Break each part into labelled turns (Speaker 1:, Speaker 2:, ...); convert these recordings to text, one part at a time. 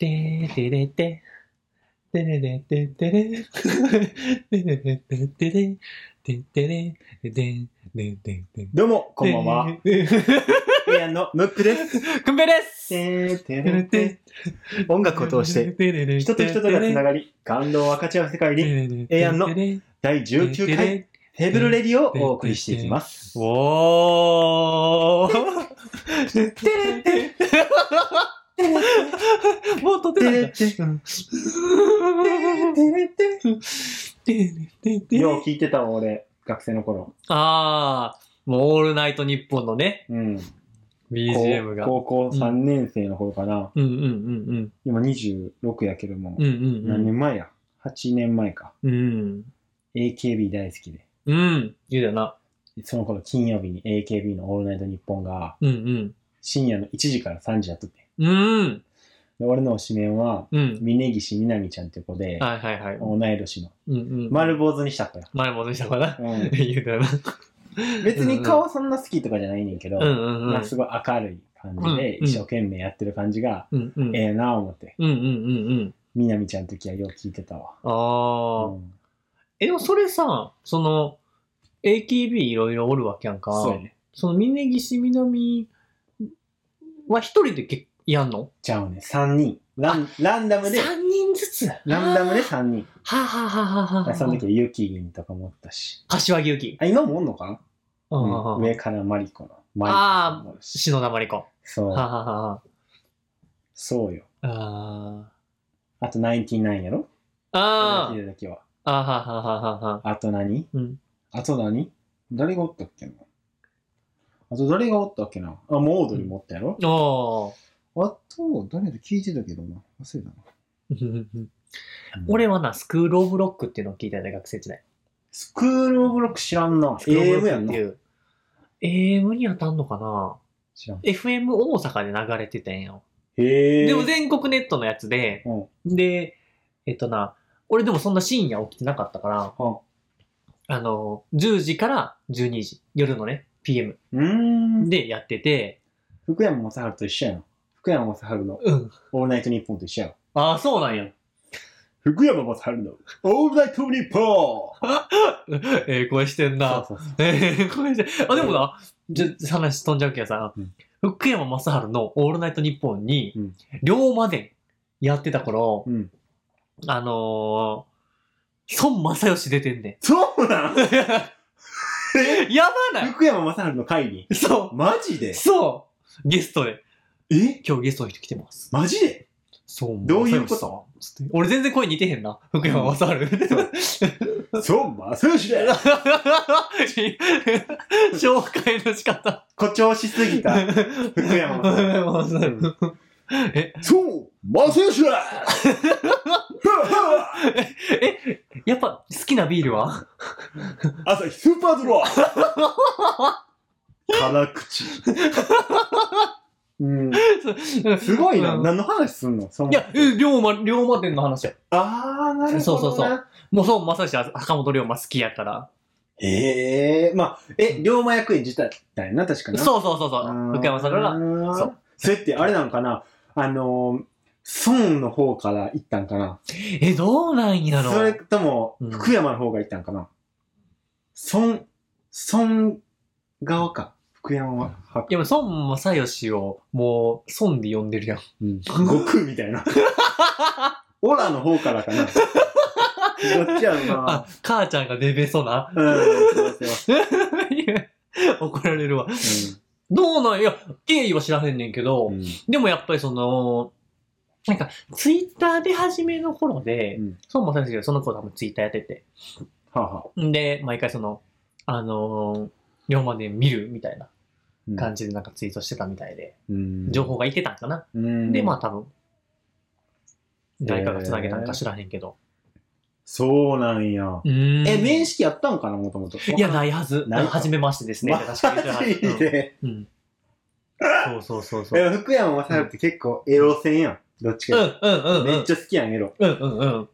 Speaker 1: でーででで。でれれででれ。でれれででれ。ででれ。ででででで。
Speaker 2: どうも、こんばんは。。ペアのムックです。
Speaker 1: くんべです
Speaker 2: てーてれて音楽を通して、
Speaker 1: て
Speaker 2: 人と人とがつながり、感動を分かち合う世界に、
Speaker 1: り
Speaker 2: エアンの第19回テーブルレディをお送りしていきます。
Speaker 1: おーてれてもう撮っててないん
Speaker 2: れ
Speaker 1: だ。
Speaker 2: てよう聞いてたわ、俺、学生の頃。
Speaker 1: ああ、もうオールナイトニッポンのね、
Speaker 2: うん。
Speaker 1: BGM が。
Speaker 2: 高高校3年生の頃かな。
Speaker 1: うんうんうん
Speaker 2: 今26やけども
Speaker 1: うん。う、ん
Speaker 2: 何年前や ?8 年前か。
Speaker 1: うんうん。うん。
Speaker 2: AKB 大好きで。
Speaker 1: うん。言うだな。
Speaker 2: その頃金曜日に AKB のオールナイトニッポンが
Speaker 1: うん
Speaker 2: 深夜の1時から3時やっとって。
Speaker 1: うん。うん。
Speaker 2: で俺の推しメンは、
Speaker 1: うん。
Speaker 2: 峯岸みなみちゃんっていう子で、
Speaker 1: はいはいはい。
Speaker 2: 同い年の。
Speaker 1: うんうん。
Speaker 2: 丸坊主にした子や。
Speaker 1: 丸戻したかな。
Speaker 2: うん
Speaker 1: 言うだな。
Speaker 2: 別に顔そんな好きとかじゃないねんけど、
Speaker 1: うんうんうん。
Speaker 2: まあすごい明るい感じで、
Speaker 1: うん
Speaker 2: 一生懸命やってる感じが、
Speaker 1: うんうん。
Speaker 2: ええなぁ思って。
Speaker 1: うんうんうんうん。
Speaker 2: みなみちゃんの時はよう聞いてたわ。
Speaker 1: ああ、
Speaker 2: うん
Speaker 1: え、でもそれさ、その、AKB いろいろおるわけやんか。
Speaker 2: そうやね。
Speaker 1: その、峯岸みなみは一人でけやんの
Speaker 2: ちゃうね。3人。ランランダムで、
Speaker 1: 三人ずつ。
Speaker 2: ランダムで
Speaker 1: は
Speaker 2: 3人。
Speaker 1: あはあはあはあはあ。
Speaker 2: その時はユキギンとかもおったし。
Speaker 1: 柏木由紀。
Speaker 2: あ、今もおんのか
Speaker 1: う
Speaker 2: なん
Speaker 1: うんうん
Speaker 2: 上からマリコの。マリコさんもおるし
Speaker 1: 篠田麻里子。は
Speaker 2: そ
Speaker 1: あ
Speaker 2: う。
Speaker 1: はあはあは
Speaker 2: そうよ。
Speaker 1: あ。あ
Speaker 2: あとナインティナインやろ
Speaker 1: あ。あ
Speaker 2: 聞いた時は。
Speaker 1: あ。ああはあはあはあはあ。
Speaker 2: あと何
Speaker 1: うん。
Speaker 2: あと何誰がおったっけなあと誰がおったっけなあ、もうオードリーもおったやろ、
Speaker 1: おお。
Speaker 2: あと、誰で聞いてたけどな。忘れたな。
Speaker 1: 俺、はな、スクール・オブ・ロックっていうのを聞いたね、学生時代。
Speaker 2: スクールオブロック知らんな。
Speaker 1: スクールオ
Speaker 2: AM
Speaker 1: ブ
Speaker 2: や
Speaker 1: ロック
Speaker 2: ん
Speaker 1: って
Speaker 2: な
Speaker 1: い。う。AM に当たんのかな
Speaker 2: 知らん。
Speaker 1: FM 大阪で流れててんよ。
Speaker 2: へえ。
Speaker 1: でも全国ネットのやつで、
Speaker 2: うん。
Speaker 1: で、えっとな、俺でもそんな深夜起きてなかったから、
Speaker 2: あ
Speaker 1: あの、10時から12時、夜のね、PM
Speaker 2: うーん。
Speaker 1: でやってて、
Speaker 2: 福山雅治と一緒やな。福山雅治の
Speaker 1: うん。
Speaker 2: オールナイトニッポンと一緒やわ。
Speaker 1: ああ、そうなんや。
Speaker 2: 福山雅治のオールナイトニッポン
Speaker 1: ええ声してんな。
Speaker 2: そうそうそう。
Speaker 1: ええ声して、あ、でもな、じゃ、話飛んじゃうけどさ、
Speaker 2: うん
Speaker 1: 福山雅治のオールナイトニッポンに、
Speaker 2: うん
Speaker 1: 龍馬伝やってた頃、
Speaker 2: うん。
Speaker 1: あのー、孫正義出てんね
Speaker 2: そうなん
Speaker 1: ん。やば ない
Speaker 2: 福山雅治の会に。
Speaker 1: そう
Speaker 2: マジで
Speaker 1: そうゲストで。
Speaker 2: え
Speaker 1: 今日ゲストの人来てます。
Speaker 2: マジで
Speaker 1: そう、
Speaker 2: どういうこと
Speaker 1: 正義さんつって俺全然声似てへんな。福山雅治。
Speaker 2: そうそう、正義だよ
Speaker 1: 紹介の仕方。
Speaker 2: 誇張しすぎた。
Speaker 1: 福
Speaker 2: 山雅治
Speaker 1: 雅治
Speaker 2: そう、正義だ
Speaker 1: やっぱ好きなビールは
Speaker 2: 朝日スーパードロー 辛口。うん、すごいな。
Speaker 1: うん
Speaker 2: 何の話すんのその
Speaker 1: いや、うん龍馬、龍馬伝の話よ。
Speaker 2: あー、なるほどな。
Speaker 1: そうそうそう。もうそう、まさしは坂本龍馬好きやから。
Speaker 2: ええまあ、え、龍馬役員自体だよな、確かにな。
Speaker 1: そうそうそうそうう。
Speaker 2: ん
Speaker 1: 福山雅治が。
Speaker 2: うん
Speaker 1: そう
Speaker 2: それって、あれなのかなあのー、孫の方から行ったんかな
Speaker 1: え、どうなんやろ
Speaker 2: それとも
Speaker 1: う、ん
Speaker 2: 福山の方が行ったんかな孫、孫側か。福山は。
Speaker 1: いや、もう孫正義を、もう、孫で呼んでるやん。
Speaker 2: うん悟空みたいな。オラの方からかな。どっちやろ
Speaker 1: あ
Speaker 2: な。、
Speaker 1: 母ちゃんがデベソな。
Speaker 2: うん、そうそう
Speaker 1: いや怒られるわ。どうなんいや、経緯は知らへんねんけど、
Speaker 2: うん。
Speaker 1: でもやっぱりその、なんか、ツイッターで初めの頃で、
Speaker 2: うん
Speaker 1: 孫正義がその子多分ツイッターやってて、
Speaker 2: はあはあ
Speaker 1: んで、毎回その、あのー、龍馬で見るみたいな
Speaker 2: うん
Speaker 1: 感じでなんかツイートしてたみたいで、
Speaker 2: うん
Speaker 1: 情報がいけたんかな。
Speaker 2: うん
Speaker 1: で、まあ多分、誰かが繋げたんか知らへんけど。
Speaker 2: そうなんや。
Speaker 1: うん
Speaker 2: え、面識やったんかな、もともと。
Speaker 1: いや、ないはず。
Speaker 2: ないか
Speaker 1: 初めましてですね。
Speaker 2: マ
Speaker 1: 確かに言ってない
Speaker 2: ジで。
Speaker 1: うん うんそうそうそうそう。
Speaker 2: え、福山雅治って結構エロ戦やん。どっち
Speaker 1: うん
Speaker 2: か
Speaker 1: うんうんうん。
Speaker 2: めっちゃ好きやん、エロ。
Speaker 1: うんうんうん。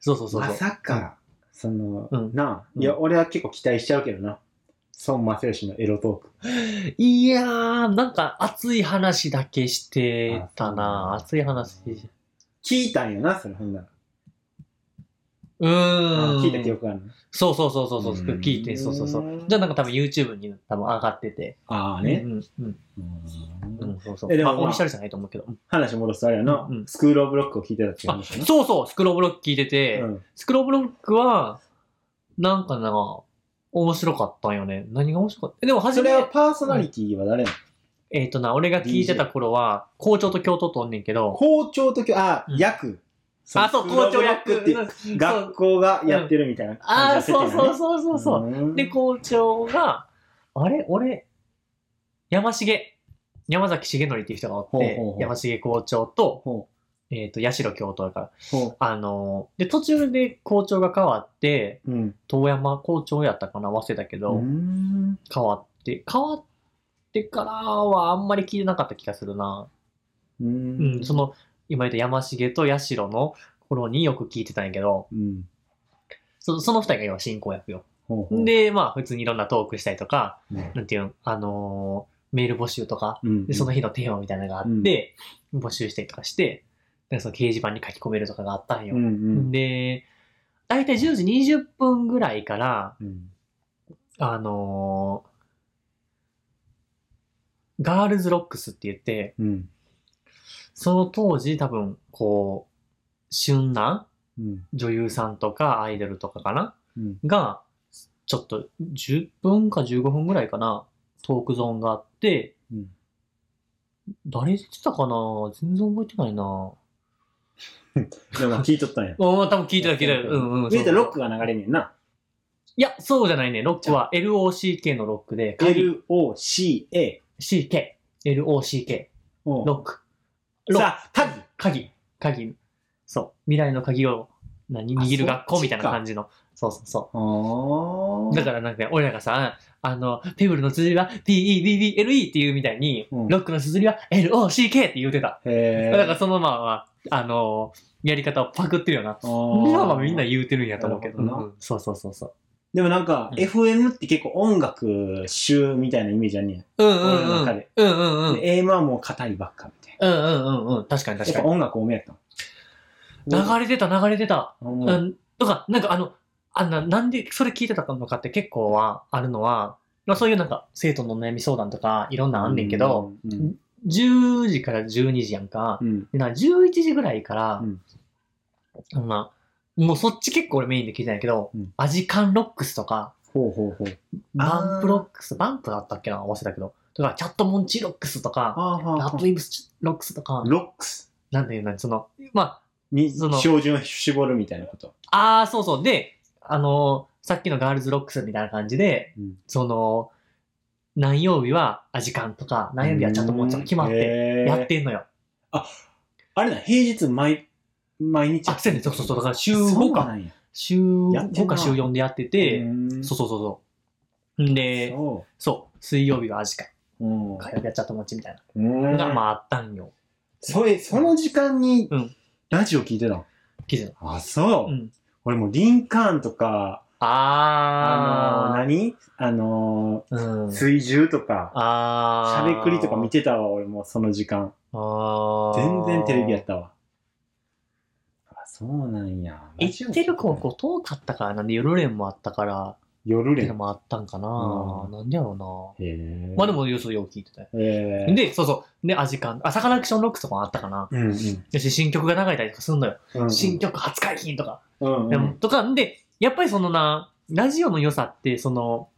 Speaker 1: そうそうそう
Speaker 2: ま
Speaker 1: そう。
Speaker 2: さか、その
Speaker 1: う、ん
Speaker 2: なあ。いうや、俺は結構期待しちゃうけどな。孫正義のエロトーク。
Speaker 1: いやー、なんか熱い話だけしてたな熱い話。
Speaker 2: 聞いたんよな、それほんなら。
Speaker 1: うーん。
Speaker 2: 聞いた記憶があるの。
Speaker 1: そうそうそうそうそう、
Speaker 2: うん
Speaker 1: 聞いて、そうそうそう。じゃあなんか多分 YouTube に多分上がってて。
Speaker 2: ああね
Speaker 1: う。んうん
Speaker 2: う
Speaker 1: うんん。うん、そうそう。
Speaker 2: えで
Speaker 1: ま
Speaker 2: も
Speaker 1: あ
Speaker 2: まあ
Speaker 1: オフィシャルじゃないと思うけど。うん
Speaker 2: 話戻すとあれやな
Speaker 1: うんう、ん
Speaker 2: スクールオブロックを聞いてたって
Speaker 1: あ、
Speaker 2: 話やな。
Speaker 1: そうそう、スクローブロック聞いてて、
Speaker 2: うん
Speaker 1: スクローブロックは、なんかな、面白かったんよね。何が面白かったえでも初
Speaker 2: それは
Speaker 1: め、
Speaker 2: パーソナリティは誰なの
Speaker 1: えっ、とな、俺が聞いてた頃は、校長と教頭とおんねんけど、
Speaker 2: 校長とき、あ、
Speaker 1: うん
Speaker 2: 役。
Speaker 1: あ、そう、校長
Speaker 2: ス
Speaker 1: 役
Speaker 2: クールオブロックっていう
Speaker 1: うんそう
Speaker 2: 学校がやってるみたいな
Speaker 1: あ
Speaker 2: 感
Speaker 1: ー、
Speaker 2: じの
Speaker 1: そう
Speaker 2: 設定な
Speaker 1: そ
Speaker 2: の
Speaker 1: うそうそう
Speaker 2: ね
Speaker 1: そう。
Speaker 2: うん
Speaker 1: で、校長が、あれ俺、山重、山崎重則っていう人がおって、
Speaker 2: ほうほうほう
Speaker 1: 山重校長と、
Speaker 2: ほ
Speaker 1: えっ、と、八代教頭だから。
Speaker 2: うほ
Speaker 1: あのーで、途中で校長が変わって、
Speaker 2: ううん
Speaker 1: 遠山校長やったかな忘れたけど、
Speaker 2: うん
Speaker 1: 変わって、変わってからはあんまり聞いてなかった気がするな。
Speaker 2: う
Speaker 1: うん、
Speaker 2: ん
Speaker 1: その、今言った山重と八代の頃によく聞いてたんやけど、
Speaker 2: うん
Speaker 1: そその二人が今進行役よ。
Speaker 2: ほうほう
Speaker 1: で、まあ、普通にいろんなトークしたりとか、
Speaker 2: うん
Speaker 1: なんていうの、あのーメール募集とか、
Speaker 2: うん
Speaker 1: でその日のテーマみたいなのがあって、募集したりとかして、なんかその掲示板に書き込めるとかがあったんよ。
Speaker 2: うんうん
Speaker 1: で、だいたい10時20分ぐらいから、
Speaker 2: うん
Speaker 1: あのーガールズロックスって言って、
Speaker 2: うん
Speaker 1: その当時多分、こう、旬な
Speaker 2: うん
Speaker 1: 女優さんとかアイドルとかかな
Speaker 2: うん
Speaker 1: が、ちょっと10分か15分ぐらいかな、トークゾーンがあって、
Speaker 2: うん
Speaker 1: 誰言ってたかな全然覚えてないな。
Speaker 2: でも聞いとったん や
Speaker 1: おー多分聞いてた聞いてた。うんうん。
Speaker 2: 見え
Speaker 1: そ
Speaker 2: た
Speaker 1: う
Speaker 2: らロックが流れんねんない
Speaker 1: や、そうじゃないね。ロックは LOCK のロックで、鍵
Speaker 2: LOCA
Speaker 1: CK。LOCK。
Speaker 2: ロ
Speaker 1: ロック。ロッ
Speaker 2: ッ
Speaker 1: ク。
Speaker 2: さあタギ
Speaker 1: 鍵。鍵。そう。未来の鍵を何握る
Speaker 2: あ
Speaker 1: 学校みたいな
Speaker 2: そっちか
Speaker 1: 感じの。そうそうそ
Speaker 2: あ
Speaker 1: う。
Speaker 2: ー
Speaker 1: だからなんかね、俺らがさ、あの、ペブルの綴りは PEBBLE っていうみたいに、
Speaker 2: うん
Speaker 1: ロックの綴りは LOCK って言うてた。
Speaker 2: へ
Speaker 1: だか
Speaker 2: え
Speaker 1: らそのまあまあ、あのやり方をパクってるよな。今はみんな言うてるんやと思うけど
Speaker 2: なるほどな
Speaker 1: うんそうそうそうそう。
Speaker 2: でもなんか
Speaker 1: うん
Speaker 2: FM って結構音楽集みたいなイメージあんねん
Speaker 1: うんうん
Speaker 2: 俺の
Speaker 1: うん。う
Speaker 2: 中
Speaker 1: ん
Speaker 2: で
Speaker 1: うんうん。うん
Speaker 2: で AM はもう語りばっかみたいな
Speaker 1: うんうんうん。確かに
Speaker 2: や
Speaker 1: 確
Speaker 2: っ
Speaker 1: か
Speaker 2: ぱ
Speaker 1: に。
Speaker 2: 音楽多めやった
Speaker 1: 流
Speaker 2: れ、
Speaker 1: れてた流れてた。
Speaker 2: うん
Speaker 1: う、ん。とか、なんかあの、あんな、なんでそれ聞いてたのかって結構は、あるのは、まあそういうなんか生徒の悩み相談とかいろんなんあんねんけど、
Speaker 2: うん、
Speaker 1: 10時から12時やんか
Speaker 2: う、ん。
Speaker 1: でな11時ぐらいから
Speaker 2: うん、
Speaker 1: あのなもうそっち結構俺メインで聞いてないけど
Speaker 2: うん、
Speaker 1: アジカンロックスとか、
Speaker 2: ほうほうほう。あー
Speaker 1: バンプロックス、バンプだったっけな合わせたけど。とか、チャットモンチーロックスとか、
Speaker 2: あーはー
Speaker 1: ラ
Speaker 2: は
Speaker 1: ップ
Speaker 2: ー
Speaker 1: イブスロックスとか、
Speaker 2: ロックス
Speaker 1: なんていうの、その、ま
Speaker 2: に
Speaker 1: その
Speaker 2: 標準を絞るみたいなこと。
Speaker 1: あ、あーそうそう。で、あのーさっきのガールズロックスみたいな感じで、
Speaker 2: うん
Speaker 1: その、何曜日はアジカンとか、何曜日はチャットモンチーとか決まって、
Speaker 2: て
Speaker 1: やっ。てんのよ。
Speaker 2: あれな、平日毎、毎日。
Speaker 1: あ、そうやね、そうそうそう。だから週
Speaker 2: そう
Speaker 1: 5
Speaker 2: な
Speaker 1: か、
Speaker 2: んや。
Speaker 1: 週
Speaker 2: やってんな
Speaker 1: 5か週4でやってて、
Speaker 2: うん
Speaker 1: そうそ
Speaker 2: そ
Speaker 1: うそうそう。んで、
Speaker 2: う。
Speaker 1: そう、水曜日はアジカン、
Speaker 2: うん
Speaker 1: 火曜日はチャットモンチーみたいな。
Speaker 2: うん
Speaker 1: のがまああったんよ。
Speaker 2: それ、その時間に
Speaker 1: うん、
Speaker 2: ラジオ聞いてたの
Speaker 1: 記事の。
Speaker 2: あ、そうう。
Speaker 1: ん。
Speaker 2: 俺もうリンカーンとか、
Speaker 1: あ
Speaker 2: あの、
Speaker 1: ー。
Speaker 2: 何あの、
Speaker 1: うん。
Speaker 2: 水獣とか、し
Speaker 1: あ
Speaker 2: ゃ
Speaker 1: ー。
Speaker 2: べくりとか見てたわ、俺もうその時間。
Speaker 1: あ
Speaker 2: 全然テレビやったわ。あ、そうなんや。
Speaker 1: 行ってる高校遠かったからなんで夜練もあったから
Speaker 2: 夜
Speaker 1: っていう
Speaker 2: 練
Speaker 1: の。もあったんかな、
Speaker 2: うん
Speaker 1: なんでやろ
Speaker 2: へえ
Speaker 1: うなまあで、もよそよく聞いてたよ
Speaker 2: へえ
Speaker 1: でそうそうでアジカンあサカナクションロックスとかもあったかな
Speaker 2: うんうん
Speaker 1: だし新曲が流れたりとかすんのよ、
Speaker 2: うんうん。
Speaker 1: 新曲初解禁とか、
Speaker 2: うん
Speaker 1: で
Speaker 2: う
Speaker 1: も
Speaker 2: ん。
Speaker 1: とかんでやっぱりそのなラジオの良さってその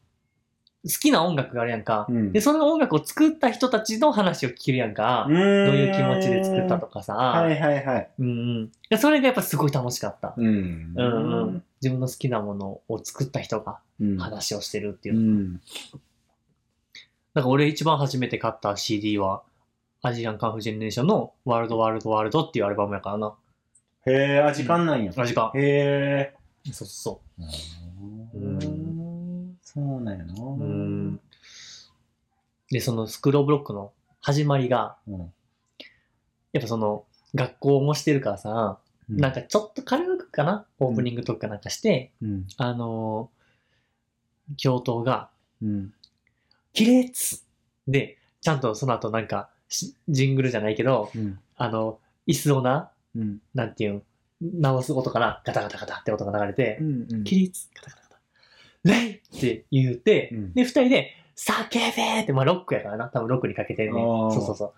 Speaker 1: 好きな音楽があるやんか、
Speaker 2: うん
Speaker 1: でその音楽を作った人たちの話を聞けるやんか、
Speaker 2: どう
Speaker 1: どういう気持ちで作ったと
Speaker 2: か。
Speaker 1: かさ、
Speaker 2: はいはいはい。
Speaker 1: うんうんで、それがやっぱすごい楽しかった。
Speaker 2: うん
Speaker 1: うんうん。自分の好きなものを作った人が
Speaker 2: うん。
Speaker 1: 話をしてるっていうう。
Speaker 2: ん。
Speaker 1: なんか俺一番初めて買った CD は、アジアンカンフージェネレーションのワールドワールドワールドっていうアルバムやからな。
Speaker 2: へえ、味感なんや。
Speaker 1: アジカン。
Speaker 2: へえ。
Speaker 1: そうそうそうう。うん。
Speaker 2: ん。そうなんやな。う
Speaker 1: うん。で、そのスクローブロックの始まりが、
Speaker 2: うん。
Speaker 1: やっぱその学校もしてるからさ、なんかちょっと軽くかな、オープニングとかなんかして、
Speaker 2: うん。
Speaker 1: あのー教頭が、
Speaker 2: うん。
Speaker 1: キレッツで、ちゃんとその後なんか、しジングルじゃないけど、
Speaker 2: うん。
Speaker 1: あの、椅子をな、
Speaker 2: うん。
Speaker 1: なんていうん、直す音かな、ガタガタガタって音が流れて
Speaker 2: う、ん。うん
Speaker 1: 起立、ガタガタガタ、レイって言うて、
Speaker 2: うん
Speaker 1: で、二人で、叫べーって、まあロックやからな、多分ロックにかけてんねん
Speaker 2: あー
Speaker 1: そうそうそう。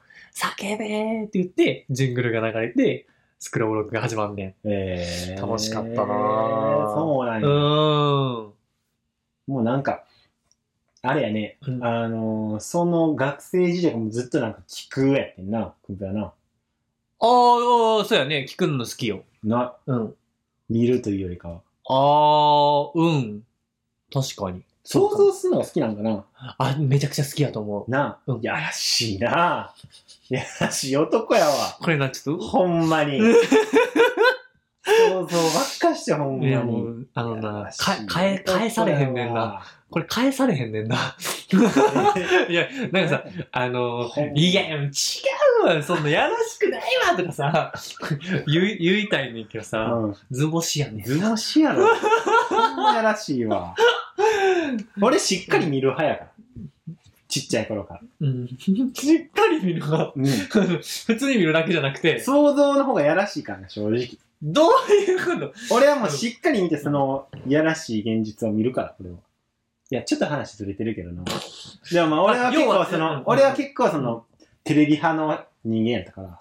Speaker 1: 叫べーって言って、ジングルが流れて、スクロールロックが始まんね
Speaker 2: えー
Speaker 1: 楽しかったなぁ
Speaker 2: そうなん
Speaker 1: ん。
Speaker 2: や
Speaker 1: う。ーん。
Speaker 2: もうなんか、あれやね、
Speaker 1: うん
Speaker 2: あのーその学生時代もずっとなんか聞くやってんな、くんだな。
Speaker 1: あーあー、そうやね。聞くの好きよ。
Speaker 2: な、
Speaker 1: うん。
Speaker 2: 見るというよりかは。
Speaker 1: ああ、うん。確かに。そ
Speaker 2: 想
Speaker 1: うかも
Speaker 2: 像するのが好きなんかな。
Speaker 1: あ、めちゃくちゃ好きやと思う。
Speaker 2: な、
Speaker 1: うん
Speaker 2: やらしいな。やらしい男やわ。
Speaker 1: これな、ちょっと、
Speaker 2: ほんまに。想像ばっかして、ほんま
Speaker 1: い
Speaker 2: に。
Speaker 1: やもう、あのな、か
Speaker 2: いや
Speaker 1: 変え、返されへんねんな。。これ返されへんねん な。 いや、なんかさ、あの
Speaker 2: ほんま、
Speaker 1: いやいや、違うわ、そんなやらしくないわとかさ、言い言いたいねんけどさ、
Speaker 2: うん。
Speaker 1: 図星やねん。
Speaker 2: 図星やろ。ほんまやらしいわ。俺しっかり見る派やから。ちっちゃい頃から。
Speaker 1: うん。しっかり見るわ。
Speaker 2: うん。
Speaker 1: 普通に見るだけじゃなくて、
Speaker 2: 想像の方がやらしいからな、正直。
Speaker 1: どういうこと
Speaker 2: 俺はもうしっかり見て、その、やらしい現実を見るから、これは。いや、ちょっと話ずれてるけどな。でもまあ、俺は結
Speaker 1: 要
Speaker 2: 構
Speaker 1: は
Speaker 2: そ
Speaker 1: うん
Speaker 2: の、俺は結構その、テレビ派の人間やったから。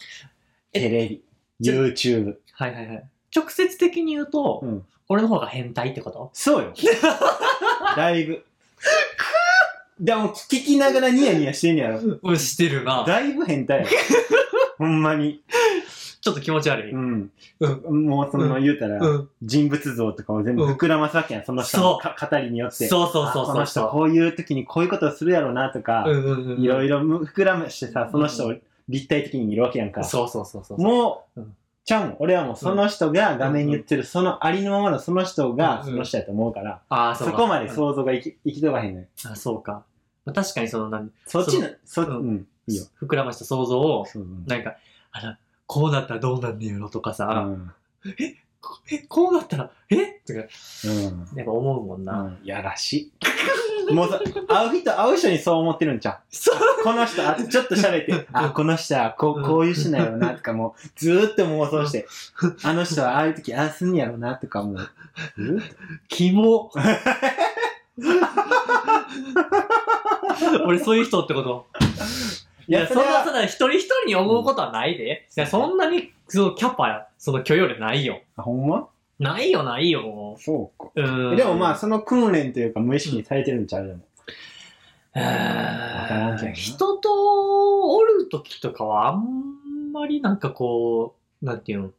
Speaker 1: え
Speaker 2: テレビ、
Speaker 1: ちょ
Speaker 2: YouTube。
Speaker 1: はいはいはい。直接的に言うと、
Speaker 2: うん。
Speaker 1: 俺の方が変態ってこと
Speaker 2: そ うよ。だいぶ。でも、聞きながらニヤニヤしてんねやろ。
Speaker 1: うん、してるな。
Speaker 2: だいぶ変態やろ。ほんまに。
Speaker 1: ちょっと気持ち悪い。
Speaker 2: うん。
Speaker 1: うん。
Speaker 2: もうその、言うたら、
Speaker 1: うん。
Speaker 2: 人物像とかを全部膨らますわけやん、その人
Speaker 1: そう
Speaker 2: のか語りによって。
Speaker 1: そうそうそう
Speaker 2: あこ
Speaker 1: そ
Speaker 2: の
Speaker 1: う
Speaker 2: 人
Speaker 1: そ
Speaker 2: こういう時にこういうことをするやろうなとか
Speaker 1: う。う、んうんうん。
Speaker 2: いろ
Speaker 1: い
Speaker 2: いろむ膨らましてさ、その人
Speaker 1: う
Speaker 2: を立体的に見るわけやんか。
Speaker 1: そうそうそうそう。
Speaker 2: もう、
Speaker 1: うん
Speaker 2: ちゃうもん、俺はもうその人が画面に言ってる、そのありのままのその人
Speaker 1: う
Speaker 2: が
Speaker 1: ん
Speaker 2: その人やと思うから、
Speaker 1: ああ、
Speaker 2: そう
Speaker 1: か
Speaker 2: こまで想像が行き行き届かへんのよ。
Speaker 1: あ、そうか。まあ、確かにその、なん
Speaker 2: そっちの、そっち、
Speaker 1: う
Speaker 2: うんん、いいよ。
Speaker 1: 膨らました想像を、
Speaker 2: そううん
Speaker 1: なんか、あら、こうなったらどうなんねやろとか
Speaker 2: う
Speaker 1: さ、
Speaker 2: ん。
Speaker 1: こえ、こうなったら、えとか、
Speaker 2: うん
Speaker 1: やっぱ思うもんな。
Speaker 2: うんやらしい。もうさ、会う人、会う人にそう思ってるんちゃう
Speaker 1: そう
Speaker 2: この人、あちょっと喋って、あ、この人はこうこういう人なんやろうなとかもう、ずーっと妄想して、あの人はああいう時、ああすんやろうなとかもう、ずーっと
Speaker 1: キモ俺そういう人ってことい
Speaker 2: い
Speaker 1: や、
Speaker 2: や、
Speaker 1: そ
Speaker 2: そ
Speaker 1: ん
Speaker 2: れ
Speaker 1: な、
Speaker 2: は、
Speaker 1: そんな一人一人に思うことはないで。いや、そんなに、そのキャパ、その許容量ないよ。
Speaker 2: あほんま
Speaker 1: ないよ、ないよ、も
Speaker 2: そうか。
Speaker 1: う。うん。
Speaker 2: でもまあ、、その訓練というか、無意識にされてるんちゃうでも。からんけどな
Speaker 1: 人とおるときとかはあんまりなんかこう、なんていうの、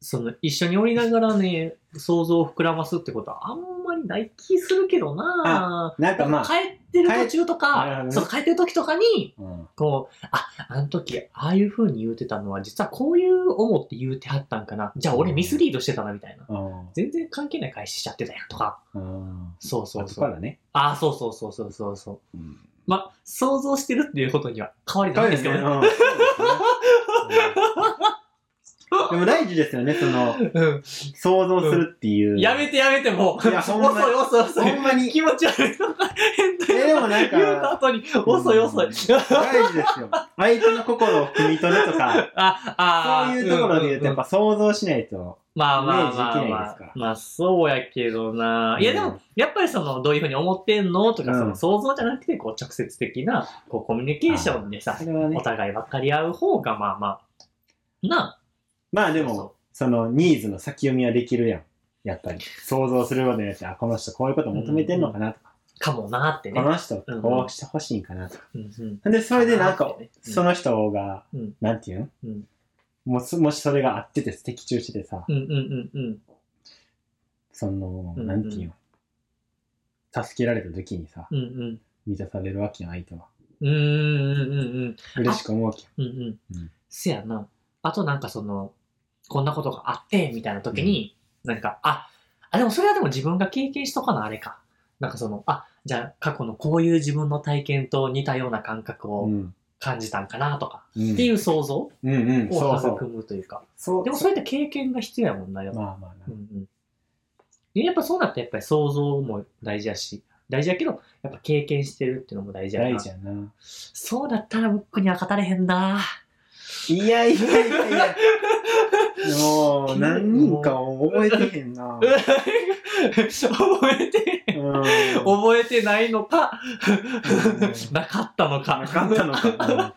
Speaker 1: その一緒におりながらね、想像を膨らますってことはあんまりない気するけどな
Speaker 2: なんかまあ、
Speaker 1: 帰ってる途中と
Speaker 2: 帰な
Speaker 1: か
Speaker 2: るほ、どね
Speaker 1: そう帰ってる時とかに、
Speaker 2: うん
Speaker 1: こう、あ、あの時、ああいう風に言うてたのは、実はこういう思って言うてはったんかな。じゃあ俺ミスリードしてたな、みたいな。
Speaker 2: うん
Speaker 1: 全然関係ない返ししちゃってたやん、とか。
Speaker 2: うん
Speaker 1: そうそう
Speaker 2: 後
Speaker 1: そ
Speaker 2: か
Speaker 1: う。
Speaker 2: らね。
Speaker 1: ああ、そうそうそうそうそうそう。
Speaker 2: うん
Speaker 1: まあ、想像してるっていうことには変わりないんですけどね。
Speaker 2: うんでも大事ですよね、その、
Speaker 1: うん
Speaker 2: 想像するっていう。
Speaker 1: やめてやめてもう。
Speaker 2: いやほんまに
Speaker 1: 遅い遅い遅い。
Speaker 2: ほんまに
Speaker 1: 気持ち悪い。変態
Speaker 2: えでもなんか
Speaker 1: 言うた後に、遅い遅い。
Speaker 2: 大事ですよ。相手の心を汲み取るとか、
Speaker 1: あ、あ
Speaker 2: そ
Speaker 1: ー
Speaker 2: ういうところで言うと、や
Speaker 1: ん
Speaker 2: っ
Speaker 1: ん
Speaker 2: ぱ想像しないと。
Speaker 1: まあまあ
Speaker 2: イメ
Speaker 1: ま
Speaker 2: ージ
Speaker 1: あ
Speaker 2: でき
Speaker 1: ま
Speaker 2: ないです
Speaker 1: あ
Speaker 2: から。
Speaker 1: まあそうやけどな。いやで
Speaker 2: う
Speaker 1: も
Speaker 2: ん、
Speaker 1: やっぱりその、どういうふうに思ってんのとか、
Speaker 2: うん
Speaker 1: その想像じゃなくて、こう直接的な、こうコミュニケーションでさ
Speaker 2: そ、れはね
Speaker 1: お。互い分かり合う方が、まあまあ、な
Speaker 2: まあ
Speaker 1: あ。
Speaker 2: で
Speaker 1: そう
Speaker 2: も、そのニーズの先読みはできるやん。やっぱり。想像することによって、あ、この人こういうこと求めてんのかなとか、
Speaker 1: そうかもなってね。
Speaker 2: この人
Speaker 1: うん
Speaker 2: こうしてほしいんかなとか。
Speaker 1: うんうん
Speaker 2: で、それでなん
Speaker 1: かな
Speaker 2: か
Speaker 1: ってね、うん
Speaker 2: その人が
Speaker 1: うん、
Speaker 2: なんていう
Speaker 1: うん
Speaker 2: のもしもしそれが合ってて、的中しててさ、
Speaker 1: うんうんうんうん。
Speaker 2: その、
Speaker 1: うん
Speaker 2: なんていうの助けられた時にさ、
Speaker 1: うんうん。
Speaker 2: 満たされるわけよ、相手は。
Speaker 1: うーんうんうん
Speaker 2: 嬉しく思うわけよ。
Speaker 1: うんうんう
Speaker 2: うんん。
Speaker 1: せやな。あとなんかその、こんなことがあって、みたいな時に、なんか、あ、あ、でもそれはでも自分が経験しとかなあれか。なんかその、あ、じゃあ過去のこういう自分の体験と似たような感覚
Speaker 2: う
Speaker 1: を
Speaker 2: ん。
Speaker 1: 感じたんかなとか、
Speaker 2: うん
Speaker 1: っていう想像を
Speaker 2: うんうん、そうそ
Speaker 1: 育
Speaker 2: う。
Speaker 1: むというか。
Speaker 2: そう
Speaker 1: でもそういった経験が必要やもんなよ。
Speaker 2: まあまあな
Speaker 1: うんうん。やっぱそうなったらやっぱり想像も大事やし、大事やけど、やっぱ経験してるっていうのも大事やな。
Speaker 2: 大事やな。
Speaker 1: そうだったら僕には語れへんな。
Speaker 2: いやいやいやいや。も何人かも覚えてへん な。うん
Speaker 1: 覚えて、覚えてないのか、なかったのか。
Speaker 2: なかったのかな。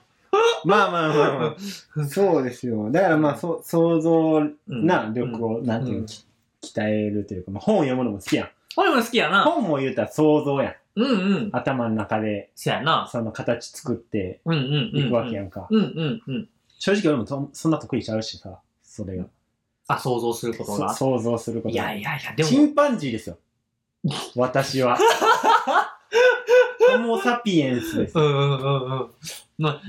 Speaker 2: まあまあまあまあ。そうですよ。だからまあ、そ想像
Speaker 1: うん
Speaker 2: な力を、なんていうの、き鍛えるというか、まあ、本を読むのも好きやん。
Speaker 1: 俺も好きやな。
Speaker 2: 本も言うたら想像やん。
Speaker 1: うんうん。
Speaker 2: 頭の中で、
Speaker 1: そやな。
Speaker 2: その形作って
Speaker 1: うんうんうん。
Speaker 2: いくわけやんか。
Speaker 1: うんうんうん。
Speaker 2: 正直俺もそそんな得意ちゃうしさ、それが。
Speaker 1: あ、想像すること
Speaker 2: そ
Speaker 1: が。
Speaker 2: 想像すること
Speaker 1: いやいやいや、で
Speaker 2: チ
Speaker 1: も、
Speaker 2: ンパンジー ですよ。私は。ホモ・サピエンスです
Speaker 1: う。んうんうんうん。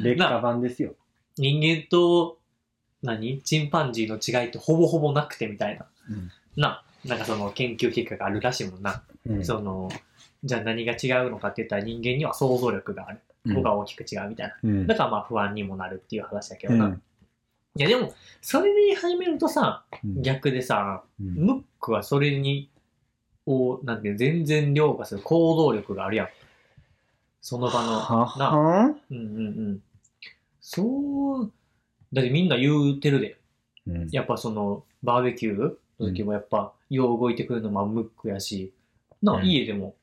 Speaker 2: 劣化版ですよ。
Speaker 1: 人間と、何チンパンジーの違いってほぼほぼなくてみたいな。
Speaker 2: うん
Speaker 1: な、なんかその研究結果があるらしいもんな。
Speaker 2: うん
Speaker 1: その、じゃあ何が違うのかって言ったら人間には想像力がある。
Speaker 2: うん
Speaker 1: 僕は大きく違うみたいな。
Speaker 2: うん
Speaker 1: だからまあ不安にもなるっていう話だけ
Speaker 2: う
Speaker 1: どな。
Speaker 2: ん
Speaker 1: いやでも、それで言い始めるとさ、
Speaker 2: うん
Speaker 1: 逆でさ、
Speaker 2: うん
Speaker 1: ムックはそれに、を、なんていうの全然凌駕する行動力があるやん。その場の。
Speaker 2: は
Speaker 1: な。
Speaker 2: は
Speaker 1: うんうんうん。そう、だってみんな言うてるで。
Speaker 2: うん
Speaker 1: やっぱその、バーベキューの時もやっぱ、よう動いてくるのもムックやし、な、
Speaker 2: うん
Speaker 1: 家でも、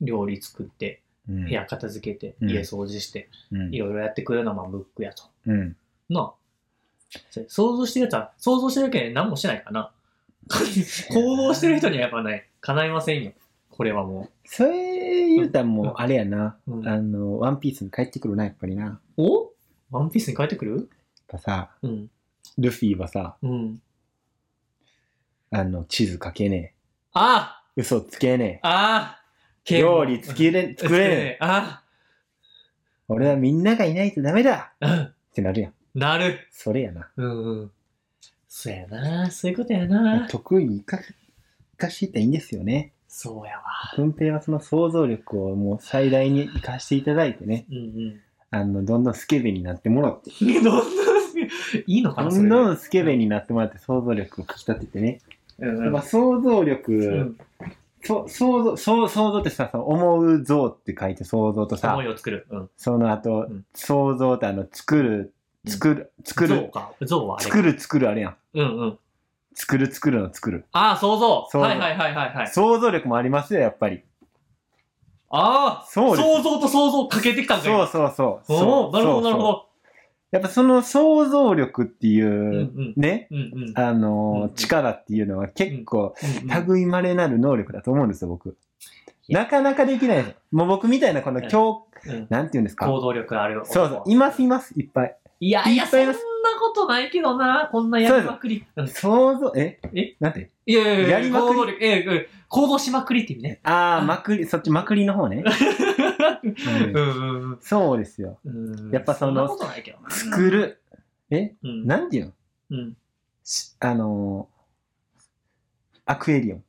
Speaker 1: 料理作って、
Speaker 2: うん
Speaker 1: 部屋片付けて、
Speaker 2: うん
Speaker 1: 家掃除して、
Speaker 2: うん
Speaker 1: いろいろやってくるのもムックやと。
Speaker 2: うん
Speaker 1: なあ。それ想像してるやつは、想像してるだけで何もしてないか な。行動してる人にはやっぱね、叶いませんよ。これはも
Speaker 2: それ言うたらもうあれやな、
Speaker 1: う。うん
Speaker 2: あの、ワンピースに帰ってくるな、やっぱりな。やっ
Speaker 1: おワンピースに帰ってくる
Speaker 2: ぱさ、
Speaker 1: うん。
Speaker 2: ルフィはさ、
Speaker 1: うん。
Speaker 2: あの、地図書けね
Speaker 1: あ
Speaker 2: え。嘘つけね
Speaker 1: あ
Speaker 2: え。
Speaker 1: 剣
Speaker 2: 料理つけ れん、作れねえ。
Speaker 1: あ
Speaker 2: 俺はみんながいないとダメだ
Speaker 1: うん
Speaker 2: ってなるやん。
Speaker 1: なる。
Speaker 2: それやな。
Speaker 1: うんうん。そうやな。そういうことやな。
Speaker 2: 得意に生かし生かしていったらいいんですよね。
Speaker 1: そうやわ。
Speaker 2: 文平はその想像力をもう最大に生かしていただいてね、
Speaker 1: うん うん。
Speaker 2: あの、どんどんスケベになってもらって、
Speaker 1: どんな、いいのか
Speaker 2: ど
Speaker 1: な、それ
Speaker 2: ん
Speaker 1: で。
Speaker 2: どんスケベになってもらって想像力をかき立ててね。
Speaker 1: うんうん
Speaker 2: まあ想像力、
Speaker 1: うん
Speaker 2: そ想像、そう想像ってさ、その思う像って書いて想像とさ
Speaker 1: 思、いを作る。うん。
Speaker 2: その
Speaker 1: う
Speaker 2: 後、
Speaker 1: ん
Speaker 2: 想像ってあの、作る、作る、作
Speaker 1: 像
Speaker 2: る、
Speaker 1: か。像はあれか。
Speaker 2: 作る作るあれやん。
Speaker 1: うんうん。
Speaker 2: 作る作るの作る。
Speaker 1: ああ、想像。
Speaker 2: そう
Speaker 1: はいはいはいはい、はい。
Speaker 2: 想像力もありますよ、やっぱり。
Speaker 1: ああ、
Speaker 2: そうです。
Speaker 1: 想像と想像をかけてきたんか
Speaker 2: そう
Speaker 1: よ。
Speaker 2: そうそう。
Speaker 1: おお、なるほどなるほ
Speaker 2: ど。
Speaker 1: ど。
Speaker 2: やっぱその想像力っていうう、
Speaker 1: ん
Speaker 2: ね、
Speaker 1: うん。うんうん。
Speaker 2: あのー
Speaker 1: うん
Speaker 2: 力っていうのは結構、
Speaker 1: うんうん
Speaker 2: 類まれなる能力だと思うんですよ、僕。
Speaker 1: いや
Speaker 2: なかなかできないです。もう僕みたいな、この強、
Speaker 1: うん
Speaker 2: なんて言うんですか。
Speaker 1: 行動力ある男
Speaker 2: そうそう、いますいます、いっぱい。
Speaker 1: いやいや、
Speaker 2: いっ
Speaker 1: そ
Speaker 2: ぱ
Speaker 1: ん
Speaker 2: いい
Speaker 1: な
Speaker 2: ます
Speaker 1: ことないけどな、こんなやりまくり。うん
Speaker 2: 想像、え
Speaker 1: え
Speaker 2: なんて
Speaker 1: いやいやいや、
Speaker 2: やりまくり
Speaker 1: 行動力、ええええ行動しまくりって意味 ね。
Speaker 2: あー、まくり、そっちまくりの方 ね。うん
Speaker 1: うん
Speaker 2: そうですよ。
Speaker 1: うんうん。
Speaker 2: やっぱその
Speaker 1: そんなことないけどな。
Speaker 2: 作る。え
Speaker 1: うん。
Speaker 2: なんて言うの
Speaker 1: うん。
Speaker 2: しあのーアクエリオン。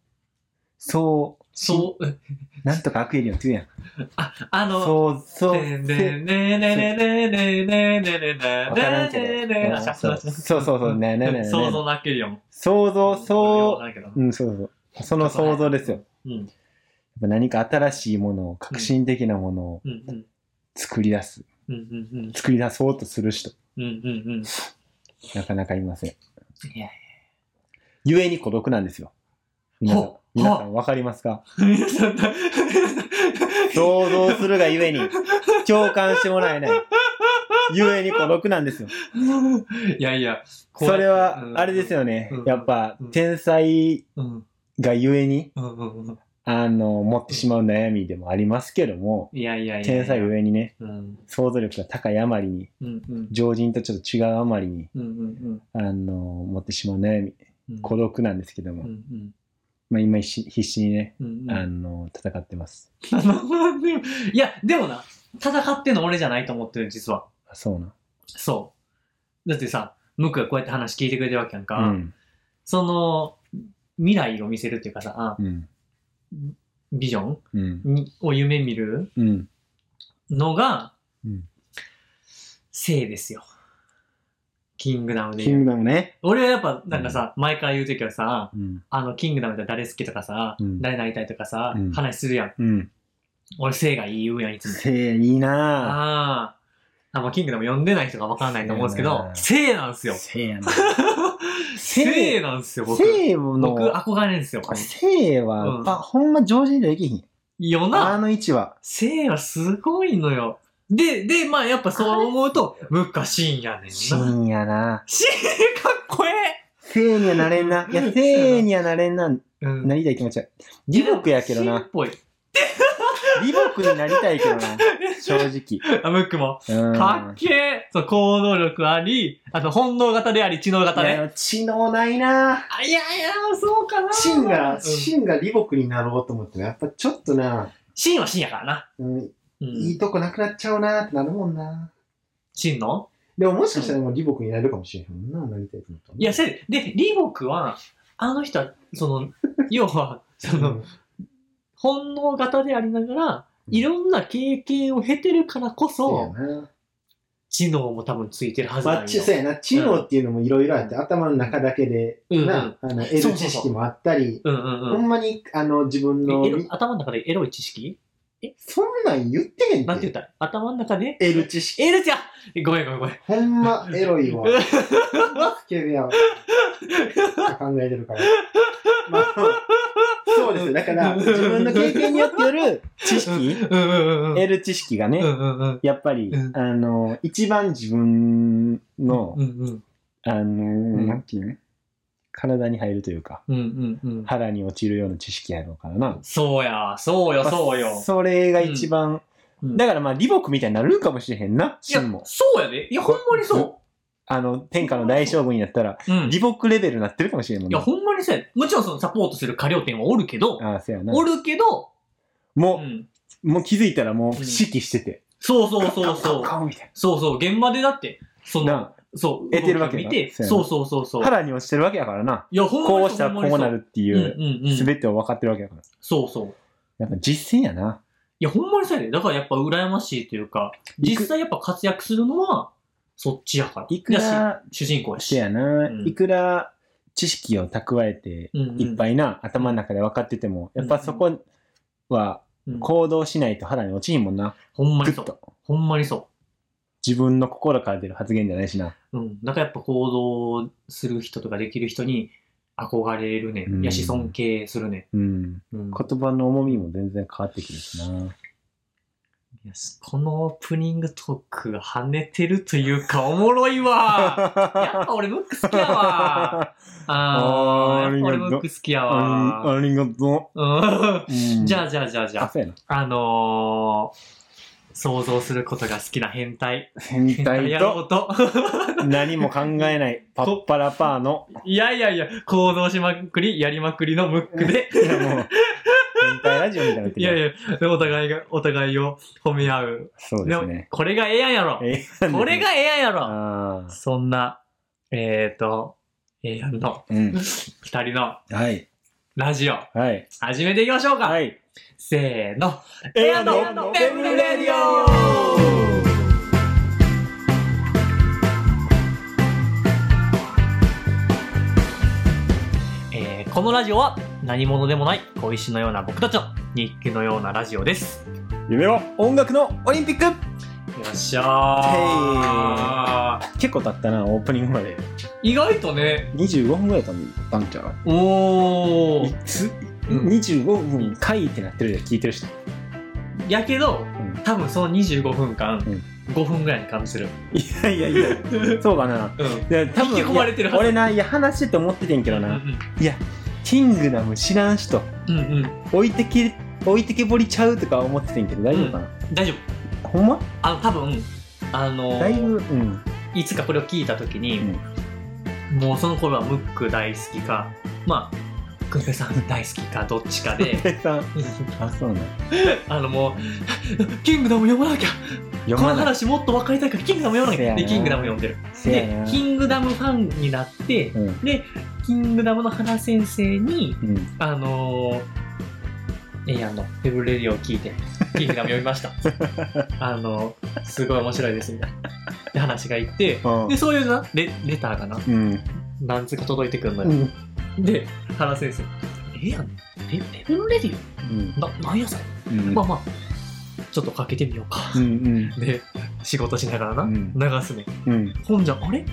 Speaker 2: そう、
Speaker 1: そう、うん
Speaker 2: なんとかアクエリオンって言うやん。
Speaker 1: あ、あの、
Speaker 2: そう、そう、
Speaker 1: ねねねねねねねねねねねね
Speaker 2: わからんけど
Speaker 1: ねねあ
Speaker 2: そうそうそうそうねねねねね
Speaker 1: 想像なけるよ。
Speaker 2: 想像、
Speaker 1: そう
Speaker 2: そ
Speaker 1: だけど
Speaker 2: う、うん、そうそう。その想像ですよ。やっ
Speaker 1: うん。
Speaker 2: ぱ何か新しいものを、革新的なものを
Speaker 1: うんうん。
Speaker 2: 作り出す、
Speaker 1: うんうんうん。
Speaker 2: 作り出そうとする人、
Speaker 1: うんうんうん。
Speaker 2: なかなかいません。
Speaker 1: いや
Speaker 2: ゆえに孤独なんですよ。皆さん
Speaker 1: ほ、
Speaker 2: 皆さんわかりますか
Speaker 1: 皆さんだ。
Speaker 2: 想像するがゆえに、共感してもらえない。ゆえに孤独なんですよ。
Speaker 1: いやいや、こうや
Speaker 2: そ
Speaker 1: って
Speaker 2: れは、あれです。よね。やっぱ、天才
Speaker 1: うん
Speaker 2: がゆえに、
Speaker 1: うんうんうん。
Speaker 2: あの、持ってしまう悩みでもありますけども、
Speaker 1: いやいやいや。
Speaker 2: 天才ゆえにね、
Speaker 1: うん
Speaker 2: 想像力が高いあまりに、
Speaker 1: うんうん
Speaker 2: 常人とちょっと違うあまりに、
Speaker 1: うんうん
Speaker 2: あの、持ってしまう悩み、
Speaker 1: うん。
Speaker 2: 孤独なんですけど
Speaker 1: う
Speaker 2: も、
Speaker 1: んうん
Speaker 2: まあ今必死必死にね、
Speaker 1: うんう
Speaker 2: あ
Speaker 1: ん。
Speaker 2: の、戦ってます。
Speaker 1: いや、でもな、戦ってんの俺じゃないと思ってる、実は。
Speaker 2: あそうな。
Speaker 1: そう。だってさ、ムックがこうやって話聞いてくれてるわけやんか。
Speaker 2: うん。
Speaker 1: その、未来を見せるっていうかさ、あ
Speaker 2: うん。
Speaker 1: ビジョ
Speaker 2: う
Speaker 1: ン
Speaker 2: ん。
Speaker 1: にを夢見る
Speaker 2: うん。
Speaker 1: のが、
Speaker 2: うん
Speaker 1: 性ですよ。キングダムで
Speaker 2: キ
Speaker 1: 言う。
Speaker 2: ングダムね。
Speaker 1: 俺はやっぱ、なんかさ、前から言うときはさ、
Speaker 2: うん。
Speaker 1: あの、キングダムで誰好きとかさ、
Speaker 2: うん
Speaker 1: 誰なりたいとかさ、
Speaker 2: うん
Speaker 1: 話するやん。
Speaker 2: うん。
Speaker 1: 俺、性がいい言うやん、いつも。
Speaker 2: せいいなぁ。
Speaker 1: あ あ。あ、まあ、キングダム読んでない人がわからないと思うんですけど、性なんですよ。
Speaker 2: せいやな。
Speaker 1: 性
Speaker 2: 性、
Speaker 1: なんですよ、僕。
Speaker 2: 性の
Speaker 1: 僕、、憧れんですよ。
Speaker 2: 性は、
Speaker 1: うん
Speaker 2: あ、ほんま常人できひん。
Speaker 1: よ
Speaker 2: あ
Speaker 1: な。
Speaker 2: の位置は。
Speaker 1: 性はすごいのよ。で、で、まあ、やっぱそう思うと、昔やねんな。性
Speaker 2: 真やな。
Speaker 1: かっこええ
Speaker 2: 性にはなれんな。いや、性にはなれんな。
Speaker 1: うん
Speaker 2: なりたい気持ちは。李牧やけど
Speaker 1: シン
Speaker 2: な
Speaker 1: っ。ぽい。
Speaker 2: 李牧になりたいけど な。正直。
Speaker 1: あ、ムックも。
Speaker 2: うん
Speaker 1: かっけえ。そう、行動力あり、あと本能型であり、知能型
Speaker 2: い
Speaker 1: ね。
Speaker 2: や知能ないな。
Speaker 1: あいやいや、そうかな。
Speaker 2: シンが、
Speaker 1: シン、
Speaker 2: シンが李牧になろうと思ってな。やっぱちょっとな、
Speaker 1: シンはシンやからな。
Speaker 2: うん、
Speaker 1: う
Speaker 2: いい
Speaker 1: ん。
Speaker 2: とこなくなっちゃうなってなるもんな。
Speaker 1: シンの
Speaker 2: でももしかしたらもう李牧になれるかもしれへんもんな、なりたいと思ったら
Speaker 1: いや、、せ、で、リボクは、あの人は、そ の、要は、その、本能型でありながら、
Speaker 2: うん
Speaker 1: いろんな経験を経てるからこ
Speaker 2: そう
Speaker 1: そ、
Speaker 2: やな。
Speaker 1: 知能も多分ついてるはず
Speaker 2: ま
Speaker 1: な
Speaker 2: あ、
Speaker 1: ん
Speaker 2: ち
Speaker 1: よ。
Speaker 2: そうやな。知能っていうのもいろいろあって、頭の中だけで、
Speaker 1: うん
Speaker 2: な、あの、得
Speaker 1: そうそう
Speaker 2: る
Speaker 1: そう
Speaker 2: 知識もあったり、
Speaker 1: うんうん
Speaker 2: ほ
Speaker 1: うん
Speaker 2: んまに、あの、自分の
Speaker 1: え。エロ。頭の中でエロい知識
Speaker 2: そんなん言ってへん
Speaker 1: なん
Speaker 2: て
Speaker 1: て言ったら頭の中で
Speaker 2: 得る知識。
Speaker 1: エロじゃんごめんごめんごめん。
Speaker 2: ほんまエロいわ。 スケベやわ。考えてるから。まあ、そうですよ。だから、自分の経験によってよる知識、
Speaker 1: うんうんうんうん。
Speaker 2: 得る知識が
Speaker 1: う
Speaker 2: ね、
Speaker 1: んうんうん。
Speaker 2: やっぱり、
Speaker 1: うん
Speaker 2: あの、一番自分の、
Speaker 1: うんうん
Speaker 2: あの、
Speaker 1: ん
Speaker 2: なんていうの体に入るというか、
Speaker 1: うんうんうん。
Speaker 2: 腹に落ちるような知識やろうからな。
Speaker 1: そうや、そうよ、そう
Speaker 2: まあ
Speaker 1: よ。
Speaker 2: それが一番、
Speaker 1: うん
Speaker 2: だからまあ、李牧みたいになるんかもしれへんな、
Speaker 1: いや
Speaker 2: 真も、。
Speaker 1: そうやで。いや、ほんまにそ
Speaker 2: あの、天下の大将軍になったら、
Speaker 1: う。うん。
Speaker 2: リボックレベルになってるかもしれんもん
Speaker 1: い
Speaker 2: ね
Speaker 1: や、。ほんまにそうや。もちろんそのサポートする過料店はおるけど、
Speaker 2: ああ、そうやな。
Speaker 1: おるけど、う
Speaker 2: も
Speaker 1: ん。
Speaker 2: う、もう気づいたらもう指揮してて。
Speaker 1: そうそうそう
Speaker 2: カ
Speaker 1: そ
Speaker 2: ン
Speaker 1: う
Speaker 2: カン。カンみたい
Speaker 1: そうそう、現場でだって、そ
Speaker 2: な。
Speaker 1: の、
Speaker 2: な
Speaker 1: そう、
Speaker 2: 得てるわけ
Speaker 1: 動き
Speaker 2: や
Speaker 1: を
Speaker 2: な
Speaker 1: 見て、
Speaker 2: そうや
Speaker 1: そう
Speaker 2: な
Speaker 1: そうそうそう。
Speaker 2: 腹に落ちてるわけやからな。
Speaker 1: いや、ほんまに
Speaker 2: こうしたらこうな
Speaker 1: っ
Speaker 2: るってい
Speaker 1: て
Speaker 2: う、
Speaker 1: うんうんう
Speaker 2: す
Speaker 1: ん。
Speaker 2: べてを分かってるわけやから。
Speaker 1: そうそう。
Speaker 2: やっぱ実践やな。
Speaker 1: いや、ほんまにそうやで。だからやっぱ羨ましいというか、実際やっぱ活躍するのは、そっちやから。
Speaker 2: いく
Speaker 1: や
Speaker 2: ら、
Speaker 1: し主人公や
Speaker 2: せ
Speaker 1: し。
Speaker 2: やな
Speaker 1: う。ん
Speaker 2: いくら知識を蓄えて、
Speaker 1: うんうん
Speaker 2: いっぱいな、頭の中で分かってても、やっぱそこは
Speaker 1: うん
Speaker 2: 行動しないと腹に落ちひんもんな。
Speaker 1: ほんま
Speaker 2: グ
Speaker 1: に
Speaker 2: ッ
Speaker 1: そう。
Speaker 2: と。
Speaker 1: ほんまにそ
Speaker 2: 自分の心から出る発言じゃないしな。
Speaker 1: う。うん。だからやっぱ行動する人とかできる人に憧れるね
Speaker 2: う。ん
Speaker 1: やし、尊敬するね。
Speaker 2: うん。
Speaker 1: うん。
Speaker 2: 言葉の重みも全然変わってくるしな。
Speaker 1: いやこのオープニングトークが跳ねてるというか、おもろい わやっぱ俺ムック好きやわあー、
Speaker 2: あー
Speaker 1: やっぱ俺
Speaker 2: ありが
Speaker 1: ム
Speaker 2: とう
Speaker 1: ック好きやわ
Speaker 2: ありがと
Speaker 1: うん
Speaker 2: う。うん
Speaker 1: じゃあ、じゃあじゃあじゃ
Speaker 2: あ、
Speaker 1: あ、
Speaker 2: そうやな。
Speaker 1: あのー、想像することが好きな変態。
Speaker 2: 変態
Speaker 1: やろ
Speaker 2: と
Speaker 1: うと。
Speaker 2: 何も考え ないパッパラパーの。
Speaker 1: いやいやいや、行動しまくり、やりまくりのムックで
Speaker 2: い。やもう変態ラジオみたいになって
Speaker 1: いやい
Speaker 2: や、
Speaker 1: や、お互いが、お互いを褒め合う。
Speaker 2: そうですね。
Speaker 1: これがええやんやろ。
Speaker 2: え
Speaker 1: これ、がええやんやろ。
Speaker 2: ああ、
Speaker 1: そんな、えっ、ー、と、えー、の
Speaker 2: うん。
Speaker 1: 二人の
Speaker 2: はい。
Speaker 1: ラジオ、
Speaker 2: はい。
Speaker 1: 始めていきましょうか。
Speaker 2: はい。
Speaker 1: せーの。
Speaker 2: エ
Speaker 1: エ
Speaker 2: ア
Speaker 1: ア
Speaker 2: の
Speaker 1: の
Speaker 2: ペ
Speaker 1: ペ
Speaker 2: ブ
Speaker 1: ブ
Speaker 2: ル
Speaker 1: ル
Speaker 2: レ
Speaker 1: レ
Speaker 2: デ
Speaker 1: デ
Speaker 2: ィ
Speaker 1: ィ
Speaker 2: オ
Speaker 1: オえーこのラジオは何者でもない小石のような僕たちの日記のようなラジオです。
Speaker 2: 夢は音楽のオリンピック
Speaker 1: よっしゃ
Speaker 2: 結構経ったな、オープニングまで。
Speaker 1: ー。意外とね、
Speaker 2: 25分ぐらい経ったんちゃう
Speaker 1: お
Speaker 2: い
Speaker 1: ー。
Speaker 2: つ
Speaker 1: うん
Speaker 2: ?25 分回ってなってるで聞いてる人。
Speaker 1: やけど、
Speaker 2: ん
Speaker 1: 多分その25分間、
Speaker 2: ん
Speaker 1: 5分ぐらいに感じる。
Speaker 2: いやいやいや、そうかな。
Speaker 1: うん。
Speaker 2: いや多分
Speaker 1: 引き込まれてるはず
Speaker 2: 俺ないや話してて思っててんけど
Speaker 1: うん
Speaker 2: なキングダム知らん人
Speaker 1: うん。うんうん。
Speaker 2: 置いてけ置いてけぼりちゃうとか思っててんけど大丈夫かな、
Speaker 1: 大丈夫。
Speaker 2: ほんま
Speaker 1: あの、多分、あのー
Speaker 2: だいぶうん
Speaker 1: いつかこれを聞いた時に、もうその頃はムック大好きかまあグルメさん大好きかどっちか で
Speaker 2: ペさんあそうなん
Speaker 1: あのもう「キングダム読まなきゃ
Speaker 2: 読
Speaker 1: この
Speaker 2: まない
Speaker 1: 話もっと分かりたいからキングダム読まな
Speaker 2: せ
Speaker 1: き
Speaker 2: や
Speaker 1: ゃ」
Speaker 2: な
Speaker 1: でキングダム読んでる
Speaker 2: せや
Speaker 1: で
Speaker 2: な
Speaker 1: キングダムファンになって
Speaker 2: うん
Speaker 1: でキングダムの原先生に
Speaker 2: うん
Speaker 1: あのー、えやの「フェブレディ」を聞いて「キングダム読みま した」あのーすごい面白いです」みたいなで話がいってでそういうなレレターがな
Speaker 2: うん
Speaker 1: 何つか届いてくるの
Speaker 2: う
Speaker 1: よ、
Speaker 2: ん
Speaker 1: で、原先生、ええやん、レレベルレディ
Speaker 2: うん
Speaker 1: オな、なんやそれ、
Speaker 2: うん
Speaker 1: まあまあ、ちょっとかけてみようか。
Speaker 2: うん
Speaker 1: で、仕事しながらな、
Speaker 2: うん
Speaker 1: 流すね。
Speaker 2: うん
Speaker 1: ほんじゃ、あれ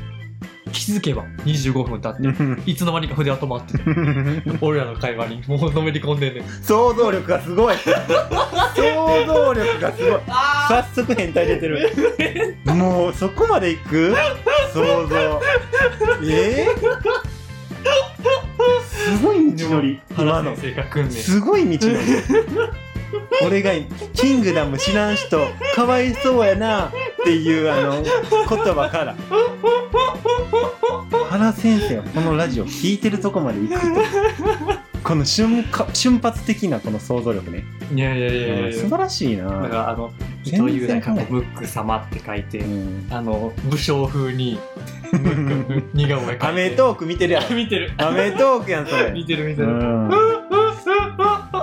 Speaker 1: 気づけば25分経っていつの間にか筆は止まってて俺らの会話にもうのめり込んでんねん
Speaker 2: 想像力がすごい想像力がすごい
Speaker 1: あ
Speaker 2: 早速変態出てるもうそこまでいく想像えーすごい道のり今
Speaker 1: 原
Speaker 2: の
Speaker 1: 先生が来んねん
Speaker 2: すごい道のり俺が「キングダム」知らん人かわいそうやなっていうあの言葉から原先生はこのラジオ聞いてるとこまで行くとこの瞬間瞬発的なこの想像力ね、
Speaker 1: いやいやいやいや
Speaker 2: うん
Speaker 1: い
Speaker 2: 素
Speaker 1: や
Speaker 2: 晴らしいな
Speaker 1: だからあの伊
Speaker 2: 全然
Speaker 1: 藤優太が
Speaker 2: 考えない
Speaker 1: ムック様って書いて
Speaker 2: うん
Speaker 1: あの武将風にムック似顔絵描いて
Speaker 2: アメトーク見てるやろ
Speaker 1: 見てる
Speaker 2: アメトークやんそれ
Speaker 1: 見てる見て
Speaker 2: う
Speaker 1: る、
Speaker 2: ん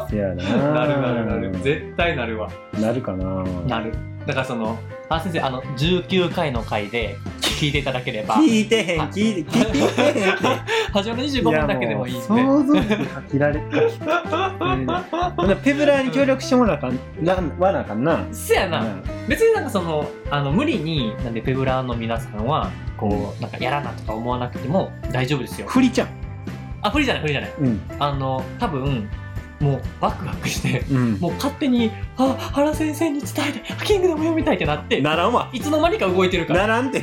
Speaker 2: せやな
Speaker 1: なるなるなる絶対なるわ
Speaker 2: なるかな
Speaker 1: なるだからその原先生あの19回の回で聞いていただければ
Speaker 2: 聞いてへん聞いて聞いてへんって
Speaker 1: 初めの25分だけでもいいんで
Speaker 2: やもう想像力かきられたほなペブラーに協力してもらわなあかんなわなあかんな
Speaker 1: そやな、
Speaker 2: うん
Speaker 1: 別になんかそのあの無理になんでペブラーの皆さんはこうなんかやらなとか思わなくても大丈夫ですよ
Speaker 2: フリちゃん
Speaker 1: あ不利じゃない不利じゃない
Speaker 2: うん
Speaker 1: あの多分もうワクワクして
Speaker 2: うん
Speaker 1: もう勝手に「あ原先生に伝えてキングダム読みたい」ってなって
Speaker 2: ならんわ
Speaker 1: いつの間にか動いてるから
Speaker 2: ならんって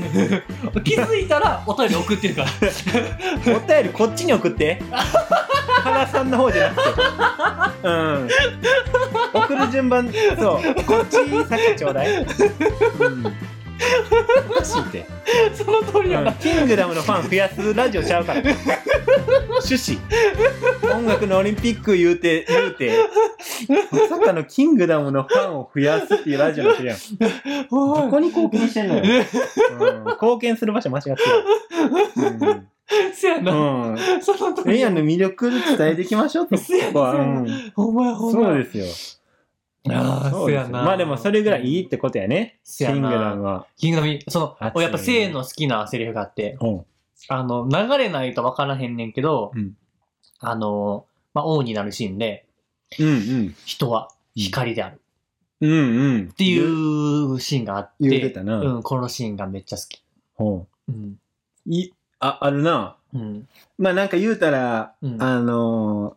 Speaker 1: 気づいたらお便り送ってるから
Speaker 2: お便りこっちに送って原さんの方じゃなくてうん送る順番そうこっち先ちょうだい、うん、おかしいって
Speaker 1: その通りだ
Speaker 2: うん
Speaker 1: な、
Speaker 2: キングダムのファン増やすラジオちゃうから趣旨音楽のオリンピック言うて言うてまさかのキングダムのファンを増やすっていうラジオにしてるやんどこに貢献してんのよ、うん、貢献する場所間違ってる
Speaker 1: せや
Speaker 2: う
Speaker 1: な、
Speaker 2: ん、うん、
Speaker 1: その通
Speaker 2: エ
Speaker 1: り
Speaker 2: イ
Speaker 1: だ
Speaker 2: ヤンの魅力伝えていきましょう って
Speaker 1: せや
Speaker 2: ここは、う
Speaker 1: な、
Speaker 2: ん、
Speaker 1: ほんまやほんまや
Speaker 2: そうですよ
Speaker 1: ああ
Speaker 2: そ
Speaker 1: そうう
Speaker 2: で
Speaker 1: や
Speaker 2: すよ
Speaker 1: な
Speaker 2: まあでもそれぐらいいいってことやね
Speaker 1: せ
Speaker 2: キ
Speaker 1: やな
Speaker 2: ングダムは、
Speaker 1: キングダムその
Speaker 2: 熱いね
Speaker 1: 俺やっぱせーの好きなセリフがあって
Speaker 2: うん、
Speaker 1: あの流れないと分からへんねんけど、
Speaker 2: うん
Speaker 1: あの、まあ、王になるシーンで
Speaker 2: うんうん
Speaker 1: 人は光であるっ
Speaker 2: うんうんって
Speaker 1: いうシーンがあって
Speaker 2: 言うてたな
Speaker 1: うん、このシーンがめっちゃ好き
Speaker 2: ほ
Speaker 1: うん
Speaker 2: ういああるな
Speaker 1: うん
Speaker 2: まあなんか言うたら、
Speaker 1: うん
Speaker 2: あの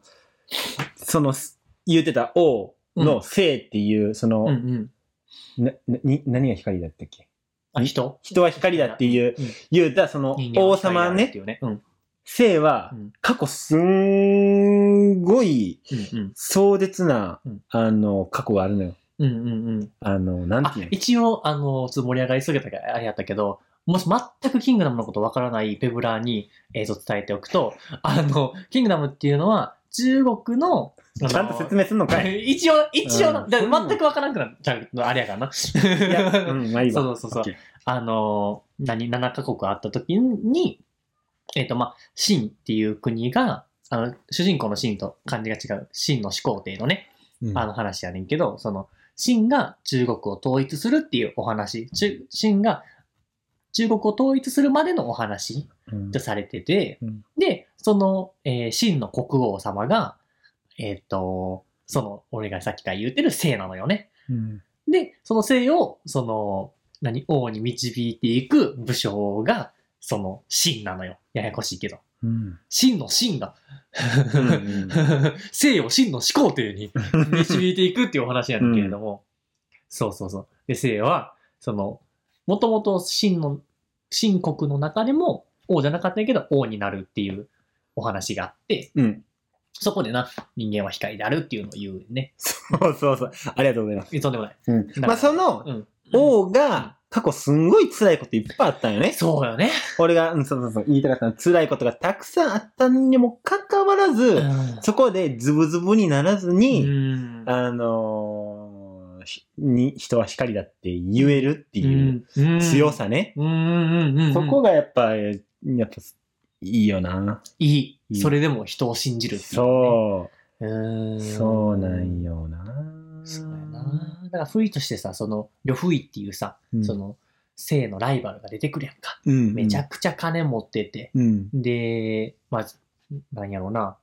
Speaker 2: ーそのす言うてた王の性っていう、その、
Speaker 1: うんうん
Speaker 2: ななに何が光だったっけ
Speaker 1: あ人
Speaker 2: 人は光だっていう、
Speaker 1: うん
Speaker 2: 言うたその
Speaker 1: 人間
Speaker 2: 王
Speaker 1: は光であ
Speaker 2: 様
Speaker 1: るってい
Speaker 2: ね、
Speaker 1: うねうん
Speaker 2: 性は
Speaker 1: うん
Speaker 2: 過去すんごい
Speaker 1: うん
Speaker 2: 壮絶な、
Speaker 1: うん
Speaker 2: あの、過去があるのよ。
Speaker 1: うんうんうんうん
Speaker 2: あの、なん
Speaker 1: あ
Speaker 2: ていうの
Speaker 1: 一応あのちょっと盛り上がりすぎたからあれやったけどもし全くキングダムのことわからないペブラーに映像伝えておくとあのキングダムっていうのは中国のあの
Speaker 2: ちゃんと説明すんのか い
Speaker 1: 一応、一応な、
Speaker 2: うん
Speaker 1: だから全くわからなくなっちゃうの、あれや からな。
Speaker 2: いや、うん、まあいいわ。
Speaker 1: そうそうそうそう
Speaker 2: オッケ
Speaker 1: あの、何、7カ国あった時に、えっ、と、まあ、秦っていう国が、あの、主人公の秦と漢字が違う、秦の始皇帝のね、
Speaker 2: ーうん
Speaker 1: あの話やねんけど、その、秦が中国を統一するっていうお話、中秦が中国を統一するまでのお話
Speaker 2: うん
Speaker 1: とされてて、
Speaker 2: うん
Speaker 1: で、その、えー真の国王様が、えっ、と、その、俺がさっきから言ってる姓なのよね。
Speaker 2: うん
Speaker 1: で、その姓を、その、何、王に導いていく武将が、その、真なのよ。ややこしいけど。
Speaker 2: うん
Speaker 1: 真の真が、
Speaker 2: うん うん
Speaker 1: 姓を真の始皇帝に導いていくっていうお話やねんけれども、そうそうそう。で、姓は、その、もともと秦の、秦国の中でも王じゃなかったんやけど王になるっていうお話があって、
Speaker 2: うん。
Speaker 1: そこでな、人間は光であるっていうのを言うね。
Speaker 2: そうそうそう。ありがとうございます。
Speaker 1: えとんでもない。
Speaker 2: うん
Speaker 1: か、ら
Speaker 2: まあその、
Speaker 1: うん。
Speaker 2: 王が過去すんごい辛いこといっぱいあったんよね。
Speaker 1: そうよね。
Speaker 2: 俺が、うん、そうそうそう、言いたかったのは辛いことがたくさんあったにもかかわらず、
Speaker 1: ん
Speaker 2: そこでズブズブにならずに、
Speaker 1: ん
Speaker 2: あのーひに、人は光だって言えるっていう
Speaker 1: うん
Speaker 2: 強。さね。
Speaker 1: うんうんうんうん。
Speaker 2: そこがやっぱ、やっぱ、いいよな。
Speaker 1: い
Speaker 2: い
Speaker 1: い。
Speaker 2: い
Speaker 1: それでも人を信じるっていうね、
Speaker 2: そうう。
Speaker 1: ん。
Speaker 2: そうなんよな。
Speaker 1: そうやな。だから、不意としてさ、その、呂不意っていうさ、
Speaker 2: うん。
Speaker 1: その、性のライバルが出てくるやんか。
Speaker 2: うん、
Speaker 1: めちゃくちゃ金持ってて、
Speaker 2: うん。
Speaker 1: で、まあ、なんやろうな、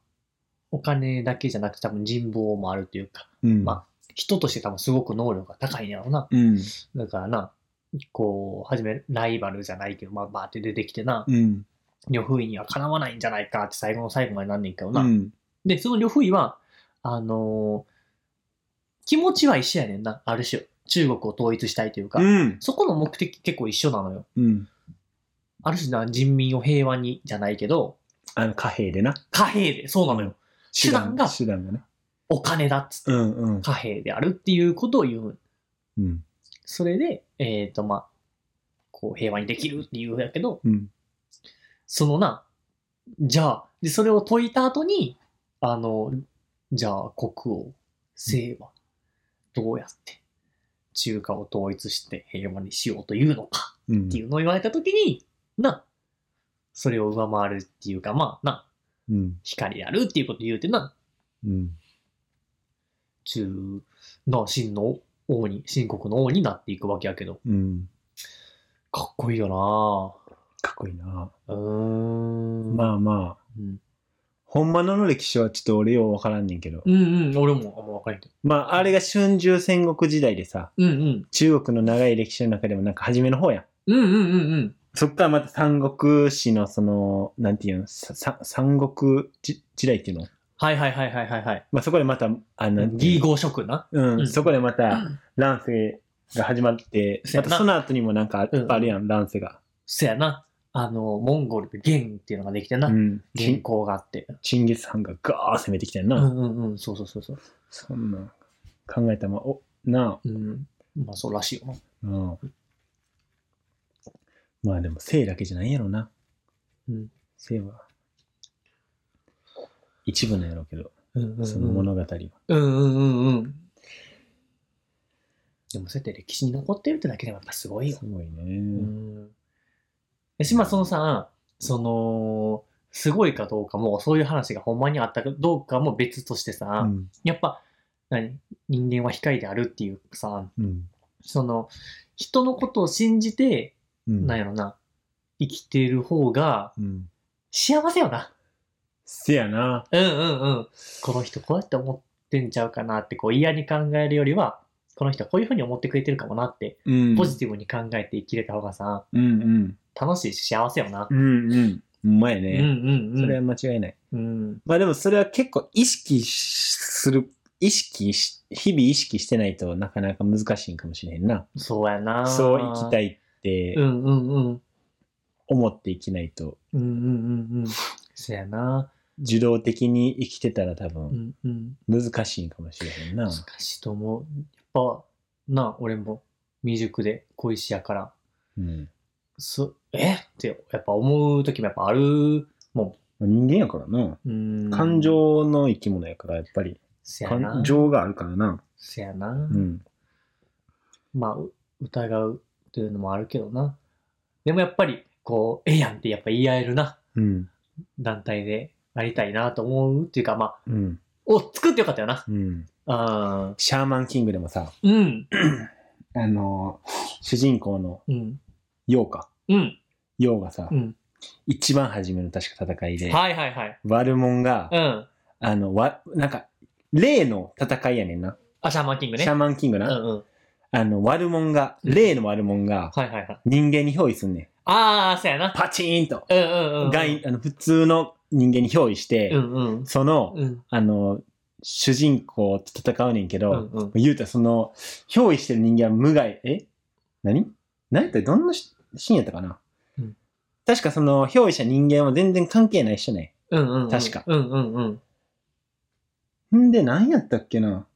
Speaker 1: お金だけじゃなくて多分人望もあるというか、
Speaker 2: うん。
Speaker 1: ま人として多分すごく能力が高いんやろうな。
Speaker 2: うん。
Speaker 1: だからな、こう、はじめライバルじゃないけど、まあ、バーって出てきてな、
Speaker 2: うん。
Speaker 1: 呂不韋にはかなわないんじゃないかって最後の最後までなんねんけど
Speaker 2: う
Speaker 1: な。
Speaker 2: ん。
Speaker 1: で、その呂不韋は、あのー気持ちは一緒やねんな、ある種。中国を統一したいというか、
Speaker 2: うん。
Speaker 1: そこの目的結構一緒なのよ。
Speaker 2: うん。
Speaker 1: ある種な人民を平和にじゃないけど、
Speaker 2: あの、貨幣でな。
Speaker 1: 貨幣で、そうなのよ。手段が
Speaker 2: 手段がね。
Speaker 1: お金だっつって、
Speaker 2: うんうん。
Speaker 1: 貨幣であるっていうことを言う。
Speaker 2: うん。
Speaker 1: それで、えっ、と、まあ、こう平和にできるっていうんやけど、
Speaker 2: うん。
Speaker 1: そのな、じゃあ、で、それを解いた後に、あの、じゃあ、国王、姓は、どうやって、中華を統一して平和にしようというのか、
Speaker 2: うん
Speaker 1: っていうのを言われたときに、な、それを上回るっていうか、まあ、な、
Speaker 2: うん。
Speaker 1: 光であるっていうことを言うてな、
Speaker 2: うん。
Speaker 1: 中、な、真の王に、秦国の王になっていくわけやけど、
Speaker 2: うん。
Speaker 1: かっこいいよ
Speaker 2: かっこいいな。
Speaker 1: なうーん。あ、
Speaker 2: まあまあ、
Speaker 1: うん、
Speaker 2: ほんまの歴史はちょっと俺ようわからんねんけど。
Speaker 1: うんうん、俺もあんま分からへんけど。
Speaker 2: まあ、あれが春秋戦国時代でさ、
Speaker 1: うんうん。
Speaker 2: 中国の長い歴史の中でもなんか初めの方やん。
Speaker 1: うんうんうんうん。
Speaker 2: そっからまた三国史のその、なんていうの、ささ三国じ時代っていうの
Speaker 1: はいはいはいはいはいはい。
Speaker 2: まあそこでまた、あの、
Speaker 1: 義合色な。
Speaker 2: うん、
Speaker 1: うん
Speaker 2: そこでまた、乱世が始まって、
Speaker 1: そうや
Speaker 2: ま
Speaker 1: な
Speaker 2: たその後にもなんか、
Speaker 1: うん
Speaker 2: いっぱいあるやん、乱世が。
Speaker 1: せやな。あの、モンゴルで元っていうのができてな
Speaker 2: う。ん。チ
Speaker 1: 元
Speaker 2: ン
Speaker 1: 寇があって。
Speaker 2: チンギス・ハンがガー攻めてきたやん
Speaker 1: う
Speaker 2: な。
Speaker 1: んうんうん。そうそうそうそう。
Speaker 2: そんなん考えたま、お、な
Speaker 1: うん。まあそうらしいよな。
Speaker 2: あ、うん。まあでも、性だけじゃないんやろな。
Speaker 1: うん。
Speaker 2: 性は、一部なんやろうけど、
Speaker 1: うんうん
Speaker 2: その物語は。
Speaker 1: うんうんうんうん。でもそうやって歴史に残ってるってだけでもやっぱすごいよ
Speaker 2: す。ごいね。
Speaker 1: うん。えし、まあそのさ、その、すごいかどうかも、そういう話がほんまにあったかどうかも別として
Speaker 2: う
Speaker 1: さ、
Speaker 2: ん。
Speaker 1: やっぱ、何人間は光であるっていうさ、
Speaker 2: うん。
Speaker 1: その、人のことを信じて、
Speaker 2: うん。
Speaker 1: なんやろな、生きてる方が
Speaker 2: うん。
Speaker 1: 幸せよな。
Speaker 2: せやな。
Speaker 1: うんうんうん。この人こうやって思ってんちゃうかなって、こう嫌に考えるよりは、この人はこういうふうに思ってくれてるかもなって、
Speaker 2: うん
Speaker 1: ポジティブに考えて生きれた方がさ、
Speaker 2: うんうん。
Speaker 1: 楽しいし幸せよな。
Speaker 2: うんうん。ほんまや
Speaker 1: うん
Speaker 2: ね。
Speaker 1: うんうん。
Speaker 2: それは間違いない。
Speaker 1: うん。
Speaker 2: まあでもそれは結構意識しする、意識し、日々意識してないとなかなか難しいんかもしれへんな。
Speaker 1: そうやな。
Speaker 2: そう生きた
Speaker 1: い。
Speaker 2: いって
Speaker 1: うんうんうん。
Speaker 2: 思って生きないと、
Speaker 1: うんうんうんうん。そうやな。
Speaker 2: 受動的に生きてたら多
Speaker 1: う
Speaker 2: 分
Speaker 1: んうん。
Speaker 2: 難しいんかもしれへんな
Speaker 1: 難。しいと思う。やっぱ、な、俺も未熟で小石やから、
Speaker 2: うん。
Speaker 1: そえってやっぱ思う時もやっぱある
Speaker 2: 人間やからな。
Speaker 1: うん
Speaker 2: 感情の生き物やから、やっぱり。
Speaker 1: せやな
Speaker 2: 感情があるからな。
Speaker 1: せやな、
Speaker 2: うん。
Speaker 1: まあう疑うというのもあるけどなでもやっぱりこうええやんってやっぱ言い合えるな
Speaker 2: うん。
Speaker 1: 団体でありたいなと思うっていうかまあ
Speaker 2: うん。
Speaker 1: お作ってよかったよな
Speaker 2: うん。
Speaker 1: あ
Speaker 2: シャーマンキングでもさ、
Speaker 1: ーうん
Speaker 2: あのー、主人公の
Speaker 1: うん
Speaker 2: ヨウか。
Speaker 1: うん
Speaker 2: ヨウがさ、
Speaker 1: うん
Speaker 2: 一番初めの確か戦いで、
Speaker 1: はいはいはい
Speaker 2: 悪者が、
Speaker 1: うん
Speaker 2: あの、わ、なんか、例の戦いやねんな。
Speaker 1: あシャーマンキングね
Speaker 2: シャーマンキング
Speaker 1: う
Speaker 2: な。
Speaker 1: んうん
Speaker 2: あの、悪者が、
Speaker 1: うん
Speaker 2: 例の悪者が、
Speaker 1: はいはいはい
Speaker 2: 人間に憑依すんねん。
Speaker 1: ああそうやな
Speaker 2: パチーンと。
Speaker 1: うんうんうん
Speaker 2: 外あの普通の人間に憑依して、
Speaker 1: うんうん
Speaker 2: その、
Speaker 1: うん
Speaker 2: あの、主人公と戦うねんけ
Speaker 1: うん
Speaker 2: ど、
Speaker 1: うん
Speaker 2: 言うたらその、憑依してる人間は無害、え何何やったどんなしシーンやったかな、
Speaker 1: うん
Speaker 2: 確かその、憑依した人間は全然関係ない人ねん。
Speaker 1: うんうんうん
Speaker 2: 確か
Speaker 1: うんうんうん
Speaker 2: んで、何やったっけな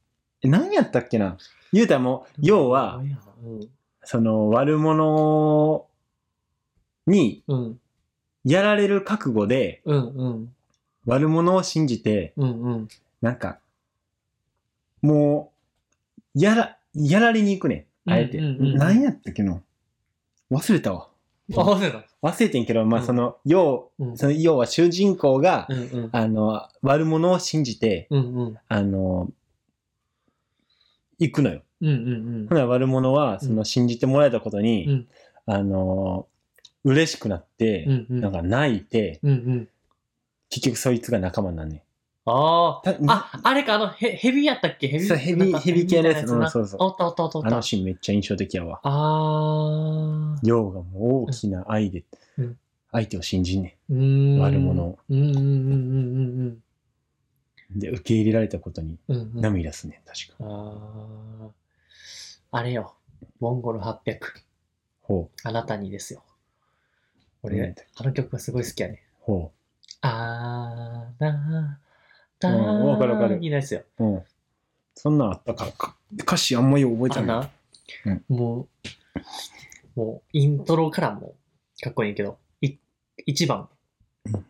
Speaker 2: え何やったっけな言うたらもう、要は、
Speaker 1: うん
Speaker 2: その悪者に
Speaker 1: うん
Speaker 2: やられる覚悟で、
Speaker 1: うんうん
Speaker 2: 悪者を信じて、
Speaker 1: うんうん
Speaker 2: なんか、もう、やら、やられに行くねん。あえて。
Speaker 1: うんうんうんうん
Speaker 2: 何やったっけな忘れたわ。
Speaker 1: あ忘れた
Speaker 2: 忘れてんけど、まあ
Speaker 1: うん
Speaker 2: その、要、
Speaker 1: うん
Speaker 2: その要は主人公が
Speaker 1: う、んうん
Speaker 2: あの、悪者を信じて、
Speaker 1: うんうん
Speaker 2: あの、行くのよ。
Speaker 1: うんうん
Speaker 2: ほな悪者は、その信じてもらえたこと
Speaker 1: う
Speaker 2: に
Speaker 1: ん、
Speaker 2: あのー、嬉しくなって
Speaker 1: う、んうん
Speaker 2: なんか泣いて、
Speaker 1: うんうん
Speaker 2: 結局そいつが仲間になんね
Speaker 1: あ
Speaker 2: ん。
Speaker 1: あ
Speaker 2: た
Speaker 1: ああれかあのヘヘビやったっけヘビ
Speaker 2: そうヘビ
Speaker 1: なんか
Speaker 2: ヘビ系のやつ
Speaker 1: ヘビ
Speaker 2: う
Speaker 1: みたい
Speaker 2: ん
Speaker 1: なやつ
Speaker 2: そ
Speaker 1: な
Speaker 2: うそう
Speaker 1: あおったおったおったおっ
Speaker 2: あ
Speaker 1: た
Speaker 2: のシーンめっちゃ印象的やわ。
Speaker 1: あー
Speaker 2: ヨウがもう大きな愛で
Speaker 1: うん、
Speaker 2: 相手を信じんね
Speaker 1: うーん。
Speaker 2: 悪者を
Speaker 1: うんうんうんうん
Speaker 2: ん。で、受け入れられたことに
Speaker 1: うんうん。うんうん、あ
Speaker 2: 涙すんねん、確か。
Speaker 1: ーあれよ。モンゴル800。
Speaker 2: ほう。
Speaker 1: あなたにですよ。俺、
Speaker 2: うん
Speaker 1: あの曲がすごい好きやね。
Speaker 2: ほ
Speaker 1: あーなーた
Speaker 2: うんわかるわかる
Speaker 1: ーにですよ。
Speaker 2: う。うん。そんなんあったからか、歌詞あんまり覚えて
Speaker 1: あん
Speaker 2: ない
Speaker 1: な。、もう、もう、イントロからも、かっこいいけど、い、一番
Speaker 2: うん。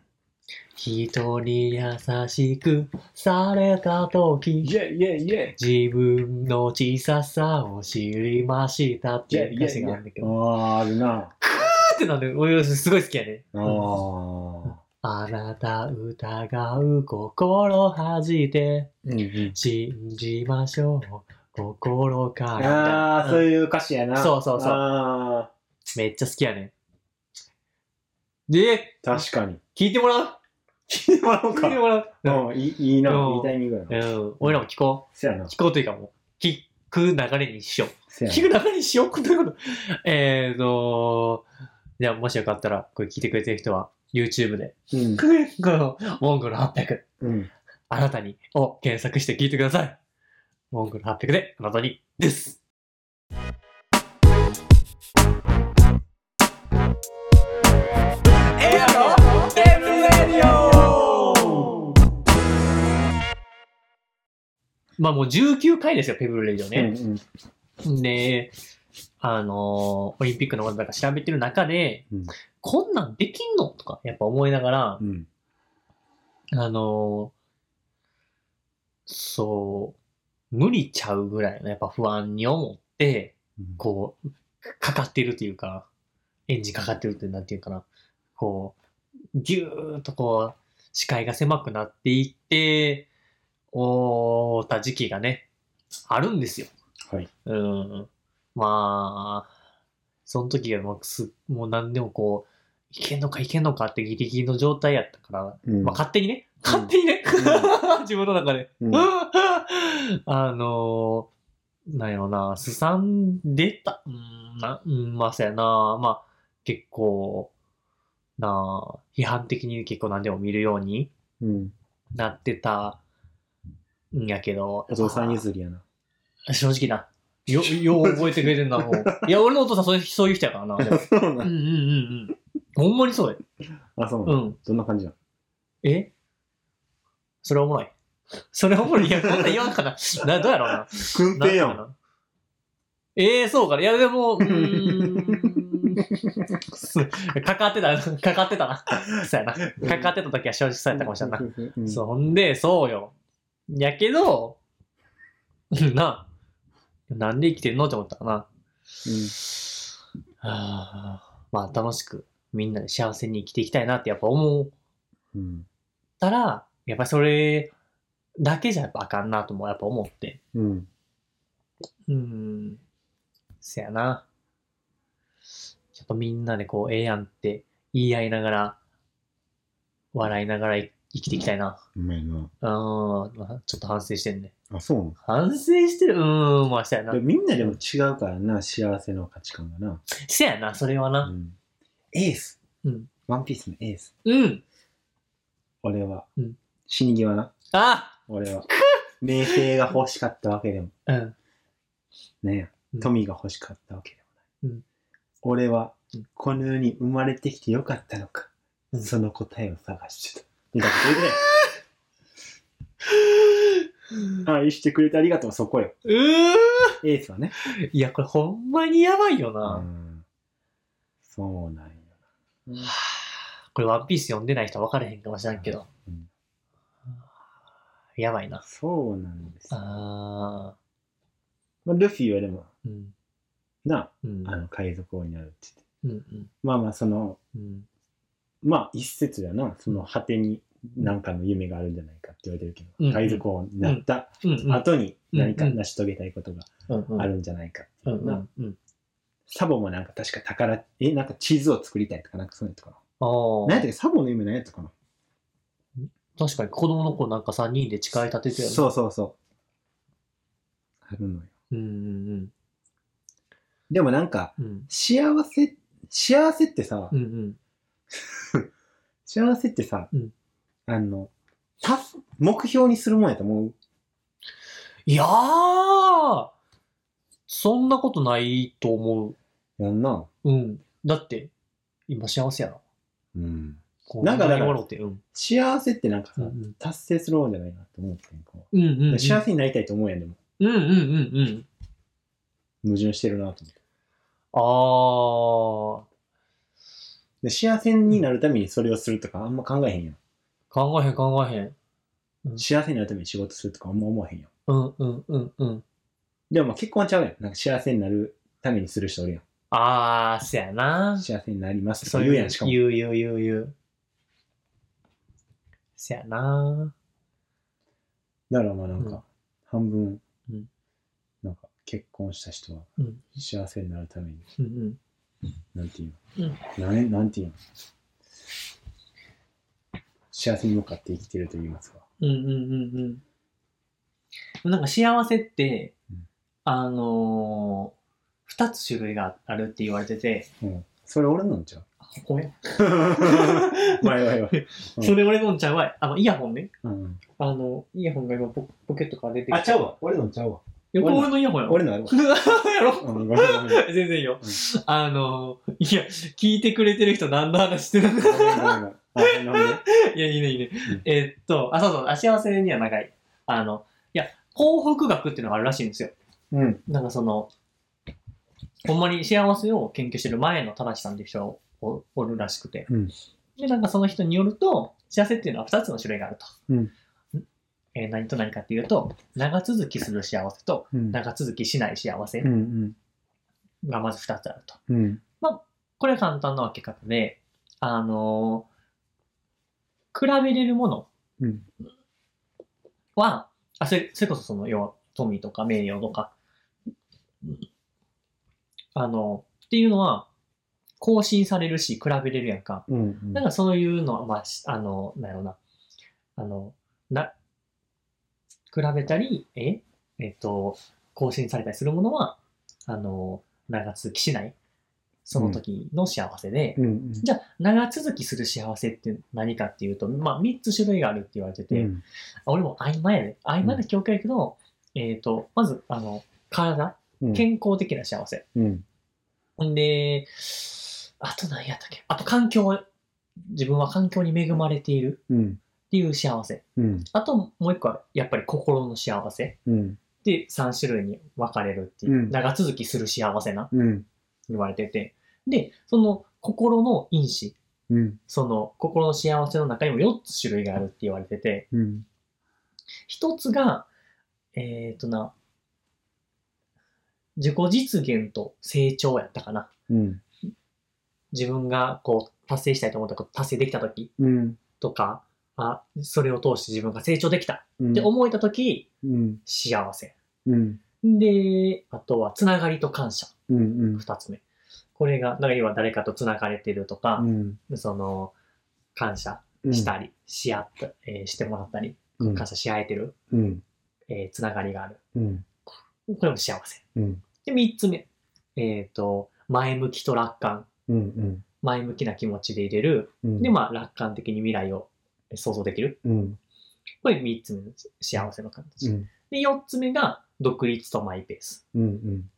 Speaker 1: 人に優しくされた時、
Speaker 2: ェイイェイイェイ
Speaker 1: 自分の小ささを知りましたっていう歌詞があるんだけど、
Speaker 2: あー、あるな。
Speaker 1: あーってなんで、俺すごい好きやね。
Speaker 2: あー。
Speaker 1: あなた疑う心恥じて、
Speaker 2: うんうん。
Speaker 1: 信じましょう、心から。
Speaker 2: あー、そういう歌詞やな。
Speaker 1: そうそうそう
Speaker 2: あ
Speaker 1: めっちゃ好きやね。で、
Speaker 2: ー確 かに。
Speaker 1: 聞いてもらう
Speaker 2: 聞いてもらおう
Speaker 1: 聞いてもらう。
Speaker 2: うん、いいいいな。
Speaker 1: うん
Speaker 2: いいタイミング
Speaker 1: う
Speaker 2: やな。
Speaker 1: ん。俺らも聞こ
Speaker 2: せやな
Speaker 1: う。。聞こうというかもう、聞く流れにしよう。
Speaker 2: せやな。
Speaker 1: 聞く流れにしようこんなこと。えーと、じゃあもしよかったら、これ聞いてくれてる人は、YouTube で、
Speaker 2: うん
Speaker 1: この、モンゴル800、
Speaker 2: うん。
Speaker 1: あなたに、を検索して聞いてください。モンゴル800で、あなたに、です。
Speaker 2: エアロゲームレディオ
Speaker 1: まあもう19回ですよ、ペブルレイジオ
Speaker 2: うん
Speaker 1: ね。で、あのーオリンピックのことなんか調べてる中で、
Speaker 2: うん
Speaker 1: こんなんできんのとか、やっぱ思いながら、
Speaker 2: うんうん。
Speaker 1: あのーそう、無理ちゃうぐらいのやっぱ不安に思って、こう、かかってるというか、エンジンかかってるというなんていうかな、こう、ぎゅーっとこう、視界が狭くなっていって、おーた時期がね、あるんですよ。
Speaker 2: はい。
Speaker 1: うん。まあ、その時はもうす、もう何でもこう、いけんのかいけんのかってギリギリの状態やったから、
Speaker 2: うん
Speaker 1: まあ、勝手にね、勝手にね、 自分の中で。
Speaker 2: うん
Speaker 1: あのー、なんやろな、すさんでた、うん、な、うん、まあ、そうやな、まあ、結構、なあ、批判的に結構何でも見るように
Speaker 2: うん。
Speaker 1: なってたんやけど、
Speaker 2: お父さん譲りやな。
Speaker 1: 正直な。よ、よう覚えてくれてんな、もう。いや、俺のお父さんそういうそういう人やからな。でも
Speaker 2: そう
Speaker 1: うん
Speaker 2: な
Speaker 1: うんう
Speaker 2: ん
Speaker 1: んうん。ほんまにそうや。
Speaker 2: あ、そう
Speaker 1: う
Speaker 2: なん
Speaker 1: ん。
Speaker 2: どんな感じな
Speaker 1: えそれおもろい。それおもろい。いや、こんなん言わんかな。な、どうやろうな。
Speaker 2: くん
Speaker 1: なん
Speaker 2: ぺんや
Speaker 1: か
Speaker 2: ん。
Speaker 1: な。ええそうかな。いや、でも、う ーん。かかってた、かかってたな。そうやな。かかってた時は正直そうやったかもしれんない。
Speaker 2: うん
Speaker 1: そんで、そうよ。やけど、 な、なんで生きてんのって思ったかな。はあまあ、楽しく、みんなで幸せに生きていきたいなってやっぱ思う
Speaker 2: うんうん
Speaker 1: たら、やっぱりそれだけじゃやっぱあかんなともやっぱ思って。
Speaker 2: うん。
Speaker 1: うん。せやな。やっぱみんなでこう、ええやんって言い合いながら、笑いながらい生きていきたいな。
Speaker 2: うまいな。
Speaker 1: うん、まあちょっと反省してんね。
Speaker 2: あ、そうな
Speaker 1: 反省してるうん、まあせやな
Speaker 2: ので。みんなでも違うからな、幸せの価値観がな。
Speaker 1: せやな、それは
Speaker 2: う
Speaker 1: な。
Speaker 2: んエース。
Speaker 1: うん。
Speaker 2: ワンピースのエース。
Speaker 1: うん。
Speaker 2: 俺は
Speaker 1: うん。
Speaker 2: 死に際な。
Speaker 1: あ
Speaker 2: 俺は。名声が欲しかったわけでも。
Speaker 1: うん。
Speaker 2: ね
Speaker 1: うん
Speaker 2: 富が欲しかったわけでもない。
Speaker 1: うん
Speaker 2: 俺は
Speaker 1: うん
Speaker 2: この世に生まれてきてよかったのか、
Speaker 1: うん
Speaker 2: その答えを探してた。みたいなこと言うてね 愛してくれてありがとう、そこよ。
Speaker 1: うー
Speaker 2: エースはね。
Speaker 1: いや、これほんまにやばいよな。
Speaker 2: うんそうなんよな。
Speaker 1: これワンピース読んでない人は分からへんかもしれんけど。
Speaker 2: うん
Speaker 1: やばいな。
Speaker 2: そうなんですよ。
Speaker 1: あ
Speaker 2: まあ、ルフィはでも、
Speaker 1: ー。うん。
Speaker 2: な、
Speaker 1: うん。
Speaker 2: あの、海賊王になるって言って。
Speaker 1: うんうん。
Speaker 2: まあまあ、その、
Speaker 1: うん。
Speaker 2: まあ一説だな、その果てに何かの夢があるんじゃないかって言われてるけ
Speaker 1: うん
Speaker 2: ど、海賊王になった
Speaker 1: うんうん。
Speaker 2: 後に何か
Speaker 1: うん
Speaker 2: 成し遂げたいことが
Speaker 1: うんうん。
Speaker 2: あるんじゃないかって
Speaker 1: う
Speaker 2: い
Speaker 1: ん
Speaker 2: う
Speaker 1: う
Speaker 2: な。
Speaker 1: んうん。
Speaker 2: サボもなんか確か宝、え、なんか地図を作りたいとか、なんかそういうのとか
Speaker 1: ああ
Speaker 2: な。何やったっけサボの夢何やったかな
Speaker 1: 確かに子供の子なんか3人で誓い立ててる。
Speaker 2: そうそうそう。あるのよ。
Speaker 1: う。うん
Speaker 2: でもなんか、
Speaker 1: うんうん。
Speaker 2: 幸せ、幸せってさ
Speaker 1: う、んうん。
Speaker 2: 幸せってさ、
Speaker 1: うん
Speaker 2: あの、た、目標にするもんやと思う。
Speaker 1: いやー、そんなことないと思
Speaker 2: やんな。
Speaker 1: う。うん。だって、今幸せやろ。
Speaker 2: うん。
Speaker 1: こ
Speaker 2: なんかだから
Speaker 1: 笑って。うん。
Speaker 2: 幸せってなんか
Speaker 1: う
Speaker 2: さ、
Speaker 1: んうん
Speaker 2: 達成するもんじゃないなって思うけんこ
Speaker 1: うんうんう。
Speaker 2: うん幸せになりたいと思うやんでも。
Speaker 1: うんうんうんうん。
Speaker 2: 矛盾してるなと思って。
Speaker 1: あー、
Speaker 2: で幸せになるためにそれをするとかあんま考えへんやん。
Speaker 1: 考えへん考えへん。
Speaker 2: 幸せになるために仕事するとかあんま思わへんやん。
Speaker 1: うんうんうんうん。
Speaker 2: でもまあ結婚はちゃうやん。なんか幸せになるためにする人おるや。。
Speaker 1: あー、そやなん
Speaker 2: 幸せになりますとか言うやん、しかも。
Speaker 1: 言う言う言う言う。そやな
Speaker 2: だからまあなんか、
Speaker 1: うん
Speaker 2: 半分、
Speaker 1: うん
Speaker 2: なんか結婚した人は
Speaker 1: うん
Speaker 2: 幸せになるために、
Speaker 1: うんうん。
Speaker 2: なんていうの、なん、なんていうの幸せに向かって生きてると言いますか。
Speaker 1: うんうんうんうん。なんか幸せって、
Speaker 2: うん
Speaker 1: あのー二つ種類があるって言われてて、
Speaker 2: うん。それ俺なん ちゃう
Speaker 1: ごめん。
Speaker 2: 前はよ。うん
Speaker 1: それ俺のんちゃうわい。あの、イヤホンね。
Speaker 2: うん。
Speaker 1: あの、イヤホンが今ポポケットから出てきて。
Speaker 2: あ、ちゃうわ。俺のんちゃうわ。
Speaker 1: いやこれ俺のイヤホンやろ。
Speaker 2: 俺のあるわ。
Speaker 1: やろ
Speaker 2: うん、ごめんごめん。
Speaker 1: 全然いいよ
Speaker 2: う。
Speaker 1: あのーいや、聞いてくれてる人何の話してるの
Speaker 2: ごめんごめんごめんあ、なんで
Speaker 1: いや、いいね、いいね
Speaker 2: うん。
Speaker 1: えーっと、あ、そうそう、あ幸せには長い。あの、いや、幸福学っていうのがあるらしいんですよ。
Speaker 2: うん。
Speaker 1: なんかその、ほんまに幸せを研究してる前野正さんっていう人がおおるらしくて、
Speaker 2: うん
Speaker 1: で、なんかその人によると、幸せっていうのは2つの種類があると。
Speaker 2: うん
Speaker 1: んえー何と何かっていうと、長続きする幸せと、
Speaker 2: うん。
Speaker 1: 長続きしない幸せ
Speaker 2: うん。
Speaker 1: がまず2つあると。
Speaker 2: うん。
Speaker 1: これは簡単な分け方で、あのー比べれるもの
Speaker 2: うん。
Speaker 1: は、あ、それ、それこそその、要は、富とか名誉とか、あの、っていうのは、更新されるし、比べれるやんか。
Speaker 2: うん。
Speaker 1: なんかそういうのは、まあ、しあの、なんやろな。あの、な、比べたり、ええっと、更新されたりするものは、あの、長続きしない。その時の幸せで、
Speaker 2: うん。
Speaker 1: じゃあ、長続きする幸せって何かっていうと、まあ、3つ種類があるって言われてて、
Speaker 2: うん。
Speaker 1: 俺も曖昧やで。曖昧な記憶やけど、えっ、と、まず、あの、体、
Speaker 2: うん。
Speaker 1: 健康的な幸せ。
Speaker 2: うん。
Speaker 1: ん、で、あと何やったっけあと環境、自分は環境に恵まれている
Speaker 2: うん。
Speaker 1: っていう幸せ。
Speaker 2: うん。
Speaker 1: あともう一個は、やっぱり心の幸せ。
Speaker 2: うん。
Speaker 1: で、3種類に分かれるっていう、
Speaker 2: うん
Speaker 1: 長続きする幸せな、
Speaker 2: うん。
Speaker 1: 言われてて。で、その心の因子、
Speaker 2: うん。
Speaker 1: その心の幸せの中にも4つ種類があるって言われてて、
Speaker 2: うん。
Speaker 1: 一つが、えっ、とな、自己実現と成長やったかな。
Speaker 2: うん。
Speaker 1: 自分がこう達成したいと思ったこと達成できた時
Speaker 2: うん。
Speaker 1: とか、あ、それを通して自分が成長できた
Speaker 2: うん。
Speaker 1: って思えた時、
Speaker 2: うん。
Speaker 1: 幸せ。
Speaker 2: うん。
Speaker 1: で、あとはつながりと感謝。
Speaker 2: うん。
Speaker 1: 二つ目。これが、なんか要は誰かとつながれてると
Speaker 2: う
Speaker 1: か、
Speaker 2: ん。
Speaker 1: その、感謝
Speaker 2: うん。
Speaker 1: したり、しあった、えーしてもらったり、
Speaker 2: うん。
Speaker 1: 感謝し合えてる、
Speaker 2: うん。
Speaker 1: えーつながりがある。
Speaker 2: うん。
Speaker 1: これも幸せ。
Speaker 2: うん。
Speaker 1: で、三つ目。えっ、と、前向きと楽観。
Speaker 2: うん。
Speaker 1: 前向きな気持ちで入れる。
Speaker 2: うん。
Speaker 1: で、まあ、楽観的に未来を想像できる。
Speaker 2: うん。
Speaker 1: これ三つ目の幸せの形。
Speaker 2: うん。
Speaker 1: で、四つ目が、独立とマイペース。
Speaker 2: うん。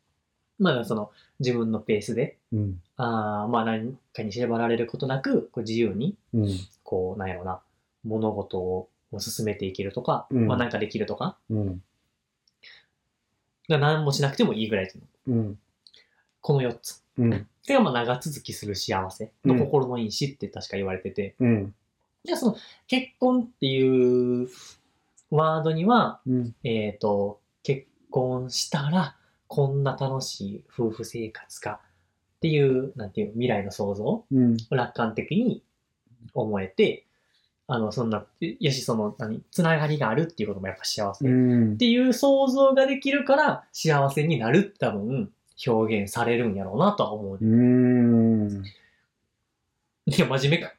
Speaker 1: まあ、その、自分のペースで、
Speaker 2: うん。
Speaker 1: あーまあ、何かに縛られることなく、こう自由に、
Speaker 2: うん。
Speaker 1: こう、なんやろな、物事を進めていけるとか、
Speaker 2: うん
Speaker 1: まあ、なんかできるとか、
Speaker 2: うん。
Speaker 1: だから何もしなくてもいいぐらいっていうの。
Speaker 2: うん。
Speaker 1: この四つ。
Speaker 2: うん。
Speaker 1: で、まあ、長続きする幸せの心の因子って確か言われてて、
Speaker 2: うん。
Speaker 1: じゃあその結婚っていうワードには、
Speaker 2: うん。
Speaker 1: えっ、と、結婚したらこんな楽しい夫婦生活かっていう、なんていう、未来の想像を
Speaker 2: うん。
Speaker 1: 楽観的に思えて、あの、そんな、やし、その、何、つながりがあるっていうこともやっぱ幸せ。
Speaker 2: う
Speaker 1: っ
Speaker 2: ん。
Speaker 1: ていう想像ができるから幸せになるって多分表現されるんやろうなとは思う。
Speaker 2: うん。
Speaker 1: いや、真面目 か。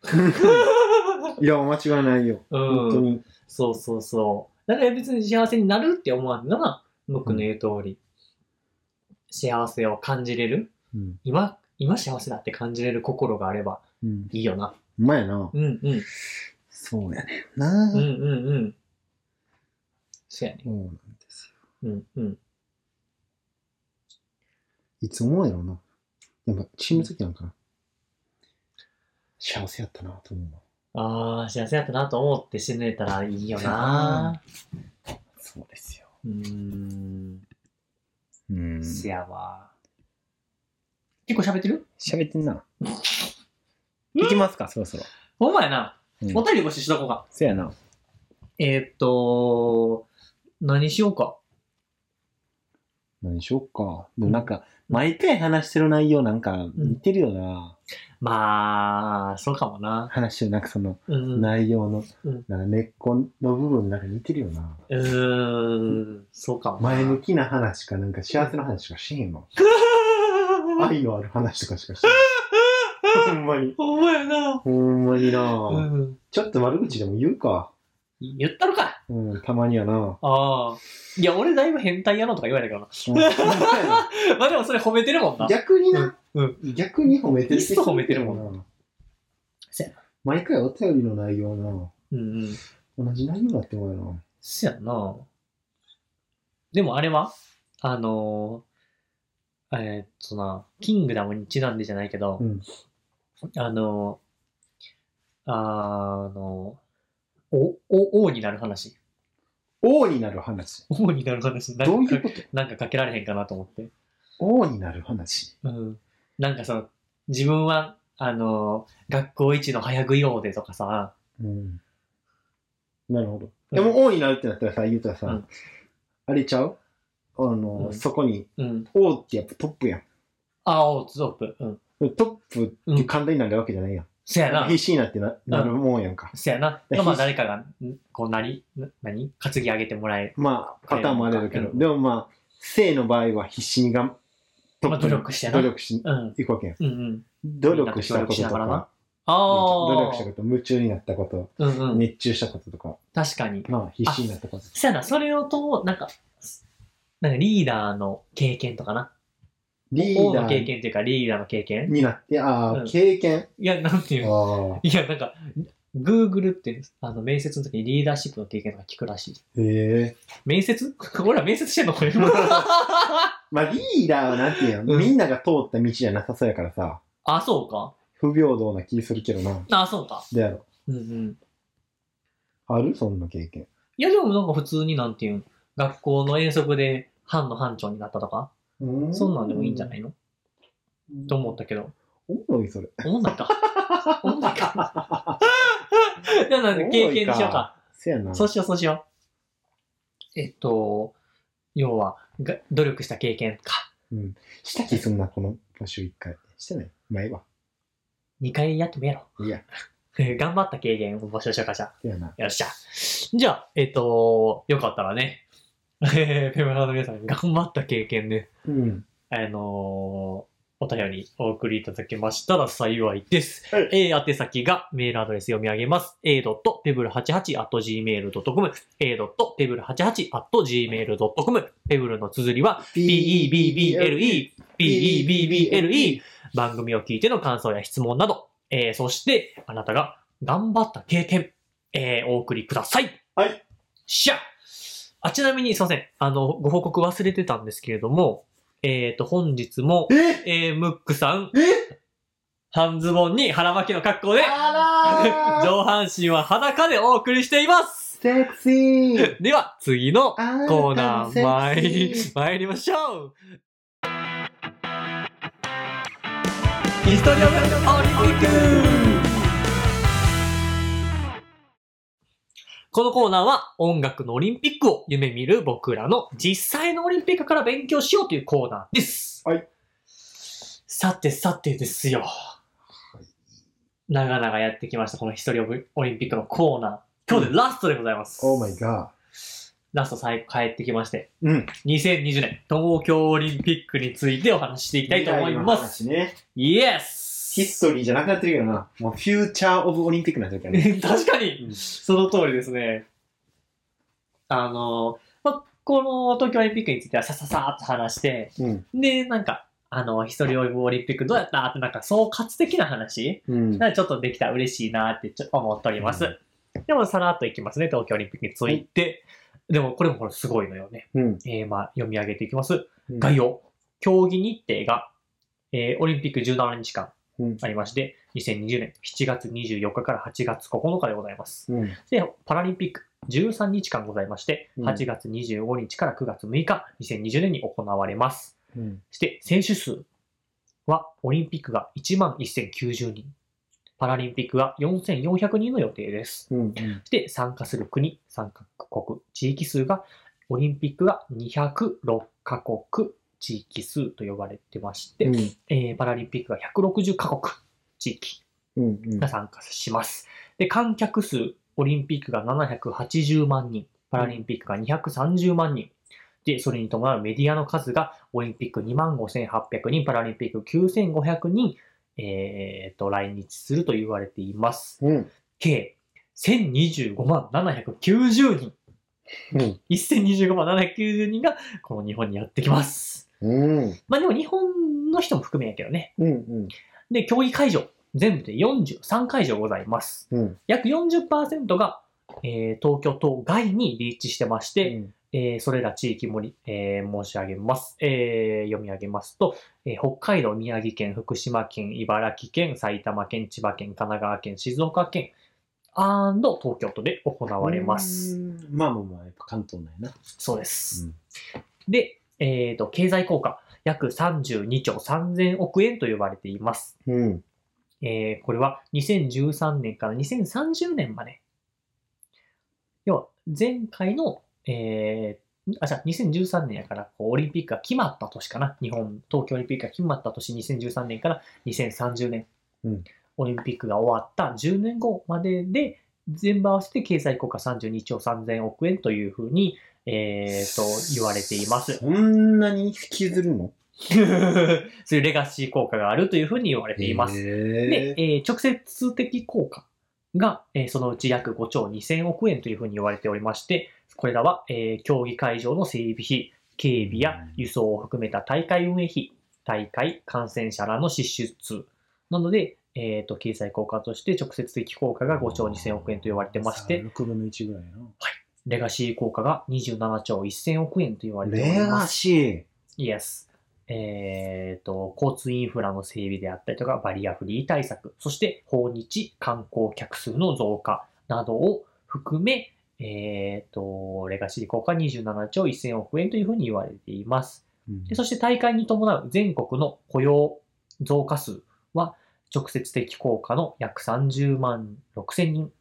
Speaker 2: いや、間違いないよ。
Speaker 1: う
Speaker 2: 本当に。
Speaker 1: そうそうそう。だから別に幸せになるって思わんのが、僕の言う通り、幸せを感じれる、
Speaker 2: うん。
Speaker 1: 今、今幸せだって感じれる心があれば
Speaker 2: うん。
Speaker 1: いいよなっ
Speaker 2: ほんまやな。
Speaker 1: うんうん。
Speaker 2: そうやねんな。
Speaker 1: うんうんうん。そうやね。
Speaker 2: そうなんです
Speaker 1: う
Speaker 2: よ。
Speaker 1: んうん。
Speaker 2: いつ思うやろな。やっぱ、チーム好きなんかな。幸せやったな、と思うわ。
Speaker 1: ああ、幸せやったなと思って死ねたらいいよな。
Speaker 2: そうですよ。
Speaker 1: うーん。
Speaker 2: うん
Speaker 1: せやわ。結構喋ってる
Speaker 2: 喋ってんな。 行きますか、そろそろ。
Speaker 1: ほんまやな。
Speaker 2: うん
Speaker 1: お便り募集しとこうか。
Speaker 2: せやな。
Speaker 1: えーっと、何しようか。
Speaker 2: 何しよっか。でもなんか、毎回話してる内容なんか似てるよな。
Speaker 1: まあ、そうかもな。
Speaker 2: 話してるなんかその
Speaker 1: うん。
Speaker 2: 内容の、
Speaker 1: うん
Speaker 2: なんか根っこの部分なんか似てるよな。
Speaker 1: うーん、そうかもな。
Speaker 2: 前向きな話かなんか幸せな話しかしへんもん。
Speaker 1: あ
Speaker 2: 愛のある話とかしかし へん。ほんまに。
Speaker 1: ほんまやな。
Speaker 2: ほんまにな、
Speaker 1: うん。
Speaker 2: ちょっと悪口でも言うか。
Speaker 1: 言ったのか。
Speaker 2: うん、たまに はな。
Speaker 1: ああ。いや、俺だいぶ変態やろとか言われたけど
Speaker 2: うん
Speaker 1: な。 まあでもそれ褒めてるもんな。
Speaker 2: 逆にな、
Speaker 1: うん
Speaker 2: 逆に褒めてる
Speaker 1: いっそ褒めてるも
Speaker 2: んな
Speaker 1: せやな。
Speaker 2: 毎回お便りの内容な、
Speaker 1: うんうん。
Speaker 2: 同じ内容だってもやな。
Speaker 1: そやな。でもあれはあのー、えーっとな、キングダムにちなんでじゃないけど、
Speaker 2: うん
Speaker 1: あのー、あのお、お、王になる話。
Speaker 2: 王になる話。
Speaker 1: 王になる話。なんか
Speaker 2: どういうこと
Speaker 1: なんかかけられへんかなと思って。
Speaker 2: 王になる話。
Speaker 1: うん。なんかその、自分は、あのー、学校一の早食い王でとかさ、
Speaker 2: うん。なるほど。
Speaker 1: うん
Speaker 2: でも王になるってなったらさ、言うたらさ、
Speaker 1: うん
Speaker 2: あれちゃうあの、
Speaker 1: うん
Speaker 2: そこに、
Speaker 1: うん。
Speaker 2: 王ってやっぱトップやん。
Speaker 1: あ、王、トップ。うん。
Speaker 2: トップって簡単になるわけじゃないやん。
Speaker 1: そやな
Speaker 2: 必。死になってななるもんやんか。
Speaker 1: そやな。
Speaker 2: うん
Speaker 1: まあ誰かが、んこうなり、な何担ぎ上げてもらえ
Speaker 2: まあ、パターンもあるけ
Speaker 1: う
Speaker 2: ど、
Speaker 1: ん
Speaker 2: でもまあ、生の場合は必死にがんト
Speaker 1: まあ、努
Speaker 2: ップに
Speaker 1: 力してな。
Speaker 2: 努力し
Speaker 1: うん。
Speaker 2: いくわけやん。
Speaker 1: うんうん。
Speaker 2: 努力したこと
Speaker 1: みんなと協力
Speaker 2: と
Speaker 1: しながらな
Speaker 2: か、
Speaker 1: ああ。
Speaker 2: 努力したこと、夢中になったこと、
Speaker 1: うんうん。
Speaker 2: 熱中したこととか、
Speaker 1: 確かに。
Speaker 2: まあ、必死になったこと。
Speaker 1: そやな、それをと、なんか、なんかリーダーの経験とかな。
Speaker 2: リ
Speaker 1: 王
Speaker 2: ー
Speaker 1: の
Speaker 2: ダ
Speaker 1: 経
Speaker 2: ー
Speaker 1: 験っていうか、リーダーの経験
Speaker 2: になって、ああ、
Speaker 1: うん
Speaker 2: 経験。
Speaker 1: いや、なんていうの
Speaker 2: ああ、
Speaker 1: いや、なんか、Google って、あの、面接の時にリーダーシップの経験とか聞くらしい。
Speaker 2: へえ。
Speaker 1: 面接 俺ら面接してんのこれ。
Speaker 2: まあ、リーダーはなんていう
Speaker 1: う
Speaker 2: の、
Speaker 1: ん
Speaker 2: みんなが通った道じゃなさそうやからさ、
Speaker 1: あ、そうか。
Speaker 2: 不平等な気するけどな。
Speaker 1: あ、そうか。
Speaker 2: でやろ。
Speaker 1: うんうん。
Speaker 2: あるそんな経験。
Speaker 1: いや、でもなんか普通になんていうん学校の遠足で班の班長になったとか、そんなんでもいいんじゃないいのと思ったけど。
Speaker 2: おもろい、それ。
Speaker 1: 思んないか。思んないか。じゃあなんで経験にしようか。
Speaker 2: せやな。
Speaker 1: そうしよう、そうしよう。えっと、要は、が努力した経験か。
Speaker 2: した気すんな、この募集一回。してない前は。
Speaker 1: 2回やってもやろ
Speaker 2: いや、
Speaker 1: う。 頑張った経験を募集しようか、じゃあ。
Speaker 2: せやな。
Speaker 1: よっしゃ。じゃあ、えっと、よかったらね、 えー、ペムラの皆さん、頑張った経験ね、
Speaker 2: うん。
Speaker 1: あのーお便りお送りいただけましたら幸いです。
Speaker 2: はい
Speaker 1: えー、宛先がメールアドレス読み上げます。a.pebble88.gmail.com a.pebble88.gmail.com ペブルの綴りは p-e-b-b-l-e p-e-b-b-l-e 番組を聞いての感想や質問など、えー、そしてあなたが頑張った経験、えー、お送りください。
Speaker 2: はい。
Speaker 1: しゃあ、ちなみにすいません。あの、ご報告忘れてたんですけれども、えっ、と、本日も、
Speaker 2: え
Speaker 1: えー、ムックさん、
Speaker 2: え
Speaker 1: 半ズボンに腹巻きの格好で、
Speaker 2: あらー
Speaker 1: 上半身は裸でお送りしています
Speaker 2: セクシー
Speaker 1: では、次の
Speaker 2: あ
Speaker 1: コーナー
Speaker 2: なたのセク
Speaker 1: 参
Speaker 2: シー
Speaker 1: 参りましょうヒストリアムオリンピックこのコーナーは音楽のオリンピックを夢見る僕らの実際のオリンピックから勉強しようというコーナーです。
Speaker 2: はい。
Speaker 1: さてさてですよ。長々やってきました、このヒストリアムオリンピックのコーナー。今日でラストでございます。
Speaker 2: オーマイガ
Speaker 1: ラスト最後帰ってきまして、
Speaker 2: ー。うん。
Speaker 1: 2020年東京オリンピックについてお話ししていきたいと思います。
Speaker 2: 未来の話ね。
Speaker 1: イエス
Speaker 2: ヒストリーじゃなくなってるけどな。もうフューチャーオブオリンピックになってるからね。
Speaker 1: 確かに、
Speaker 2: うん
Speaker 1: その通りですね。あの、ま、この東京オリンピックについてはさささーっと話して、
Speaker 2: うん。
Speaker 1: で、なんか、あの、一人オリンピックどうやったって、なんか、総括的な話
Speaker 2: うん。
Speaker 1: なんかちょっとできたら嬉しいなってちょ思っております。でも、さらっといきますね、東京オリンピックについて。でも、これもほらすごいのよね。
Speaker 2: うん。
Speaker 1: えー、まあ、読み上げていきます。概要。競技日程が、えーオリンピック17日間
Speaker 2: うん。
Speaker 1: ありまして、2020年7月24日から8月9日でございます。
Speaker 2: うん。
Speaker 1: で、パラリンピック13日間ございまして、
Speaker 2: うん
Speaker 1: 8月25日から9月6日、2020年に行われます。
Speaker 2: うん。
Speaker 1: そして、選手数は、オリンピックが1万1090人、パラリンピックが4400人の予定です。
Speaker 2: うん。
Speaker 1: そして、参加する国、参加国、地域数が、オリンピックが206カ国、地域数と呼ばれてまして、
Speaker 2: うん。
Speaker 1: えーパラリンピックが160カ国、地域
Speaker 2: うん。
Speaker 1: が参加します。で、観客数、オリンピックが780万人、パラリンピックが230万人。で、それに伴うメディアの数が、オリンピック2万5800人、パラリンピック9500人、えー、と、来日すると言われています。
Speaker 2: うん。
Speaker 1: 計、1025万790人、
Speaker 2: うん。
Speaker 1: 1025万790人が、この日本にやってきます。
Speaker 2: うん。
Speaker 1: まあでも日本の人も含めやけどね。
Speaker 2: うん。
Speaker 1: で、競技会場、全部で43会場ございます。
Speaker 2: うん。
Speaker 1: 約40%が、えー東京都外にリーチしてまして、えーそれら地域もり、えー申し上げます、えー読み上げますと、えー北海道、宮城県、福島県、茨城県、埼玉県、千葉県、神奈川県、静岡県、アンド東京都で行われます。。
Speaker 2: まあまあまあ、やっぱ関東なんやな。
Speaker 1: そうです。で、えーと、経済効果、約32兆3000億円と呼ばれています。
Speaker 2: うん。
Speaker 1: えーこれは2013年から2030年まで。要は、前回の、えーあ、じゃあ2013年やから、こうオリンピックが決まった年かな。日本、東京オリンピックが決まった年、2013年から2030年。
Speaker 2: うん
Speaker 1: オリンピックが終わった10年後までで、全部合わせて経済効果32兆3000億円というふうに、えーと、言われています。
Speaker 2: そんなに引きずるの
Speaker 1: そういうレガシー効果があるというふうに言われています。で
Speaker 2: へ、
Speaker 1: えー直接的効果が、えーそのうち約5兆2000億円というふうに言われておりまして、これらは、えー競技会場の整備費、警備や輸送を含めた大会運営費、大会、感染者らの支出なので、えー、と経済効果として直接的効果が5兆2000億円と言われてまして、
Speaker 2: 6分の1ぐらいな。
Speaker 1: レガシー効果が27兆1000億円と言われており
Speaker 2: レ
Speaker 1: ま
Speaker 2: ガ
Speaker 1: す。
Speaker 2: シ
Speaker 1: Yes。えっ、と、交通インフラの整備であったりとか、バリアフリー対策、そして訪日観光客数の増加などを含め、えっ、と、レガシー効果27兆1000億円というふうに言われています。で
Speaker 2: ー。
Speaker 1: そして大会に伴う全国の雇用増加数は、直接的効果の約30万6000人、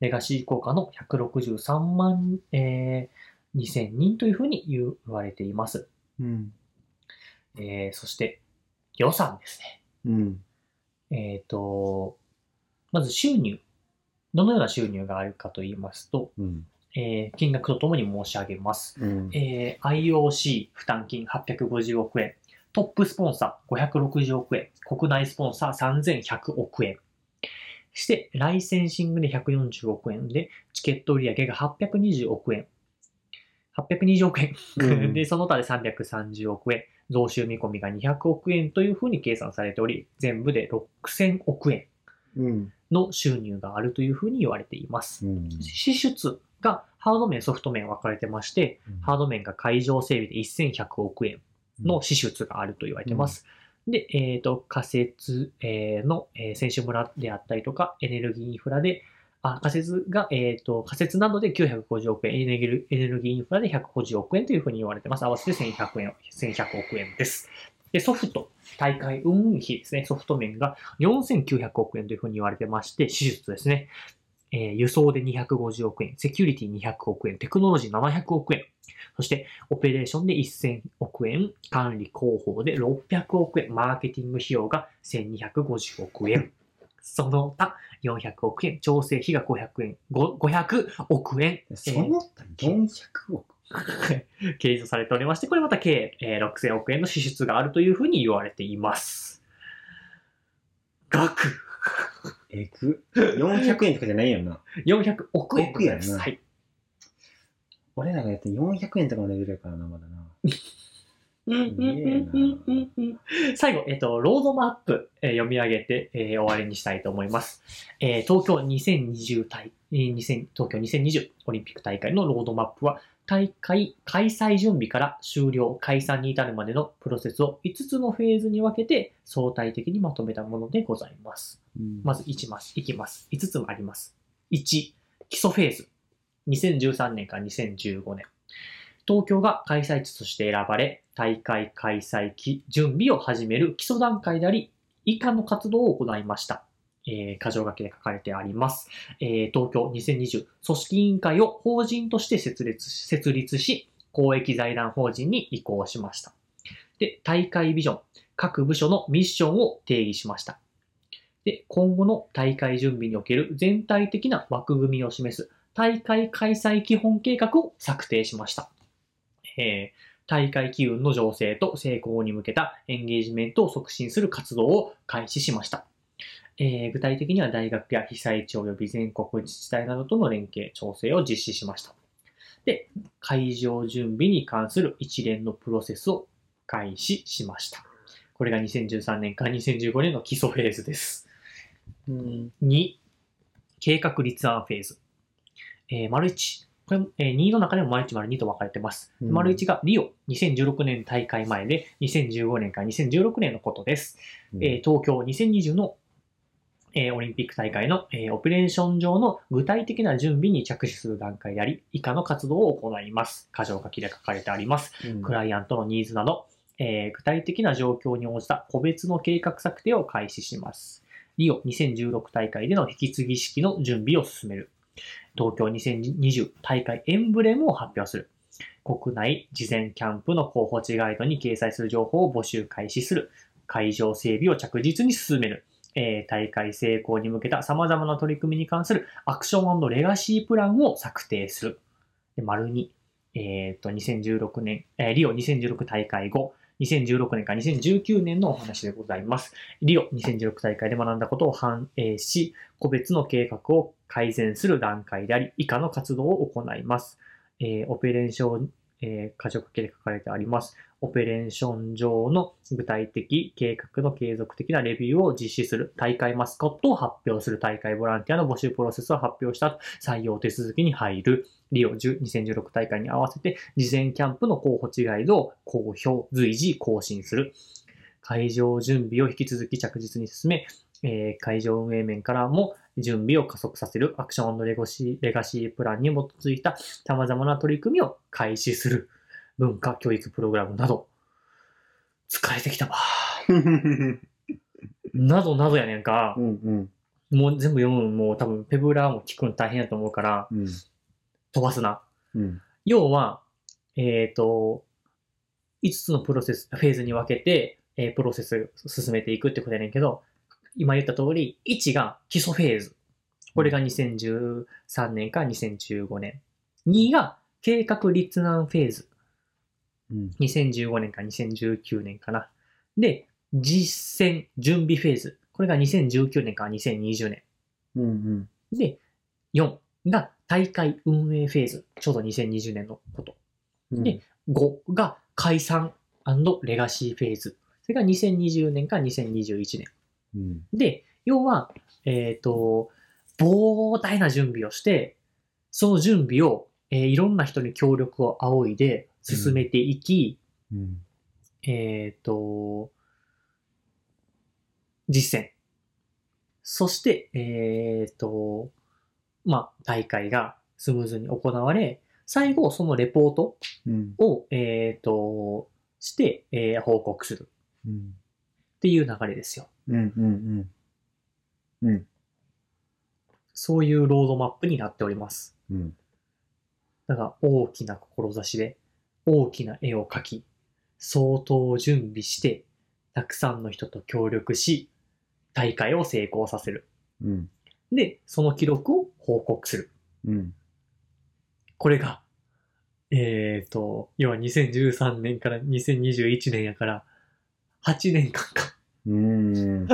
Speaker 1: レガシー効果の163万、えー2000人というふうに言われています。
Speaker 2: うん。
Speaker 1: えーそして、予算です
Speaker 2: うん。
Speaker 1: ね。えっ、と、まず収入。どのような収入があるかと言いますと、
Speaker 2: うん。
Speaker 1: えー金額とともに申し上げます。
Speaker 2: うん。
Speaker 1: えー IOC 負担金850億円、トップスポンサー560億円、国内スポンサー3100億円。して、ライセンシングで140億円で、チケット売上が820億円。820億円。
Speaker 2: うん
Speaker 1: で、その他で330億円、増収見込みが200億円というふうに計算されており、全部で6000億円
Speaker 2: うん。
Speaker 1: の収入があるというふうに言われています。
Speaker 2: うん
Speaker 1: 支出がハード面、ソフト面分かれてまして、ハード面が会場整備で1100億円の支出があると言われてます。で、えっ、と、仮設、えーの、えー選手村であったりとか、エネルギーインフラで、あ仮設が、えっ、と、仮設などで950億円、エネルエネルギーインフラで150億円というふうに言われてます。合わせて1100円、1100億円です。で、ソフト、大会運営費ですね、ソフト面が4900億円というふうに言われてまして、手術ですね。えー輸送で250億円、セキュリティ200億円、テクノロジー700億円、そしてオペレーションで1000億円、管理広報で600億円、マーケティング費用が1250億円、その他400億円、調整費が500円、ご500億円、
Speaker 2: その他400億。
Speaker 1: 計上されておりまして、これまた計、えー6000億円の支出があるというふうに言われています。額
Speaker 2: えぐ。400円とかじゃないよな。
Speaker 1: 400億円でございます。
Speaker 2: 億やんな
Speaker 1: はい。
Speaker 2: 俺らがやって400円とかのレベルやからな、まだな。
Speaker 1: 最後、えっと、ロードマップ、えー読み上げて、えー終わりにしたいと思います。えー東京2020大、えー2000東京2020オリンピック大会のロードマップは、大会開催準備から終了、解散に至るまでのプロセスを5つのフェーズに分けて相対的にまとめたものでございます。まず1ます。いきます。5つもあります。1、基礎フェーズ。2013年から2015年。東京が開催地として選ばれ、大会開催期準備を始める基礎段階であり、以下の活動を行いました。えー、箇条書きで書かれてあります。えー東京2020組織委員会を法人として設立し設立し、公益財団法人に移行しました。で、大会ビジョン。各部署のミッションを定義しました。で、今後の大会準備における全体的な枠組みを示す大会開催基本計画を策定しました。えー大会機運の醸成と成功に向けたエンゲージメントを促進する活動を開始しました。えー具体的には大学や被災地及び全国自治体などとの連携、調整を実施しました。で、会場準備に関する一連のプロセスを開始しました。これが2013年から2015年の基礎フェーズです。2、計画立案フェーズ。えー、丸1。これも、えー、2の中でも丸1、丸2と分かれてます。
Speaker 2: うん
Speaker 1: 丸1がリオ、2016年大会前で、2015年から2016年のことです。えー東京2020の、えーオリンピック大会の、えーオペレーション上の具体的な準備に着手する段階であり、以下の活動を行います。箇条書きで書かれてあります。クライアントのニーズなど、えー具体的な状況に応じた個別の計画策定を開始します。リオ2016大会での引き継ぎ式の準備を進める。東京2020大会エンブレムを発表する。国内事前キャンプの候補地ガイドに掲載する情報を募集開始する。会場整備を着実に進める。えー大会成功に向けた様々な取り組みに関するアクションレガシープランを策定する。で丸2、えっ、と、2016年、えーリオ2016大会後、2016年から2019年のお話でございます。リオ2016大会で学んだことを反映し、個別の計画を改善する段階であり、以下の活動を行います。えーオペレーション、えー、箇条書きで書かれてあります。オペレーション上の具体的計画の継続的なレビューを実施する。大会マスコットを発表する。大会ボランティアの募集プロセスを発表した。採用手続きに入る。リオ10 2016大会に合わせて、事前キャンプの候補地ガイドを公表、随時更新する。会場準備を引き続き着実に進め、えー会場運営面からも準備を加速させるアクションレゴシーレガシープランに基づいた様々な取り組みを開始する文化教育プログラムなど、疲れてきたわ。などなどやねんか
Speaker 2: う、んうん
Speaker 1: もう全部読むんもう多分ペブラーも聞くの大変やと思うから、
Speaker 2: うん
Speaker 1: 飛ばすな。
Speaker 2: うん
Speaker 1: 要は、えっ、と、5つのプロセス、フェーズに分けて、えープロセス進めていくってことやねんけど、今言った通り、1が基礎フェーズ。これが2013年から2015年。2が計画立案フェーズ。
Speaker 2: うん
Speaker 1: 2015年から2019年かな。で、実践準備フェーズ。これが2019年から2020年。
Speaker 2: うんうん
Speaker 1: で、4が大会運営フェーズ。ちょうど2020年のこと。
Speaker 2: うん
Speaker 1: で5が解散レガシーフェーズ。それが2020年から2021年。
Speaker 2: うん
Speaker 1: で、要は、えっ、と、膨大な準備をして、その準備を、えーいろんな人に協力を仰いで進めていき、
Speaker 2: うん
Speaker 1: えっ、と、実践。そして、えっ、と、まあ、大会がスムーズに行われ、最後、そのレポート、
Speaker 2: うん
Speaker 1: を、えー、として、えー報告する
Speaker 2: うん
Speaker 1: っていう流れですよ。
Speaker 2: うんうんうん
Speaker 1: そういうロードマップになっております。
Speaker 2: うん
Speaker 1: だから大きな志で大きな絵を描き、相当準備して、たくさんの人と協力し、大会を成功させる。
Speaker 2: うん
Speaker 1: で、その記録を報告する。
Speaker 2: うん
Speaker 1: これが、えっ、と、要は2013年から2021年やから、8年間か。
Speaker 2: うん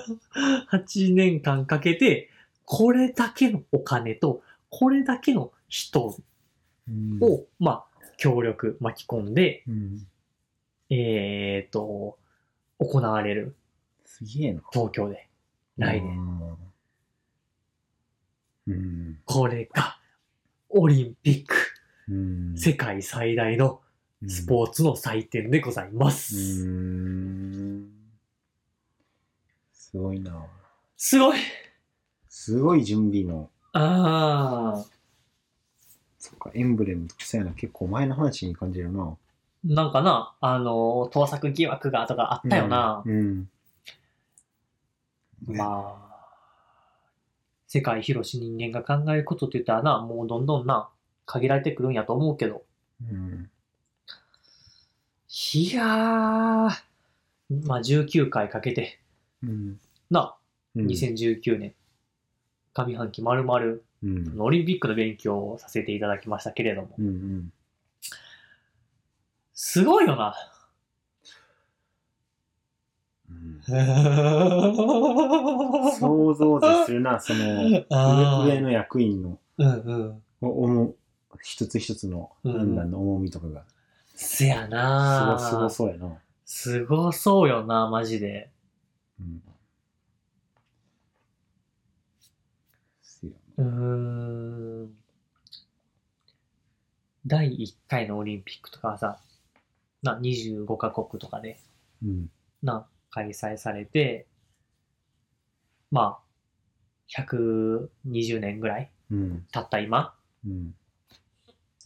Speaker 1: 8年間かけて、これだけのお金と、これだけの人を、まあ、協力巻き込んで、
Speaker 2: うん
Speaker 1: えっ、と、行われる、
Speaker 2: すげえな。
Speaker 1: 東京で。来年。
Speaker 2: 年。うん。
Speaker 1: これが、オリンピック、
Speaker 2: うん。
Speaker 1: 世界最大のスポーツの祭典でございま
Speaker 2: う
Speaker 1: す。
Speaker 2: ん。すごいな。
Speaker 1: すごい
Speaker 2: すごい準備の、
Speaker 1: ああ、
Speaker 2: そっか、エンブレムってさやな、結構前の話に感じるな。
Speaker 1: なんかな、あの、盗作疑惑がとかあったよな。
Speaker 2: うん。うん
Speaker 1: まあ、世界広し人間が考えることって言ったらな、もうどんどんな、限られてくるんやと思うけど。
Speaker 2: うん。
Speaker 1: いやー、まあ19回かけて、
Speaker 2: うん。
Speaker 1: な、
Speaker 2: うん。
Speaker 1: 2019年、上半期まるまる
Speaker 2: うん。
Speaker 1: オリンピックの勉強をさせていただきましたけれども、
Speaker 2: うん。うん。
Speaker 1: すごいよな。
Speaker 2: うん
Speaker 1: そう。
Speaker 2: 想像図するな、その、
Speaker 1: あ
Speaker 2: 上
Speaker 1: ー
Speaker 2: の役員の、
Speaker 1: うんうん。
Speaker 2: お重一つ一つの判断の重みとかが、
Speaker 1: せや
Speaker 2: す
Speaker 1: な
Speaker 2: ごすごそうやな。
Speaker 1: すごそうよな、マジで。
Speaker 2: うん。すよ
Speaker 1: うーん。第1回のオリンピックとかはさ、な、25カ国とかで、
Speaker 2: うん。
Speaker 1: な、開催されて、まあ、120年ぐらい
Speaker 2: うん。
Speaker 1: 経った今、
Speaker 2: うん。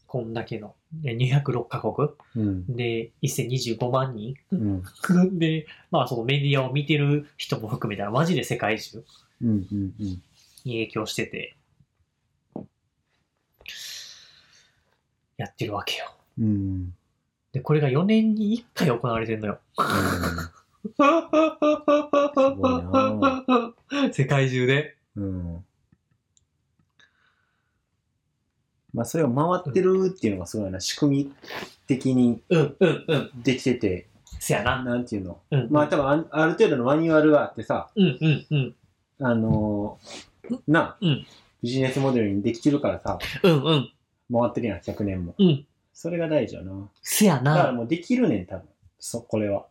Speaker 1: こんだけの、え206カ国
Speaker 2: うん。
Speaker 1: で、1025万人
Speaker 2: うん。
Speaker 1: で、まあそのメディアを見てる人も含めたらマジで世界中
Speaker 2: うん。うん。うん。
Speaker 1: に影響してて、やってるわけよ。
Speaker 2: うん。
Speaker 1: で、これが4年に1回行われてんのよ。
Speaker 2: ごいな
Speaker 1: 世界中で。
Speaker 2: うん。まあ、それを回ってるっていうのがすごいな。仕組み的に
Speaker 1: うん、うん、うん。
Speaker 2: できてて、
Speaker 1: せやな。
Speaker 2: なんていうの。
Speaker 1: うん、
Speaker 2: まあ、多分あんある程度のマニュアルがあってさ、
Speaker 1: うん、うん、うん。
Speaker 2: あのーな、
Speaker 1: うん
Speaker 2: ビジネスモデルにできてるからさ、
Speaker 1: うん、うん。
Speaker 2: 回ってるやん、100年も。
Speaker 1: うん
Speaker 2: それが大事よな。
Speaker 1: せや
Speaker 2: だから
Speaker 1: な。
Speaker 2: もうできるねん、多分。そ、これは。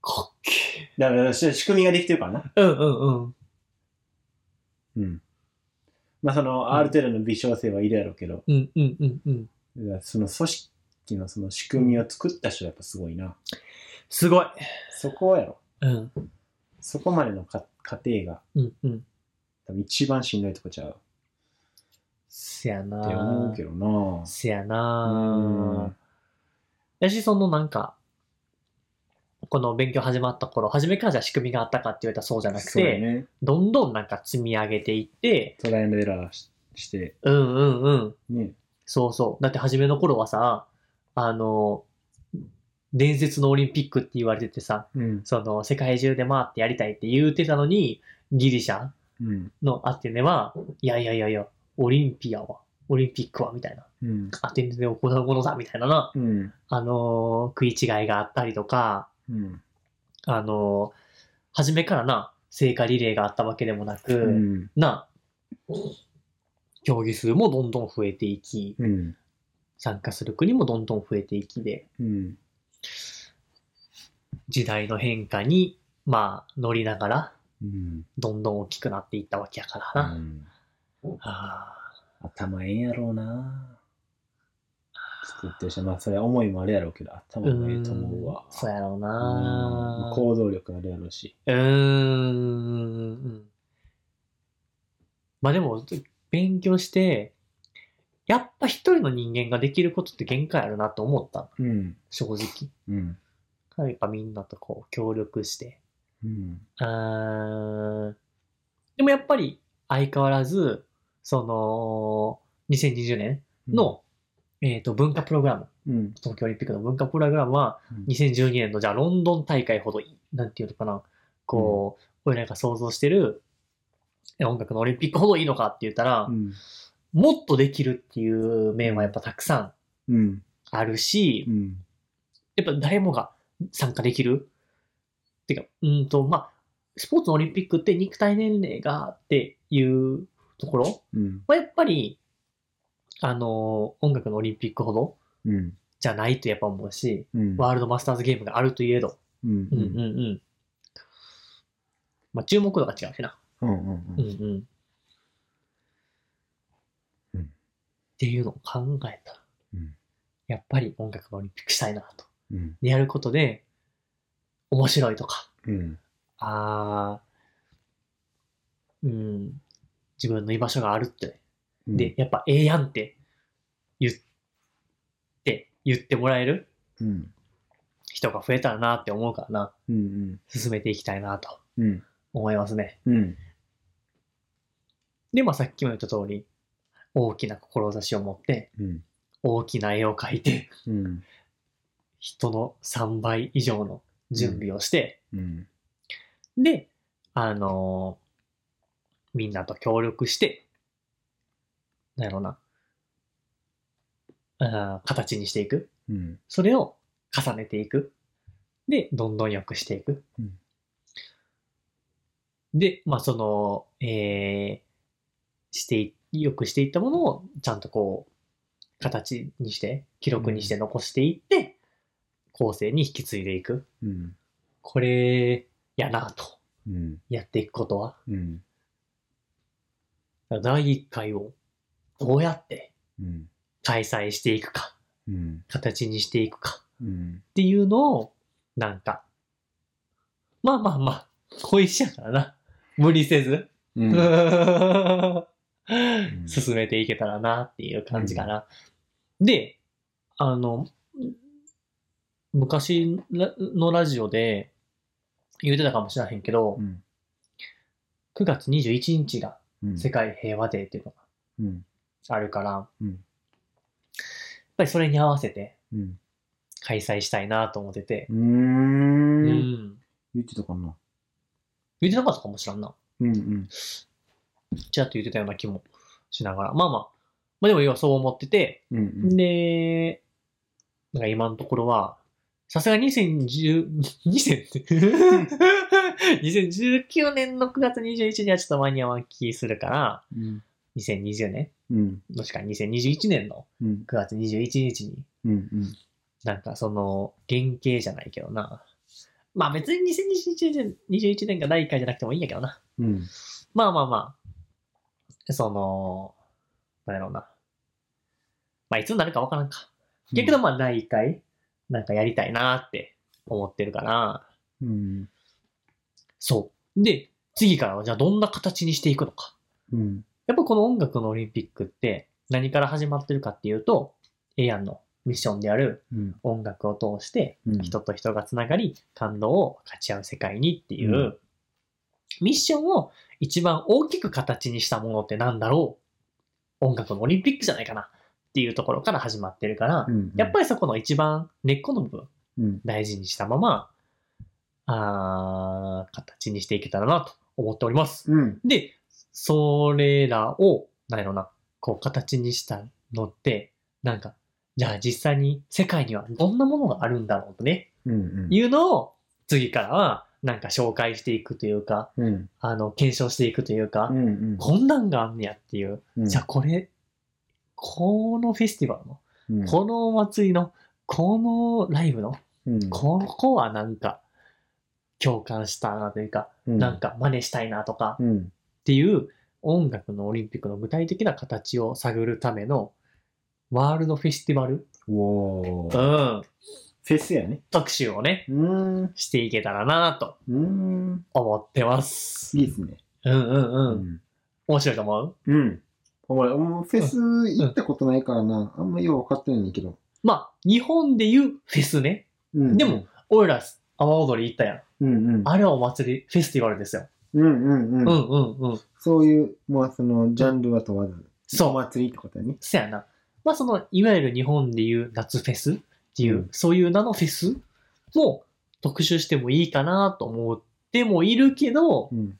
Speaker 1: かっけ
Speaker 2: だから、し仕組みができてるからな。
Speaker 1: え。うん、うん、うん。
Speaker 2: うん。まあ、その、ある程度の微小性はいるやろうけど、
Speaker 1: うん、うん、うん、うん。
Speaker 2: いやその組織のその仕組みを作った人はやっぱすごいな。
Speaker 1: すごい。
Speaker 2: そこやろ。
Speaker 1: うん、
Speaker 2: そこまでのか過程が、
Speaker 1: うん、うん。
Speaker 2: 多分一番しんどいとこちゃう
Speaker 1: せや
Speaker 2: って思
Speaker 1: な
Speaker 2: う。けどな。
Speaker 1: せや
Speaker 2: う。
Speaker 1: なんやし、そのなんか、この勉強始まった頃、初めからじゃあ仕組みがあったかって言われたらそうじゃなく
Speaker 2: そう
Speaker 1: て、
Speaker 2: やね。
Speaker 1: どんどんなんか積み上げていって、
Speaker 2: トライアンドエラーしして、
Speaker 1: うんうんうん。
Speaker 2: ね。
Speaker 1: そうそう。だって初めの頃はさ、あの、伝説のオリンピックって言われててさ、
Speaker 2: うん。
Speaker 1: その世界中で回ってやりたいって言うてたのに、ギリシャ
Speaker 2: うん。
Speaker 1: のアテネは、いやいやいやいや、オリンピアは、オリンピックは、みたいな。
Speaker 2: うん。
Speaker 1: アテネで行うものだ、みたいなな、
Speaker 2: うん。
Speaker 1: あのー食い違いがあったりとか、
Speaker 2: うん。
Speaker 1: あのー初めからな、聖火リレーがあったわけでもなく、
Speaker 2: うん。
Speaker 1: な、競技数もどんどん増えていき、
Speaker 2: うん。
Speaker 1: 参加する国もどんどん増えていきで、
Speaker 2: うん。
Speaker 1: 時代の変化に、まあ、乗りながら、
Speaker 2: うん。
Speaker 1: どんどん大きくなっていったわけやから
Speaker 2: う
Speaker 1: な。
Speaker 2: ん
Speaker 1: あ
Speaker 2: 頭ええんやろうな。作ってる人、まあ、それは思いもあるやろうけど、
Speaker 1: ー
Speaker 2: 頭
Speaker 1: う
Speaker 2: もえ
Speaker 1: ー
Speaker 2: え
Speaker 1: ん
Speaker 2: と思うわ。
Speaker 1: そうやろう
Speaker 2: うん
Speaker 1: な
Speaker 2: 行動力あるやろうし。
Speaker 1: うーん。まあでも、勉強して、やっぱ一人の人間ができることって限界あるなと思った。
Speaker 2: うん。
Speaker 1: 正直。
Speaker 2: うん。
Speaker 1: やっぱみんなとこう協力して、
Speaker 2: うん。
Speaker 1: うーんでもやっぱり相変わらず、その、2020年の、えっ、と、文化プログラム、
Speaker 2: うん、
Speaker 1: 東京オリンピックの文化プログラムは、
Speaker 2: うん。
Speaker 1: 2012年の、じゃあロンドン大会ほどい、なんていうのかな、こう、俺らが想像してるえ音楽のオリンピックほどいいのかって言ったら、
Speaker 2: うん。
Speaker 1: もっとできるっていう面はやっぱたくさん
Speaker 2: うん。
Speaker 1: あるし、
Speaker 2: うん。
Speaker 1: やっぱ誰もが参加できるてか、うんと、まあ、スポーツのオリンピックって肉体年齢がっていうところ
Speaker 2: うん。
Speaker 1: はやっぱり、あの、音楽のオリンピックほど
Speaker 2: うん。
Speaker 1: じゃないとやっぱ思うし、
Speaker 2: うん。
Speaker 1: ワールドマスターズゲームがあるといえど、
Speaker 2: うんうん
Speaker 1: うんうんうん。まあ、注目度が違うしな。
Speaker 2: うんうん
Speaker 1: う
Speaker 2: うんん
Speaker 1: うん。
Speaker 2: うん
Speaker 1: っていうのを考えたら、
Speaker 2: うん
Speaker 1: やっぱり音楽のオリンピックしたいなと。
Speaker 2: うん
Speaker 1: でやることで、面白いとか、
Speaker 2: うん
Speaker 1: あーうん、自分の居場所があるって、
Speaker 2: うん
Speaker 1: で、やっぱええやんって言って、言ってもらえる
Speaker 2: うん
Speaker 1: 人が増えたらなって思うからな、
Speaker 2: うん
Speaker 1: 進めていきたいなと
Speaker 2: うんうん
Speaker 1: 思いますね。
Speaker 2: うん
Speaker 1: で、まあさっきも言った通り、大きな志を持って、
Speaker 2: うん
Speaker 1: 大きな絵を描いて、
Speaker 2: うん
Speaker 1: 人の3倍以上の準備をして、
Speaker 2: うん
Speaker 1: で、あのーみんなと協力して、なんやろな、あー形にしていく。
Speaker 2: うん
Speaker 1: それを重ねていく。で、どんどん良くしていく。
Speaker 2: うん
Speaker 1: で、まあ、その、えー、してい、良くしていったものを、ちゃんとこう、形にして、記録にして残していって、後世に引き継いでいく。
Speaker 2: うん
Speaker 1: これ、やなと。
Speaker 2: うん
Speaker 1: やっていくことは。
Speaker 2: うん
Speaker 1: 第1回を、どうやって
Speaker 2: うん
Speaker 1: 開催していくか、
Speaker 2: うん
Speaker 1: 形にしていくか。
Speaker 2: うん
Speaker 1: っていうのを、なんか、まあまあまあ、小石やからな。無理せず、
Speaker 2: うん ん
Speaker 1: 進めていけたらなっていう感じかな。で、あの、昔のラジオで言うてたかもしれへんけど
Speaker 2: う、ん
Speaker 1: 9月21日が
Speaker 2: うん
Speaker 1: 世界平和デーっていうの
Speaker 2: うん
Speaker 1: があるから、
Speaker 2: うん
Speaker 1: やっぱりそれに合わせて
Speaker 2: うん
Speaker 1: 開催したいなと思ってて
Speaker 2: う、
Speaker 1: う
Speaker 2: ーん
Speaker 1: ん。
Speaker 2: 言ってたかな
Speaker 1: 言ってなかったかもしらんな。
Speaker 2: うんうん
Speaker 1: ちらっと言ってたような気もしながら。まあまあ。まあでも要はそう思ってて。
Speaker 2: うんうん
Speaker 1: で、なんか今のところは、さすが に2010、2000 2019年の9月21日にはちょっと間に合わん気するから、
Speaker 2: うん
Speaker 1: 2020年、
Speaker 2: うん
Speaker 1: もしくは2021年の
Speaker 2: うん
Speaker 1: 9月21日に、
Speaker 2: うんうん
Speaker 1: なんかその、原型じゃないけどな。まあ別に2021年21年が第1回じゃなくてもいいんやけどな。
Speaker 2: うん
Speaker 1: まあまあまあ、その、なんやろうな。まあ、いつになるかわからんか。だけど、まあ、第1回、なんかやりたいなーって思ってるから、
Speaker 2: うん
Speaker 1: そう。で、次からは、じゃあどんな形にしていくのか。
Speaker 2: うん
Speaker 1: やっぱこの音楽のオリンピックって、何から始まってるかっていうと、エイアンのミッションである
Speaker 2: うん
Speaker 1: 音楽を通して、
Speaker 2: うん
Speaker 1: 人と人がつながり、感動を勝ち合う世界にっていう、
Speaker 2: うん
Speaker 1: ミッションを一番大きく形にしたものってなんだろう音楽のオリンピックじゃないかなっていうところから始まってるから、
Speaker 2: うん
Speaker 1: やっぱりそこの一番根っこの部分、
Speaker 2: うん
Speaker 1: 大事にしたまま、あー形にしていけたらなと思っております。
Speaker 2: うん
Speaker 1: で、それらを、なんやろな、こう形にしたのって、なんか、じゃあ実際に世界にはどんなものがあるんだろうとね、
Speaker 2: うんうん
Speaker 1: いうのを次からはなんか紹介していくというか、
Speaker 2: うん
Speaker 1: あの、検証していくというか
Speaker 2: う、ん
Speaker 1: こんなんがあんねやっていう。
Speaker 2: うん
Speaker 1: じゃあこれ、このフェスティバルの、
Speaker 2: うん
Speaker 1: このお祭りの、このライブの、
Speaker 2: うん
Speaker 1: ここはなんか共感したなというか、
Speaker 2: うん
Speaker 1: なんか真似したいなとか
Speaker 2: うん
Speaker 1: っていう音楽のオリンピックの具体的な形を探るためのワールドフェスティバル、
Speaker 2: おー
Speaker 1: ん、
Speaker 2: フェスやね
Speaker 1: 特集をね、
Speaker 2: うーんう
Speaker 1: していけたらなと
Speaker 2: ーん
Speaker 1: 思ってます。
Speaker 2: いいですね
Speaker 1: うんうん
Speaker 2: う
Speaker 1: うん。面白いと思う
Speaker 2: うん。ほら、もうフェス行ったことないからな。あんまよう分かってないねんだけど。
Speaker 1: まあ、日本でいうフェスね。
Speaker 2: うん。
Speaker 1: でも、俺ら阿波踊り行ったやん。
Speaker 2: うんうん。
Speaker 1: あれはお祭り、フェスティバルですよ。
Speaker 2: うんうん
Speaker 1: う
Speaker 2: う
Speaker 1: ん
Speaker 2: ん。
Speaker 1: うんうん。
Speaker 2: そういう、まあその、ジャンルは問わず。
Speaker 1: そう
Speaker 2: お祭りってことやね。
Speaker 1: そやな。まあその、いわゆる日本でいう夏フェスっていう、
Speaker 2: うん
Speaker 1: そういう名のフェスも特集してもいいかなと思ってもいるけど
Speaker 2: う、ん。